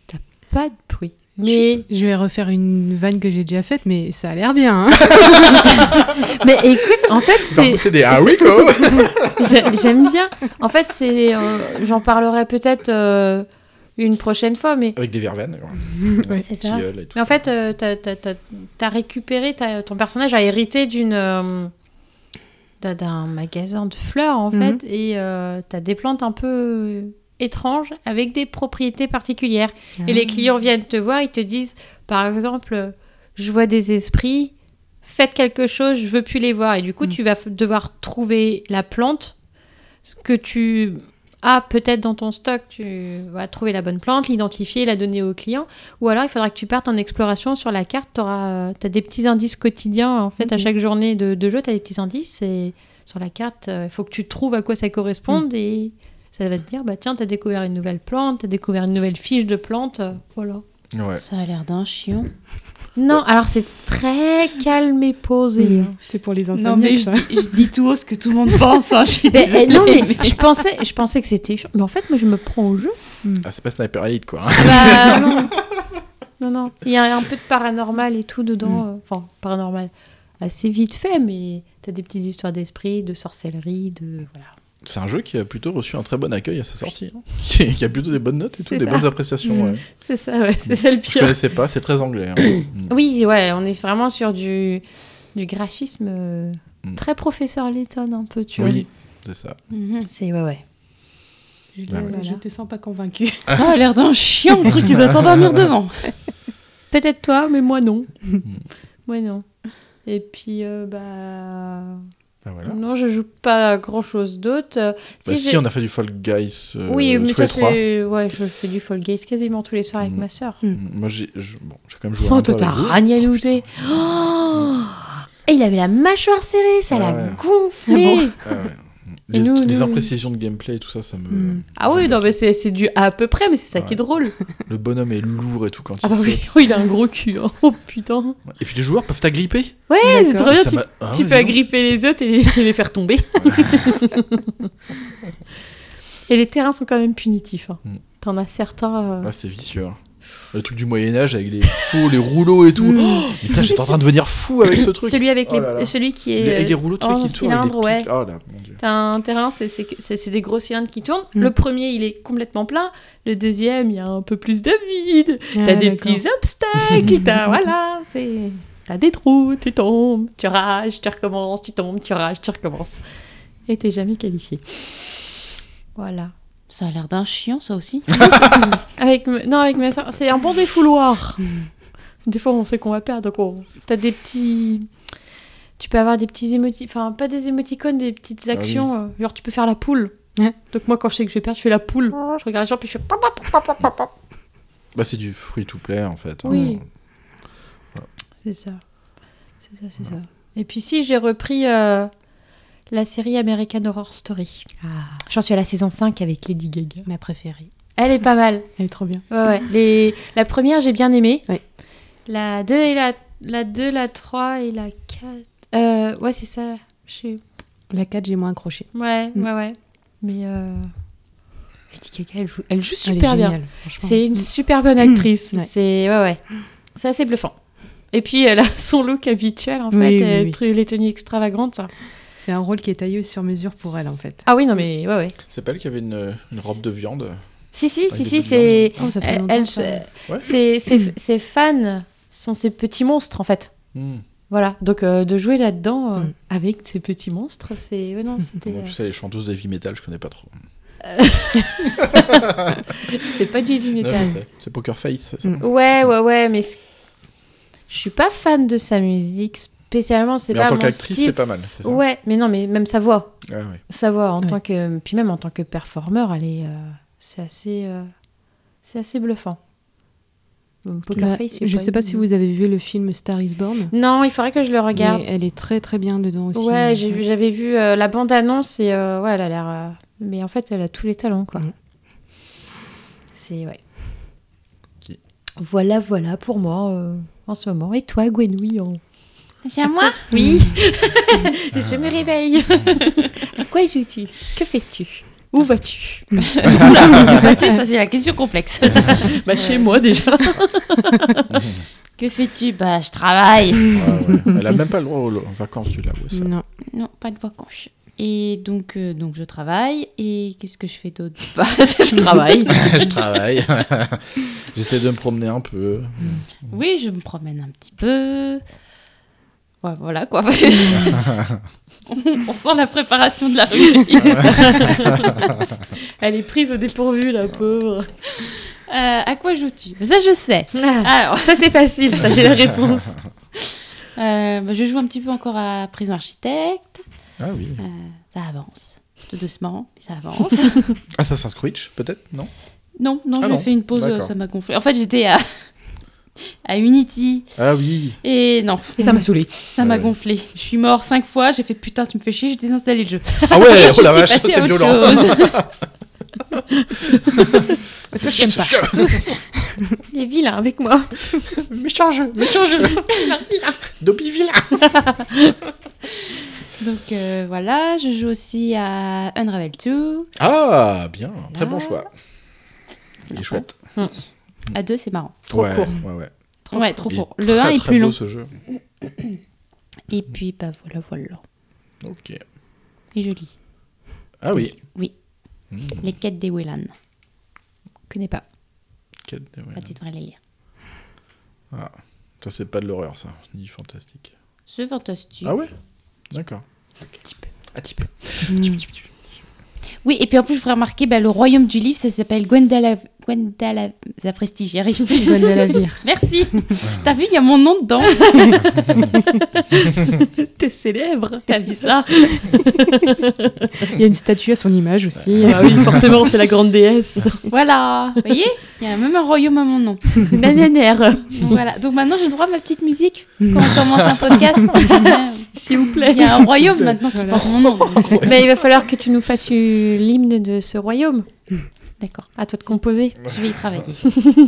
T'as pas de bruit. Mais,
Je vais refaire une vanne que j'ai déjà faite, mais ça a l'air bien. [laughs] hein.
mais écoute, en fait, c'est.
Non, C'est des ah oui
[laughs]
quoi.
J'ai- J'aime bien. En fait, c'est, euh, j'en parlerai peut-être euh, une prochaine fois, mais,
Avec des verveines. quoi.
c'est
Des tilleuls et tout.
Mais en fait, euh, t'as, t'as- t'as- t'as récupéré, t'as- ton personnage a hérité d'une euh, d'un- d'un magasin de fleurs en
Mhm.
fait, et euh, t'as des plantes un peu euh, étranges avec des propriétés particulières. Et les clients viennent te voir, ils te disent, par exemple, euh, je vois des esprits, faites quelque chose, je veux plus les voir. Et du coup,
Mm.
tu vas f- devoir trouver la plante que tu as peut-être dans ton stock. Tu vas trouver la bonne plante, l'identifier, la donner au client. Ou alors, il faudra que tu partes en exploration sur la carte. Tu as des petits indices quotidiens. En fait, à
Ok.
chaque journée de, de jeu, tu as des petits indices. Et sur la carte, euh, il faut que tu trouves à quoi ça correspond. Et ça va te dire, bah tiens, tu as découvert une nouvelle plante, tu as découvert une nouvelle fiche de plante. euh, Voilà.
Ouais.
Ça a l'air d'un chiant.
Non, alors c'est très calme et posé.
Mm.
hein.
C'est pour les insomniaques, ça.
dis, tout haut ce que tout le monde pense. hein, je [laughs] suis
Mais, eh, non, [laughs] mais je pensais, je pensais que c'était. chiant. Mais en fait, moi, je me prends au jeu.
Ah, c'est pas Sniper Elite quoi. [laughs] hein.
[laughs] Bah, non. non, non. Il y a un peu de paranormal et tout dedans. euh, Enfin, paranormal assez vite fait, mais t'as des petites histoires d'esprit, de sorcellerie, de. Voilà.
C'est un jeu qui a plutôt reçu un très bon accueil à sa sortie.
[laughs]
hein. Qui qui a plutôt des bonnes notes et tout,
C'est
des
ça.
bonnes
[laughs]
appréciations. ouais.
C'est ça, ouais, c'est ça
Je
le pire.
connaissais pas, c'est très
[coughs]
anglais. hein. Mm.
Oui, ouais, on est vraiment sur du, du graphisme euh,
Mm.
très professeur Layton, un peu, tu
Oui, c'est ça.
Mhm.
vois. C'est, ouais, ouais.
Bah
ouais.
Je te sens pas [laughs] convaincue.
Ça a l'air d'un chiant, le truc, tu dois t'endormir devant.
Peut-être toi, mais
[laughs]
moi non.
Mm.
moi non. Et puis, euh, bah.
Bah, voilà.
Non, je joue pas à grand chose d'autre. Euh,
Bah,
j'ai-
si, on a fait du Fall Guys. euh,
oui, mais
tous
ça
les trois.
c'est. Ouais, je fais du Fall Guys quasiment tous les soirs avec
Mm.
ma sœur.
Mm. Moi, j'ai je- bon, j'ai quand même joué.
Oh,
un peu
toi t'as
avec vous.
ragnalouté.
Mm.
Oh Et il avait la mâchoire serrée, ça
Ah
l'a
ouais.
gonflé. Ah,
Ah, ouais.
Et
Les,
nous,
les
nous-
imprécisions de gameplay et tout ça, ça me.
Ah oui, non, mais c'est c'est du à peu près, mais c'est ça qui
Ah Ouais.
est drôle.
Le bonhomme est lourd et tout quand
Ah
il
bah oui,
saute.
[laughs] oh, il a un gros cul. hein. Oh putain.
Et puis les joueurs peuvent t'agripper.
Ouais, c'est
D'accord.
trop bien.
Ça
Tu,
m'a- Ah
tu
ouais,
peux
dis donc.
agripper les autres et les, [laughs] et les faire tomber. et les terrains sont quand même punitifs. hein.
Mm.
T'en as certains. euh,
Ah, c'est vicieux. hein. Le truc du Moyen-Âge avec les [laughs] faux, les rouleaux et tout.
Mm.
Oh, putain, j'étais en train de devenir fou avec ce truc.
Celui avec
Oh
les,
là là.
celui qui est
Les- avec les
euh,
rouleaux, tu sais,
en
qui tournent avec
cylindre,
les
ouais.
pics. Oh là, mon dieu.
T'as un terrain, c'est- c'est que- c'est c'est des gros cylindres qui tournent.
Mm.
Le premier, il est complètement plein. Le deuxième, il y a un peu plus de vide.
Ah,
t'as des
d'accord.
petits
[laughs]
obstacles. t'as voilà, c'est t'as des trous. Tu tombes, tu rages, tu recommences, tu tombes, tu rages, tu recommences. Et t'es jamais qualifié. Voilà.
Ça a l'air d'un chien, ça aussi.
Avec me- non avec ma soeur, c'est un bon [laughs] défouloir. des fois on sait qu'on va perdre donc on- t'as des petits tu peux avoir des petits émoticônes enfin pas des émoticônes des petites
oui.
actions euh, genre tu peux faire la poule. Donc moi quand je sais que je vais perdre je fais la poule. Je regarde les gens puis je fais pop, pop, pop, pop, pop, pop.
Bah, c'est du fruit to play en fait. hein.
Oui. C'est ça. C'est ça c'est ça. Et puis si j'ai repris euh, la série American Horror Story. Ah. J'en suis à la saison 5 avec Lady Gaga.
Ma préférée.
Elle est pas mal.
Elle est trop bien.
Ouais, ouais. Les... La première, j'ai bien aimé.
Ouais.
La 2 et la... la 2, la 3 et la 4. Euh, ouais, c'est ça. Je sais.
La 4, j'ai moins accroché.
Ouais,
Mm.
ouais, ouais. Mais euh... Lady Gaga, elle joue, elle joue
Elle est
super bien.
géniale, franchement.
C'est une super bonne actrice.
Mm. Ouais.
C'est ouais, ouais. C'est assez bluffant. Et puis elle a [laughs] son look habituel en
Oui,
fait,
oui,
euh,
oui.
tru- les tenues extravagantes. ça.
C'est un rôle qui est taillé sur mesure pour elle, en fait.
Ah oui, non mais ouais, ouais.
C'est pas elle qui avait une, une robe de viande
Si, si,
Avec
si,
des
si,
bouts de
c'est.
viande. Oh, ça fait
elle-
longtemps
elle-
ça. Ouais.
ses-
[clears throat]
ses- Ses fans sont ces petits monstres, en fait.
Hmm.
Voilà, donc euh, de jouer là-dedans
Mm.
euh, avec ces petits monstres, c'est. ouais,
[laughs]
non, c'était.
Moi, tu sais, les chanteuses d'heavy metal, je connais pas trop.
euh, c'est pas Hmm. du heavy
Non,
metal.
je sais. C'est Poker Face, c'est ça
ouais, ouais, ouais, mais. c'est- Je suis pas fan de sa musique spécialement, c'est
Mais
pas
en tant
mon
qu'actrice,
style.
c'est pas mal, c'est ça
Ouais, mais non, mais même sa voix.
Ah ouais.
Sa voix, en tant que. Puis même en tant que performeur, elle est. euh, c'est assez. euh, c'est assez bluffant. Donc, Poker
Bah,
Face, j'ai
je sais pas si vous avez vu le film Star is Born.
Non, il faudrait que je le regarde.
Mais elle est très très bien dedans aussi.
Ouais, j'ai vu- j'avais vu euh, la bande-annonce et euh, ouais, elle a l'air. euh, Mais en fait, elle a tous les talents, quoi. C'est, ouais. Voilà, voilà pour moi euh, en ce moment. Et toi, Gwenouille en...
C'est à moi
Oui Je me réveille [laughs] À quoi joues-tu Que fais-tu Où vas-tu
[laughs] Vas-tu, ça c'est la question complexe.
Bah, chez moi, déjà.
[laughs] que fais-tu Bah je travaille.
Ah [laughs] Ouais, ouais. Elle a même pas le droit aux aux vacances, tu l'as ouais, ça.
Non.
Non, pas de vacances. Et donc, euh, donc je travaille. Et qu'est-ce que je fais d'autre [laughs] Bah, Je
[laughs]
travaille.
[laughs] je travaille. J'essaie de me promener un peu.
Oui, je me promène un petit peu. Ouais,
[laughs]
voilà quoi. on, on sent la préparation de la rue.
Elle est prise au dépourvu, la pauvre.
[laughs] Euh, à quoi joues-tu Ça, je sais.
Ah,
Alors,
ça, c'est facile, ça, j'ai la réponse.
Euh, bah, je joue un petit peu encore à Prison Architecte.
Ah oui.
Euh, ça avance. Tout doucement, mais ça avance.
Assassin's Creed, peut-être Non
non, non,
Ah
je
non,
fais une pause,
d'accord.
ça m'a gonflé. En fait, j'étais à, à Unity.
Ah oui.
Et non.
Et ça m'a saoulé.
Ça
Euh,
m'a gonflé. Je suis mort cinq fois, j'ai fait putain, tu me fais chier, j'ai désinstallé le jeu.
Ah ouais, [laughs]
[laughs] Et
oh
je
la
suis
vache,
passée à
c'est
autre
violent. Ah, [laughs]
chose. Toi, je t'aime
[laughs]
pas.
Il est vilain avec moi.
méchant jeu, méchant jeu. [laughs] Dobby Villa.
Donc euh, voilà, je joue aussi à Unravel 2.
Ah, bien. Très bon choix. Il est chouette.
À 2, c'est marrant.
ouais, Ouais, ouais.
Trop ouais, trop
Mm. Il
court.
est
Le
très,
1 est
très
plus
beau,
long.
ce jeu.
Et puis, bah voilà, voilà.
Ok.
Et joli.
Ah oui.
Oui.
Mm.
Les quêtes des Willan.
Connais pas.
Quel- ouais.
Ah, tu devrais les lire.
Ah. Ça, c'est pas de l'horreur, ça. Ni fantastique.
C'est fantastique.
Ah ouais D'accord. Un petit peu.
Oui, et puis en plus, je voudrais remarquer, bah, le royaume du livre, ça s'appelle Gwendalav... Gwendalav... Zapresti, j'y arrive plus.
Gwendalavir.
[laughs] Merci. T'as vu, il y a mon nom [laughs] dedans.
T'es célèbre.
T'as vu ça
[laughs] Il y a une statue à son image aussi.
Ah oui, forcément, c'est la grande déesse.
Voilà. Vous voyez Il y a même un royaume à mon nom.
Nananère.
Donc voilà. Donc maintenant, j'ai le droit à ma petite musique quand on commence un
Ah.
podcast.
S'il vous plaît.
Il y a un royaume maintenant qui porte mon nom. euh,
Mais il va falloir que tu nous fasses euh, l'hymne de ce royaume.
D'accord.
À toi de composer.
Je vais y travailler.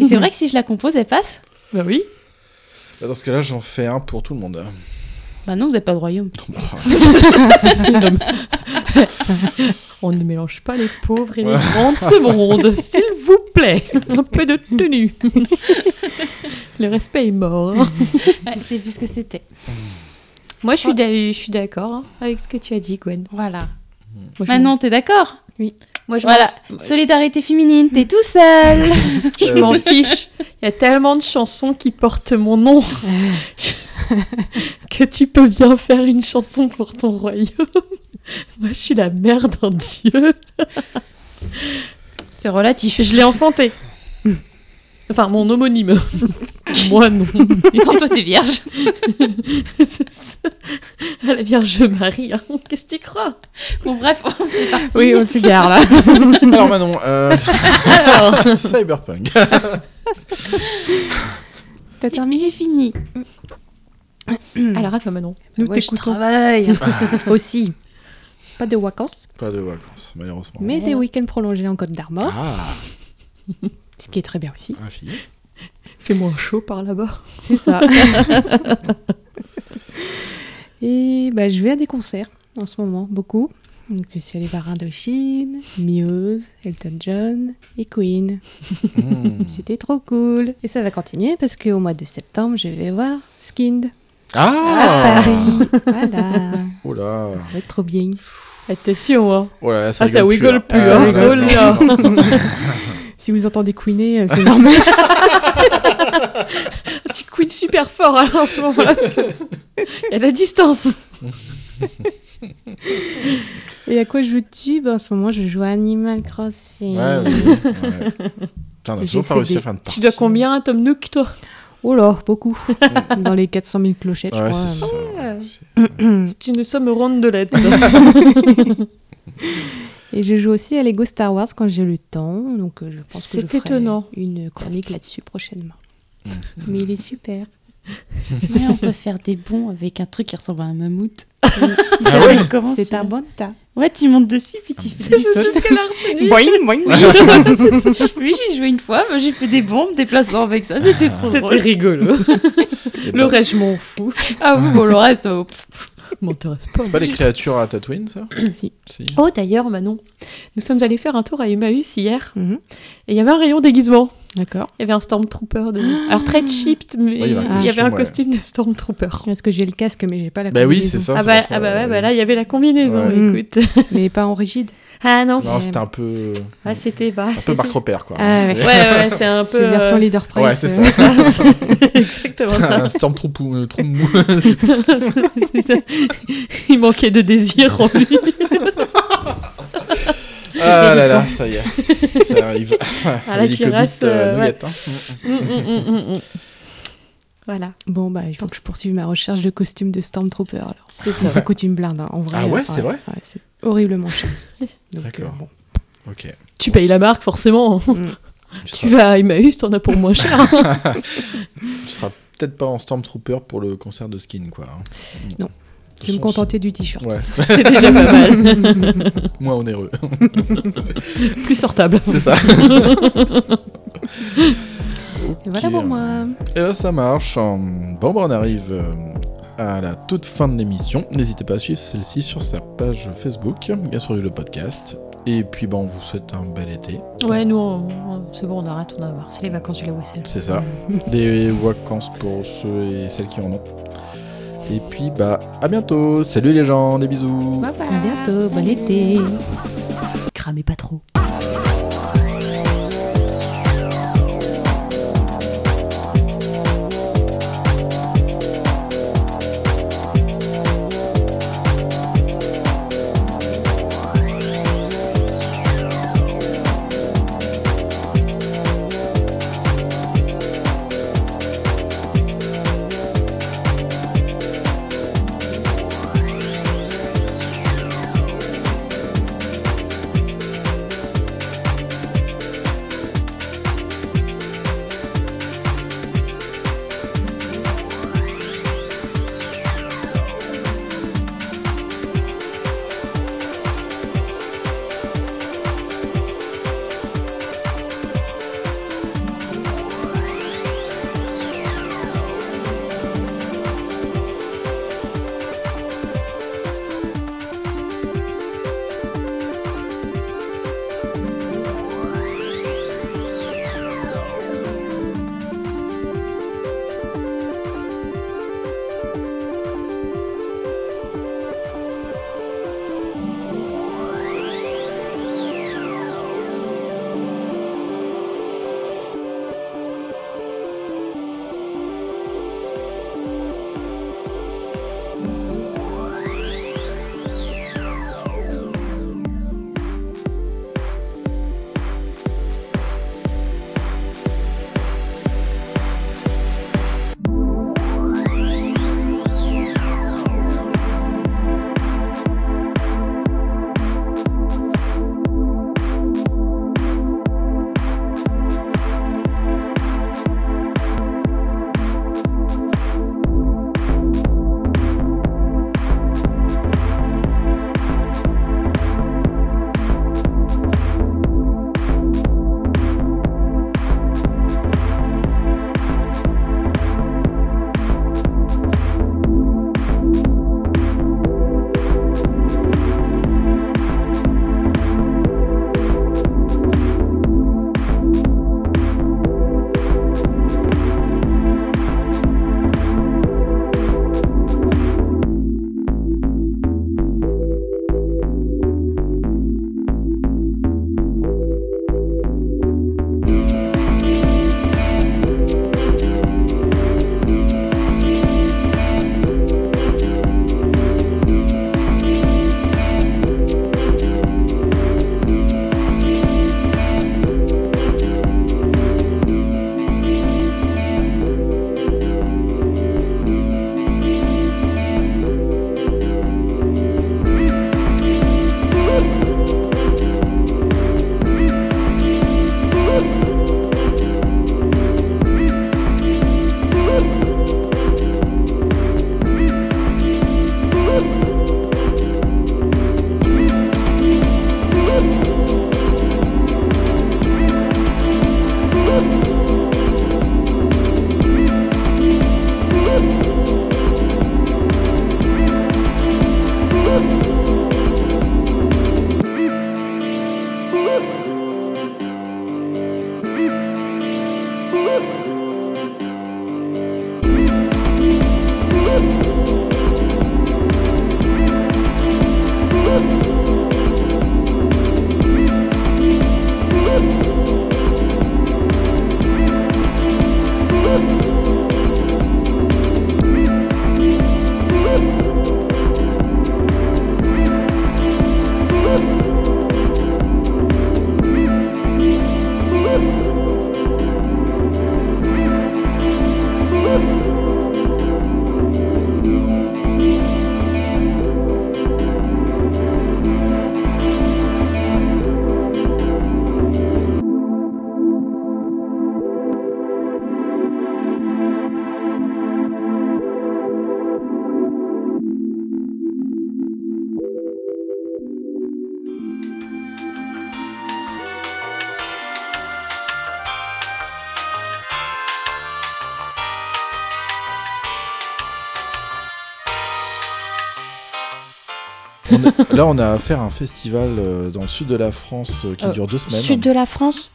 Et c'est vrai que si je la compose, elle passe
Bah oui.
Bah, Dans ce cas-là, j'en fais un pour tout le monde.
Bah non, vous n'avez pas de royaume.
[laughs] On ne mélange pas les pauvres et les grandes de ce monde, s'il vous plaît, un peu de tenue. [laughs] le respect est mort.
c'est plus ce que c'était.
Moi, je suis d'a- je suis d'accord hein, avec ce que tu as dit, Gwen.
Voilà.
Moi, je
Maintenant, t'es d'accord
Oui. Moi, je
Voilà. Solidarité féminine, t'es tout seul.
Je m'en fiche. Il y a tellement de chansons qui portent mon nom [laughs] que tu peux bien faire une chanson pour ton royaume. Moi, je suis la mère d'un dieu.
C'est relatif.
Je l'ai enfanté. Enfin, mon [laughs] homonyme. Moi, non.
Quand toi, t'es vierge.
[laughs] C'est ça. Ah, la Vierge Marie, hein. qu'est-ce que tu crois
Bon, bref, [laughs] on s'est parti.
[laughs] Oui, on s'égare
[laughs]
là.
Alors Manon, euh, Cyberpunk.
T'as terminé
J'ai fini.
Alors, à toi, Manon.
Nous
Ouais, je
t'écoutons.
travaille.
[laughs] Aussi. Pas de vacances,
Pas de vacances, malheureusement.
mais des week-ends prolongés en Côte d'Armor,
Ah,
ce qui est très bien aussi.
un fille.
Fais-moi un show par là-bas.
C'est [laughs] ça. Et bah, je vais à des concerts en ce moment, beaucoup. Donc, je suis allée voir Indochine, Muse, Elton John et Queen.
Hmm.
[laughs] C'était trop cool. Et ça va continuer parce qu'au mois de septembre, je vais voir Skind à
Ah
Paris. voilà.
Oh là
Ça va être trop bien.
Attention, hein.
Oh là là, ça
Ah, ça
rigole
rigole
plus,
plus,
là.
hein.
Ah,
Rigole,
là, non, non, non.
Si vous entendez Queener, euh, c'est normal.
[laughs] Tu couines super fort alors, en ce moment-là parce que... Il y a de la distance.
[laughs] Et à quoi joue-tu Bah, En ce moment, je joue à Animal Crossing.
Ouais, ouais, ouais. Putain, on a
J'ai
toujours pas réussi à
cédé.
faire une partie.
Tu dois combien à Tom Nook, toi
Oh là, beaucoup. Dans les 400 000 clochettes, je
Hmm. Ouais,
crois.
c'est ça.
C'est une somme ronde de [laughs] lettres.
Et je joue aussi à Lego Star Wars quand j'ai le temps, donc euh, je pense que je
C'est
ferai
étonnant.
une chronique là-dessus prochainement.
Mhm.
Mais il est super.
Mais on peut faire des bons avec un truc qui ressemble à un mammouth.
Ah ouais Ah,
Comment
C'est
tu-
un bon tas.
Ouais, tu montes dessus puis tu fais du saut.
Jusqu'à la retenue.
[laughs] Oui, j'ai joué une fois, mais j'ai fait des bons en me déplaçant avec ça, c'était
Ah.
trop
C'était [laughs]
drôle.
rigolo.
Et pas-
Le reste, je m'en fous.
Ah oui, bon, le reste, euh, pff,
M'intéresse pas.
C'est pas les créatures à Tatooine, ça
Si.
Si.
Oh, d'ailleurs, Manon, nous sommes allés faire un tour à Emmaüs hier
Mhm.
et il y avait un rayon déguisement.
D'accord.
Il y avait un Stormtrooper. De... Alors, très cheap, mais
Ouais, il y avait un
il y avait un
costume, ouais.
costume de Stormtrooper.
Parce que j'ai le casque, mais j'ai pas la
Bah oui,
combinaison.
c'est ça.
Ah,
c'est
bah,
pour ça,
ah bah ouais,
euh,
bah là, il y avait la combinaison,
Ouais.
Mm.
écoute.
Mais pas en rigide.
Ah non,
Non, c'était un peu.
Ah, c'était... Bah,
Un peu
c'était-
Marc Repère, quoi.
Ah ouais.
Ouais, ouais,
[laughs]
c'est un peu...
C'est version
euh,
leader price.
ouais, c'est
euh,
ça.
ça,
[laughs]
c'est- Exactement ça.
Un Stormtrooper euh, trou mou.
[laughs] C'est ça. Il manquait de désir en lui.
Ah là là, ça y
[laughs]
est. Ça arrive. [laughs]
À la
Hélicobite,
cuirasse,
euh,
euh,
nougat, hein.
Mm, mm, mm, mm, mm. Voilà.
Bon, bah, il faut que je poursuive ma recherche de costume de Stormtrooper. Alors.
C'est
Ça, ça coûte une blinde, hein, en vrai.
Ah ouais,
euh,
c'est vrai
ouais, C'est horriblement
[laughs]
cher. Donc,
D'accord.
euh, bon.
Mm. Ok.
Tu payes la marque, forcément.
Tu
Tu
seras,
vas à Emmaüs, t'en as pour moins cher. hein.
tu seras peut-être pas en Stormtrooper pour le concert de Skin, quoi. hein.
Non.
De
Je vais me
toute façon,
contenter du t-shirt.
Ouais,
C'est déjà
[laughs]
pas mal.
moins onéreux.
Plus sortable.
C'est ça.
[laughs] Et [laughs] voilà
Ok.
pour moi.
Et là, ça marche. Hum, Bon, bah, on arrive euh, à la toute fin de l'émission. N'hésitez pas à suivre celle-ci sur sa page Facebook, bien sûr, le podcast. Et puis, bah, on vous souhaite un bel été.
Euh,
Ouais, nous, on- on- c'est bon, on arrête, on a marre. C'est les vacances du la Wessel.
C'est ça. Des vacances pour ceux et celles qui en ont. Et puis, bah, à bientôt. Salut les gens, des bisous.
Bye bye.
À bientôt. Bon été.
Cramez pas trop.
On a- là, on a affaire à un festival euh, dans le sud de la France euh, qui
Euh,
dure deux semaines.
Sud de la France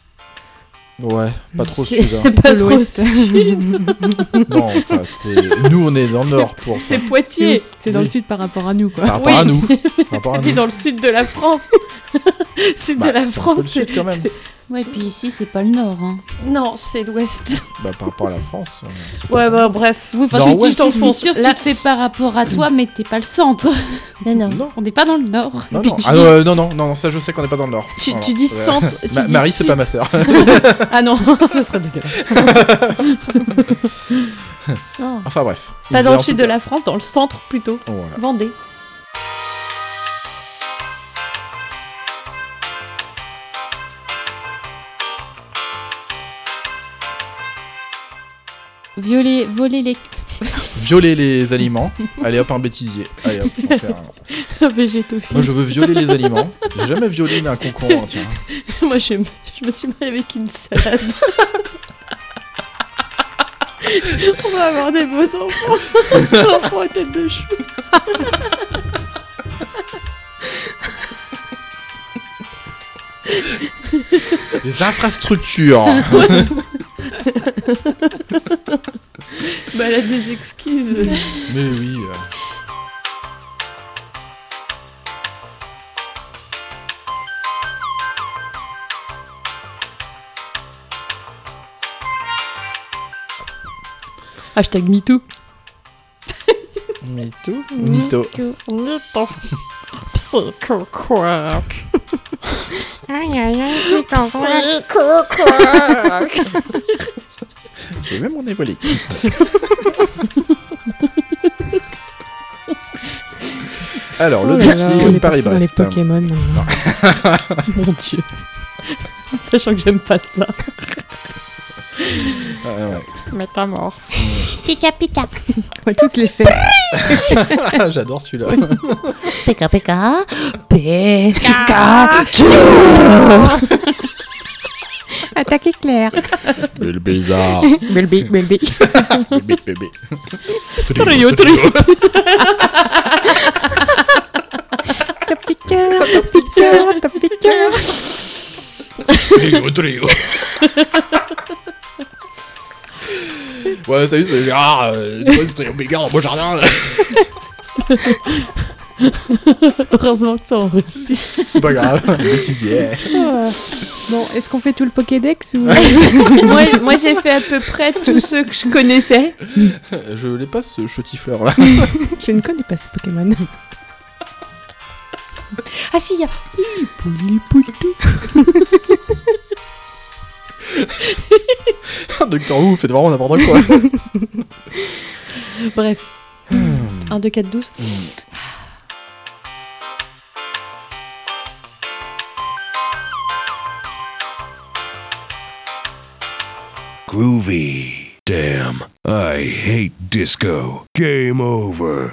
Ouais, pas trop
C'est
sud. hein.
[laughs]
Pas trop
l'ouest.
sud.
Non, enfin, c'est- nous, on est dans le
C'est-
nord pour ça.
C'est Poitiers.
[laughs] C'est c'est dans le
Oui.
sud par rapport à nous, quoi.
Par rapport à
Oui. [laughs]
nous. Par rapport à
T'as dit
nous.
dans le sud de
[laughs]
la France. [laughs] sud
Bah,
de la
c'est un peu
France.
le sud, quand même.
c'est-
Ouais, puis ici, c'est pas le nord. Hein.
Non, c'est l'ouest.
Bah, par rapport à la France. euh, c'est
[laughs] Ouais,
pas-
bah bref.
Oui,
Nord-ouest.
parce que tu
Tu
t'enfonces.
t'enfonces. sûr,
Là-
tu te fais par rapport à toi, mais t'es pas le centre.
Non, non.
Non.
On n'est pas dans le nord.
Non,
Puis [laughs]
non.
tu
Ah,
dis-
non, euh, non, non, non, ça je sais qu'on n'est pas dans le nord.
bah, Tu-
Voilà.
tu dis
Ouais.
centre, tu
Ma-
dis
Marie, c'est
sud.
pas ma sœur. [laughs]
Ah non, ce serait dégueulasse. Non.
enfin bref.
Pas
Ils
dans
en
le sud
tout
de
cas-
la France, dans le centre plutôt.
Voilà.
Vendée.
Violer, voler les.
Violer les aliments. Allez hop, un bêtisier. Allez hop, j'en fais un. Moi
Végétophile.
je veux violer les aliments. J'ai jamais violé un concombre, hein, tiens.
[laughs] Moi, je, me- je me suis mariée avec une [laughs] salade. On va avoir des beaux enfants. [laughs] Des enfants à tête de chou.
Les infrastructures.
Bah, elle a des excuses.
Mais oui. euh.
[laughs] Hashtag MeToo.
Mito. Mito.
Psycho-quack.
[laughs] J'ai même mon évolé. Alors, le
Oh là là, on
dossier
est parti dans les
Paris-Brest.
Pokémon. hein.
Mon dieu. Sachant que j'aime pas ça.
Ah, ouais.
Métamorphe.
Pika pika.
On va tous les faire.
Ah, J'adore celui-là.
Pika pika. Pika.
Attaque éclair.
Le bizarre.
Bulbi, bulbi.
bébé, bébé.
Trio, trio.
Tapica, tapica, tapica.
Trio, trio. Ouais, salut, c'est Gérard. euh, C'est quoi ce trio Bégard dans mon jardin là
Heureusement que ça enregistre.
C'est pas grave. Bêtisier.
Oh.
Bon, est-ce qu'on fait tout le
[laughs]
Pokédex ou...
moi, moi, j'ai fait à peu près tous ceux que je connaissais.
Euh, Je l'ai pas ce chetifleur là.
Je ne connais pas ce Pokémon.
Ah si, il y a...
[laughs] Docteur Who, vous faites vraiment n'importe quoi.
Bref. 1, 2, 4, 12.
Groovy. Damn. I hate disco. Game over.